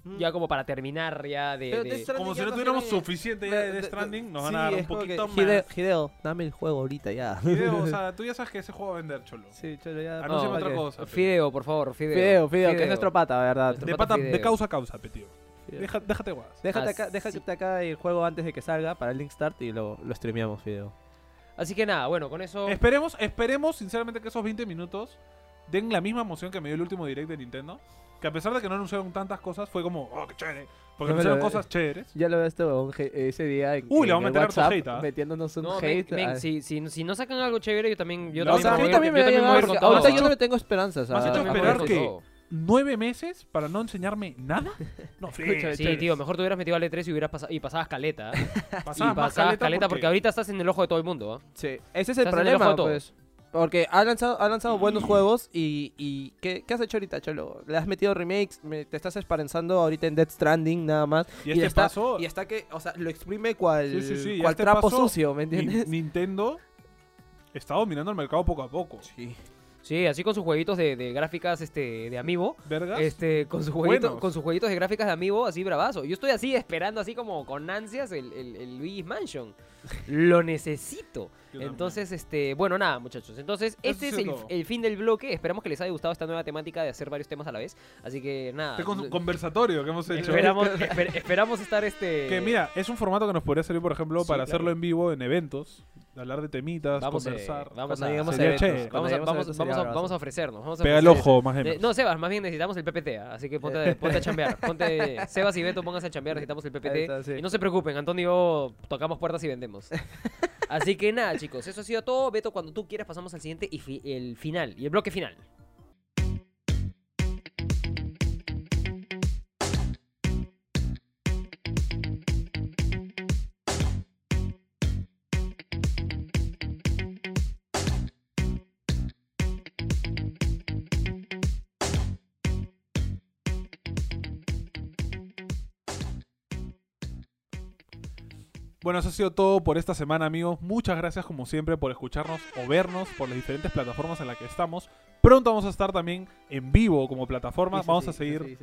A: Mm.
B: Ya como para terminar ya de...
A: Pero
B: de-
A: Death Stranding
C: Como si
A: ya
C: no
A: nos
C: tuviéramos
A: habían-
C: suficiente ya de Death Stranding, nos van a dar
A: Sí,
C: un
A: es como que,
C: poquito
A: Hideo,
C: más.
A: Hideo, dame el juego ahorita ya.
C: Fideo, o sea, Ah, tú ya sabes que ese juego va a vender, cholo.
A: Sí, cholo, ya.
B: No,
C: Anúnciame otra
A: ok.
C: cosa. pe.
B: Fideo, por favor, Fideo.
A: Fideo, Fideo, que es nuestro pata, la verdad.
B: Nuestro
C: De
B: pata
C: pata,
B: Fideo.
C: de causa a causa, pe, tío.
A: Fideo.
C: Deja- Déjate guas.
A: Déjate
B: Así.
A: acá, déjate acá el juego antes de que salga para el link start y lo, lo streameamos, Fideo.
B: Así que nada, bueno, con eso...
C: Esperemos, esperemos sinceramente que esos 20 minutos den la misma emoción que me dio el último direct de Nintendo. Que a pesar de que no anunciaron tantas cosas, fue como, oh, qué chévere. Porque
A: No me lo
C: anunciaron
A: ve-
C: cosas chéveres.
A: Ya lo ves todo ese día en,
C: Uy, le
A: en
C: vamos a
A: el
C: meter harto
A: WhatsApp,
C: hate, ¿ah?
A: metiéndonos un
B: No, men,
A: hate.
B: men,
A: ah.
B: si, si, si no sacan algo chévere, yo también. Yo
C: No,
A: O
B: también
A: sea, a
B: me
A: mí
B: voy-
A: también me va a
B: yo también voy
A: llegar.
B: con
A: porque
B: todo.
A: Ahorita
B: ¿no?
A: yo no le tengo esperanzas.
C: Me has
A: ah.
C: hecho
B: Yo también
C: esperar
B: voy con
C: que-
B: todo.
C: ¿Nueve meses para no enseñarme nada? No,
A: Escucha,
B: Sí,
A: chéveres.
B: tío, mejor te hubieras metido al E3 y, hubieras pasado y pasabas caleta. ¿eh?
C: pasaba
B: y
C: más
B: pasabas caleta,
C: caleta
B: porque... ahorita estás en el ojo de todo el mundo. ¿ah?
A: Sí, ese es el
B: Estás en el ojo de
A: problema,
B: todos.
A: pues. Porque ha lanzado, ha lanzado buenos juegos y, y ¿qué, qué has hecho ahorita, Cholo? Le has metido remakes, me- te estás esperanzando ahorita en Dead Stranding nada más.
C: Y este
A: está,
C: paso-
A: y está que, o sea, lo exprime cual,
C: Sí, sí, sí, y
A: cual
C: este
A: trapo
C: paso-
A: sucio, ¿me
C: Ni-
A: entiendes?
C: Nintendo está dominando el mercado poco a poco.
A: Sí.
B: Sí, así con sus jueguitos de, de gráficas este, de amiibo.
C: ¿Vergas?
B: Este, con, sus jueguitos,
C: Buenos.
B: con sus jueguitos de gráficas de amiibo, así bravazo. Yo estoy así esperando, así como con ansias, el, el, el Luigi's Mansion. Lo necesito.
C: Yo también.
B: Entonces, este, bueno, nada, muchachos. Entonces, este es
C: Eso ha
B: el,
C: sido todo.
B: el fin del bloque. Esperamos que les haya gustado esta nueva temática de hacer varios temas a la vez. Así que nada.
C: Este con-
B: no-
C: conversatorio que hemos hecho.
B: ah, Esperamos, esper- esperamos estar este.
C: Que mira, es un formato que nos podría servir, por ejemplo,
B: Sí,
C: para
B: claro.
C: hacerlo en vivo, en eventos, hablar de temitas,
B: vamos a,
C: conversar.
B: vamos
A: Cuando
B: a,
A: lleguemos
C: a
B: sería
C: eventos,
B: chévere.
A: lleguemos
B: vamos, a,
C: cuando
A: a
B: vamos,
A: eventos sería
B: vamos, a,
A: bravazo.
B: vamos a ofrecernos. Vamos a
C: Pega el
B: ofrecer.
C: ojo, más
B: Eh,
C: gente.
B: no, Sebas, más bien necesitamos el PPT, ¿ah? así que ponte, ponte a chambear. Ponte, Sebas y Beto, pónganse a chambear, necesitamos el PPT.
A: Ahí está, sí.
B: Y no se preocupen, Antonio y yo tocamos puertas y vendemos. Así que nada, chicos, eso ha sido todo. Beto, cuando tú quieras, pasamos al siguiente y fi- el final, y el bloque final.
C: Bueno, eso ha sido todo por esta semana, amigos. Muchas gracias, como siempre, por escucharnos o vernos por las diferentes plataformas en las que estamos. Pronto vamos a estar también en vivo como plataforma. vamos a seguir,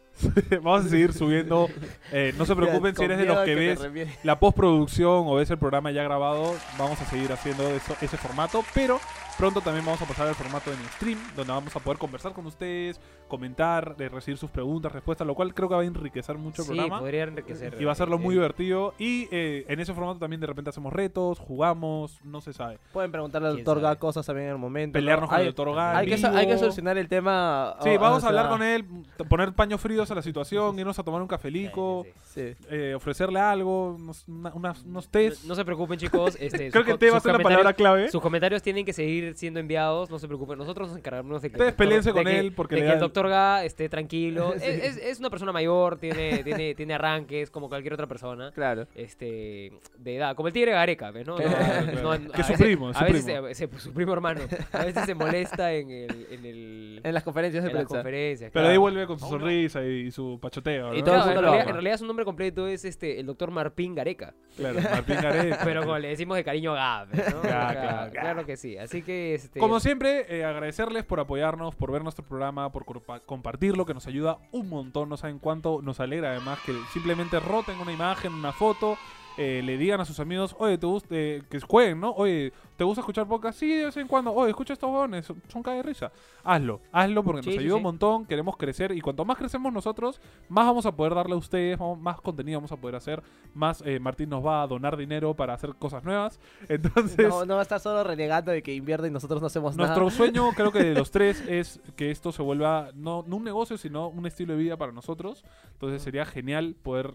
C: vamos a seguir subiendo. Eh, no se preocupen si eres de los que ves la postproducción o ves el programa ya grabado, vamos a seguir haciendo eso- ese formato, pero pronto también vamos a pasar al formato en stream, donde vamos a poder conversar con ustedes, comentar, eh, recibir sus preguntas, respuestas, lo cual creo que va a enriquecer mucho el
B: sí, pues.
C: programa.
B: podría enriquecer.
C: Y va a serlo muy
B: Eh,
C: divertido. Y eh, en ese formato también de repente hacemos retos, jugamos, no se sabe.
A: Pueden preguntarle al
B: ¿Quién
A: doctor Ga
B: sabe?
A: cosas también en el momento.
C: Pelearnos
A: ¿no?
C: con
A: Hay-
C: el Toro Gal.
A: Hay que, so- hay que solucionar el tema.
C: Sí,
A: o-
C: vamos
A: o
C: a hablar
A: sea,
C: con él, t- poner paños fríos a la situación, irnos a tomar un cafelico,
B: sí, sí.
A: Sí.
C: eh, ofrecerle algo, unos, una- unas- unos
B: eh. No,
C: test.
B: no se preocupen, chicos. Este,
C: Creo
B: sus
C: que
B: co-
C: te va a
B: sus
C: ser la
B: comentarios-
C: palabra clave.
B: Sus comentarios tienen que seguir siendo enviados, no se preocupen. Nosotros nos encargamos de que. el
C: Ustedes
B: doctor-
C: peleense
B: de
C: con
B: que-
C: él porque
B: de
C: le
B: que el
C: dan-
B: doctor Ga esté tranquilo. Es- es, es una persona mayor, tiene, tiene, tiene arranques como cualquier otra persona.
A: Claro.
B: Este, de edad, como el tigre Gareca, ¿ves? ¿no? No,
C: Claro,
B: no,
C: claro.
B: no,
C: Que
B: a
C: es su
B: veces-
C: primo, es su
B: a veces
C: primo.
B: se- se- su primo hermano. A veces se molesta en el. En, el,
A: En las conferencias de
B: en las
A: prensa.
B: conferencias.
C: Pero
B: claro.
C: ahí vuelve con su sonrisa y su pachoteo. ¿no?
B: Y
A: todo el
B: claro, en,
A: mundo lo
B: realidad,
A: ama.
B: en realidad su nombre completo es este el doctor Marpín Gareca.
C: Claro, Martín Gareca.
B: Pero como le decimos de cariño Gab, ¿no? O sea,
C: Ga, claro, Ga.
B: claro que sí. Así que este
C: Como siempre, eh, agradecerles por apoyarnos, por ver nuestro programa, por corpa- compartirlo, que nos ayuda un montón. No saben cuánto nos alegra, además, que simplemente roten una imagen, una foto, eh, le digan a sus amigos, oye, te gusta, eh, que jueguen, ¿no? Oye, ¿te gusta escuchar podcast? Sí, de vez en cuando. Oye, escucha estos bones, son cada de risa. Hazlo, hazlo porque
B: Sí,
C: nos
B: sí,
C: ayuda
B: sí.
C: un montón, queremos crecer y cuanto más crecemos nosotros, más vamos a poder darle a ustedes, vamos- más contenido vamos a poder hacer, más eh, Martín nos va a donar dinero para hacer cosas nuevas. Entonces...
A: No, no va a estar solo renegando de que invierte y nosotros no hacemos
C: Nuestro
A: nada.
C: sueño, creo que de los tres, es que esto se vuelva no, no un negocio, sino un estilo de vida para nosotros. Entonces sería genial poder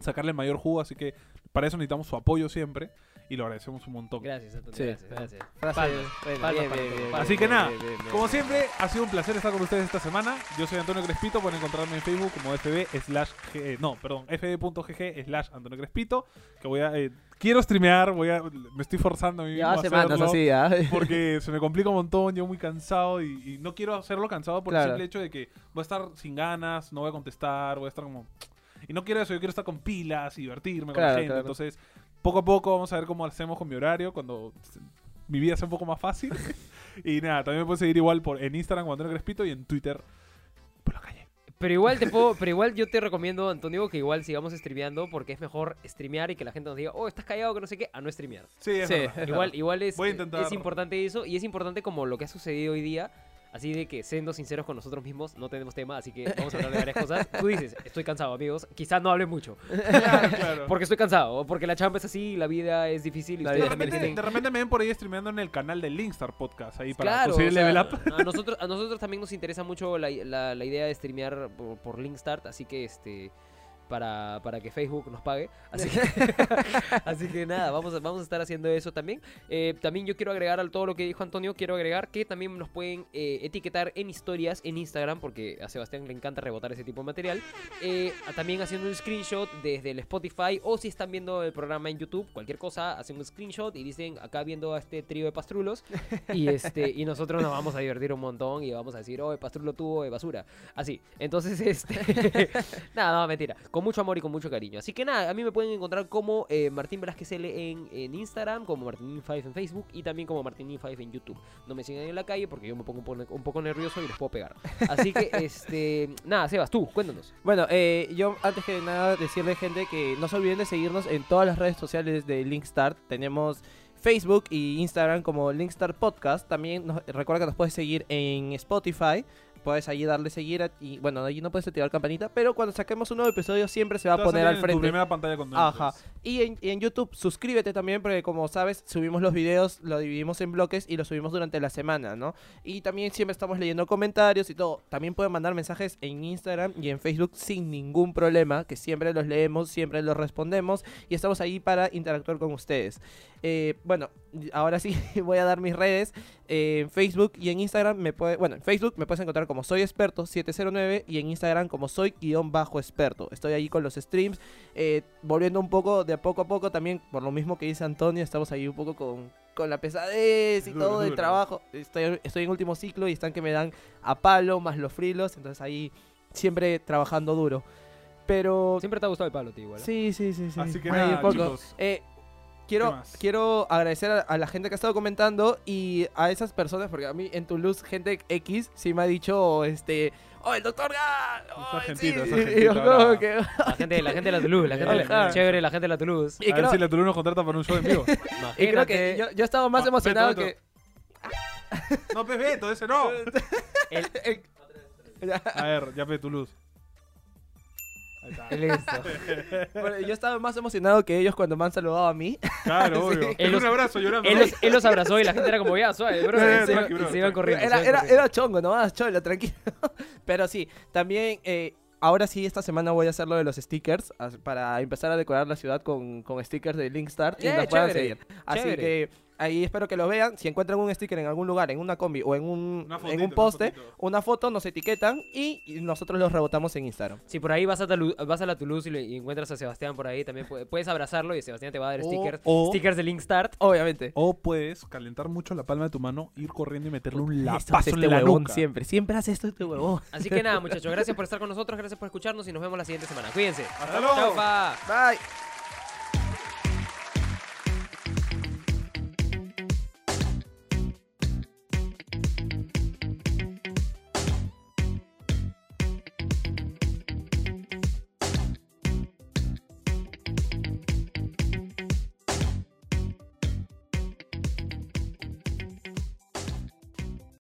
C: sacarle el mayor jugo, así que para eso necesitamos su apoyo siempre y lo agradecemos un montón.
B: Gracias, Antonio,
A: Sí.
B: gracias, gracias.
A: Frase-
B: Palmas,
A: bueno, bien,
B: palmas para
A: bien,
B: todo,
A: bien,
B: palmas.
C: Así que nada,
A: bien, bien, bien.
C: Como siempre, ha sido un placer estar con ustedes esta semana. Yo soy Antonio Crespito, pueden encontrarme en Facebook como fb slash, g- eh, no, perdón, fb.gg slash Antonio Crespito, que voy a... eh, quiero streamear, voy a, me estoy forzando a mí mismo
A: Ya
C: a
A: semanas
C: hacerlo.
A: así, ¿ah?
C: Porque se me complica un montón, yo muy cansado y, y no quiero hacerlo cansado por el
A: Claro.
C: simple hecho de que voy a estar sin ganas, no voy a contestar, voy a estar como... Y no quiero eso, yo quiero estar con pilas y divertirme con la
A: Claro,
C: gente.
A: claro.
C: Entonces, poco a poco vamos a ver cómo hacemos con mi horario cuando se- mi vida sea un poco más fácil. y nada, también me puedes seguir igual por, en Instagram, Antonio Crespito, y en Twitter, por la calle.
B: Pero igual te puedo, pero igual yo te recomiendo, Antonio, que igual sigamos streameando porque es mejor streamear y que la gente nos diga, oh, estás callado, que no sé qué, a no streamear.
C: Sí, es
A: Sí.
C: verdad.
B: Igual, igual es, eh,
C: Voy a intentar.
B: es importante eso y es importante como lo que ha sucedido hoy día. Así de que, siendo sinceros con nosotros mismos, no tenemos tema, así que vamos a hablar de varias cosas. Tú dices, estoy cansado, amigos. Quizás no hable mucho,
C: Claro, claro.
B: porque estoy cansado, o porque la chamba es así, la vida es difícil. Y
A: La
B: ustedes
C: De
A: vida
B: también
C: repente,
B: tienen-
C: de repente me ven por ahí streameando en el canal del Linkstar Podcast, ahí para
B: Claro,
C: conseguir
B: o sea,
C: level up.
B: A nosotros, a nosotros también nos interesa mucho la, la- la idea de streamear por, por Linkstart, así que este para, para que Facebook nos pague. Así que, así que nada, vamos a, vamos a estar haciendo eso también. Eh, también yo quiero agregar al todo lo que dijo Antonio, quiero agregar que también nos pueden eh, etiquetar en historias en Instagram, porque a Sebastián le encanta rebotar ese tipo de material. Eh, también haciendo un screenshot desde el Spotify o si están viendo el programa en YouTube, cualquier cosa, hacen un screenshot y dicen acá viendo a este trío de pastrulos y este y nosotros nos vamos a divertir un montón y vamos a decir, "Oh, el pastrulo tuvo de basura." Así. Entonces, este nada, no, mentira. Con mucho amor y con mucho cariño. Así que nada, a mí me pueden encontrar como eh, Martín Velázquez L en, en Instagram, como Martín5 en Facebook y también como Martín5 en YouTube. No me sigan en la calle porque yo me pongo un poco, un poco nervioso y les puedo pegar. Así que este, nada, Sebas, tú, cuéntanos.
A: Bueno, eh, yo antes que nada decirle gente que no se olviden de seguirnos en todas las redes sociales de Linkstart. Tenemos Facebook y Instagram como Linkstart Podcast. También nos- recuerda que nos puedes seguir en Spotify. Puedes allí darle seguir a- y bueno, allí no puedes activar campanita, pero cuando saquemos un nuevo episodio siempre se va
C: Te
A: a
C: va a
A: poner
C: salir
A: al
C: en
A: frente.
C: Tu primera pantalla cuando
A: Ajá.
C: entres.
A: Y en, y en YouTube, suscríbete también, porque como sabes, subimos los videos, lo dividimos en bloques y los subimos durante la semana, ¿no? Y también siempre estamos leyendo comentarios y todo. También pueden mandar mensajes en Instagram y en Facebook sin ningún problema, que siempre los leemos, siempre los respondemos y estamos ahí para interactuar con ustedes. Eh, bueno, ahora sí voy a dar mis redes. Eh, en Facebook y en Instagram me puede, bueno, en Facebook me puedes encontrar como soy experto 709 y en Instagram como soy guión bajo experto. Estoy ahí con los streams, eh, volviendo un poco de poco a poco también, por lo mismo que dice Antonio, estamos ahí un poco con, con la pesadez y
C: Duro,
A: todo el
C: duro.
A: trabajo. Estoy, estoy en último ciclo y están que me dan a palo más los frilos, entonces ahí siempre trabajando duro. Pero
B: Siempre te ha gustado el palo, tío, igual. ¿eh?
A: Sí, sí, sí, sí.
C: Así que
A: Ahí
C: nada,
A: un poco.
C: chicos.
A: Eh, quiero,
C: más?
A: quiero agradecer a, a la gente que ha estado comentando y a esas personas, porque a mí en Toulouse, gente X sí me ha dicho, este, ¡Oh, el doctor Gall! ¡Oh,
C: argentino, es
A: sí! Y- y
C: argentino,
A: yo,
C: ahora.
A: no, que-
B: La gente, la gente de la Toulouse, la gente de la,
A: Ajá.
B: chévere, la gente de la Toulouse.
A: y
C: a
A: creo,
C: ver si la Toulouse nos contrata para un show en
A: y
C: vivo.
A: creo que
B: Imagínate.
A: yo, yo estaba más
C: Ah,
A: emocionado
C: Beto, Beto. no, pues Beto, ese no.
A: que... Ya,
C: A ver, ya ve Toulouse. Ahí está.
B: Listo.
A: bueno, yo estaba más emocionado que ellos cuando me han saludado a mí.
C: Claro, obvio.
B: Él
C: Con
B: los-
C: un abrazo llorando.
B: Él los, él los abrazó y la gente era como, ya, suave, bro.
C: No, no,
B: y se, iba-
C: tranqui, bro,
B: y se iban
C: tranqui.
B: corriendo.
A: Era,
B: se iban
A: era,
B: corriendo.
A: era chongo nomás, cholo, tranquilo. Pero sí, también eh, ahora sí, esta semana voy a hacer lo de los stickers as- para empezar a decorar la ciudad con, con stickers de Linkstar y
B: Yeah,
A: nos puedan
B: chévere,
A: seguir. Así
B: chévere.
A: que ahí espero que lo vean. Si encuentran un sticker en algún lugar, en una combi o en un,
C: Una
A: en
C: fotito,
A: un
C: una
A: poste,
C: fotito.
A: una foto, nos etiquetan y y nosotros los rebotamos en Instagram.
B: Si por ahí vas a, Talu- vas a la Toulouse y, le- y encuentras a Sebastián por ahí, también pu- puedes abrazarlo y Sebastián te va a dar
C: O-
B: stickers.
C: o-
B: Stickers de Linkstart.
A: Obviamente.
C: O puedes calentar mucho la palma de tu mano, ir corriendo y meterle un
A: Esto hace
C: lapazo
A: este
C: en la
A: huevón
C: nuca.
A: siempre, siempre hace esto este huevón.
B: Así que nada, muchachos, gracias por estar con nosotros, gracias por escucharnos y nos vemos la siguiente semana. Cuídense.
C: Hasta luego.
B: Chau, pa.
A: Bye.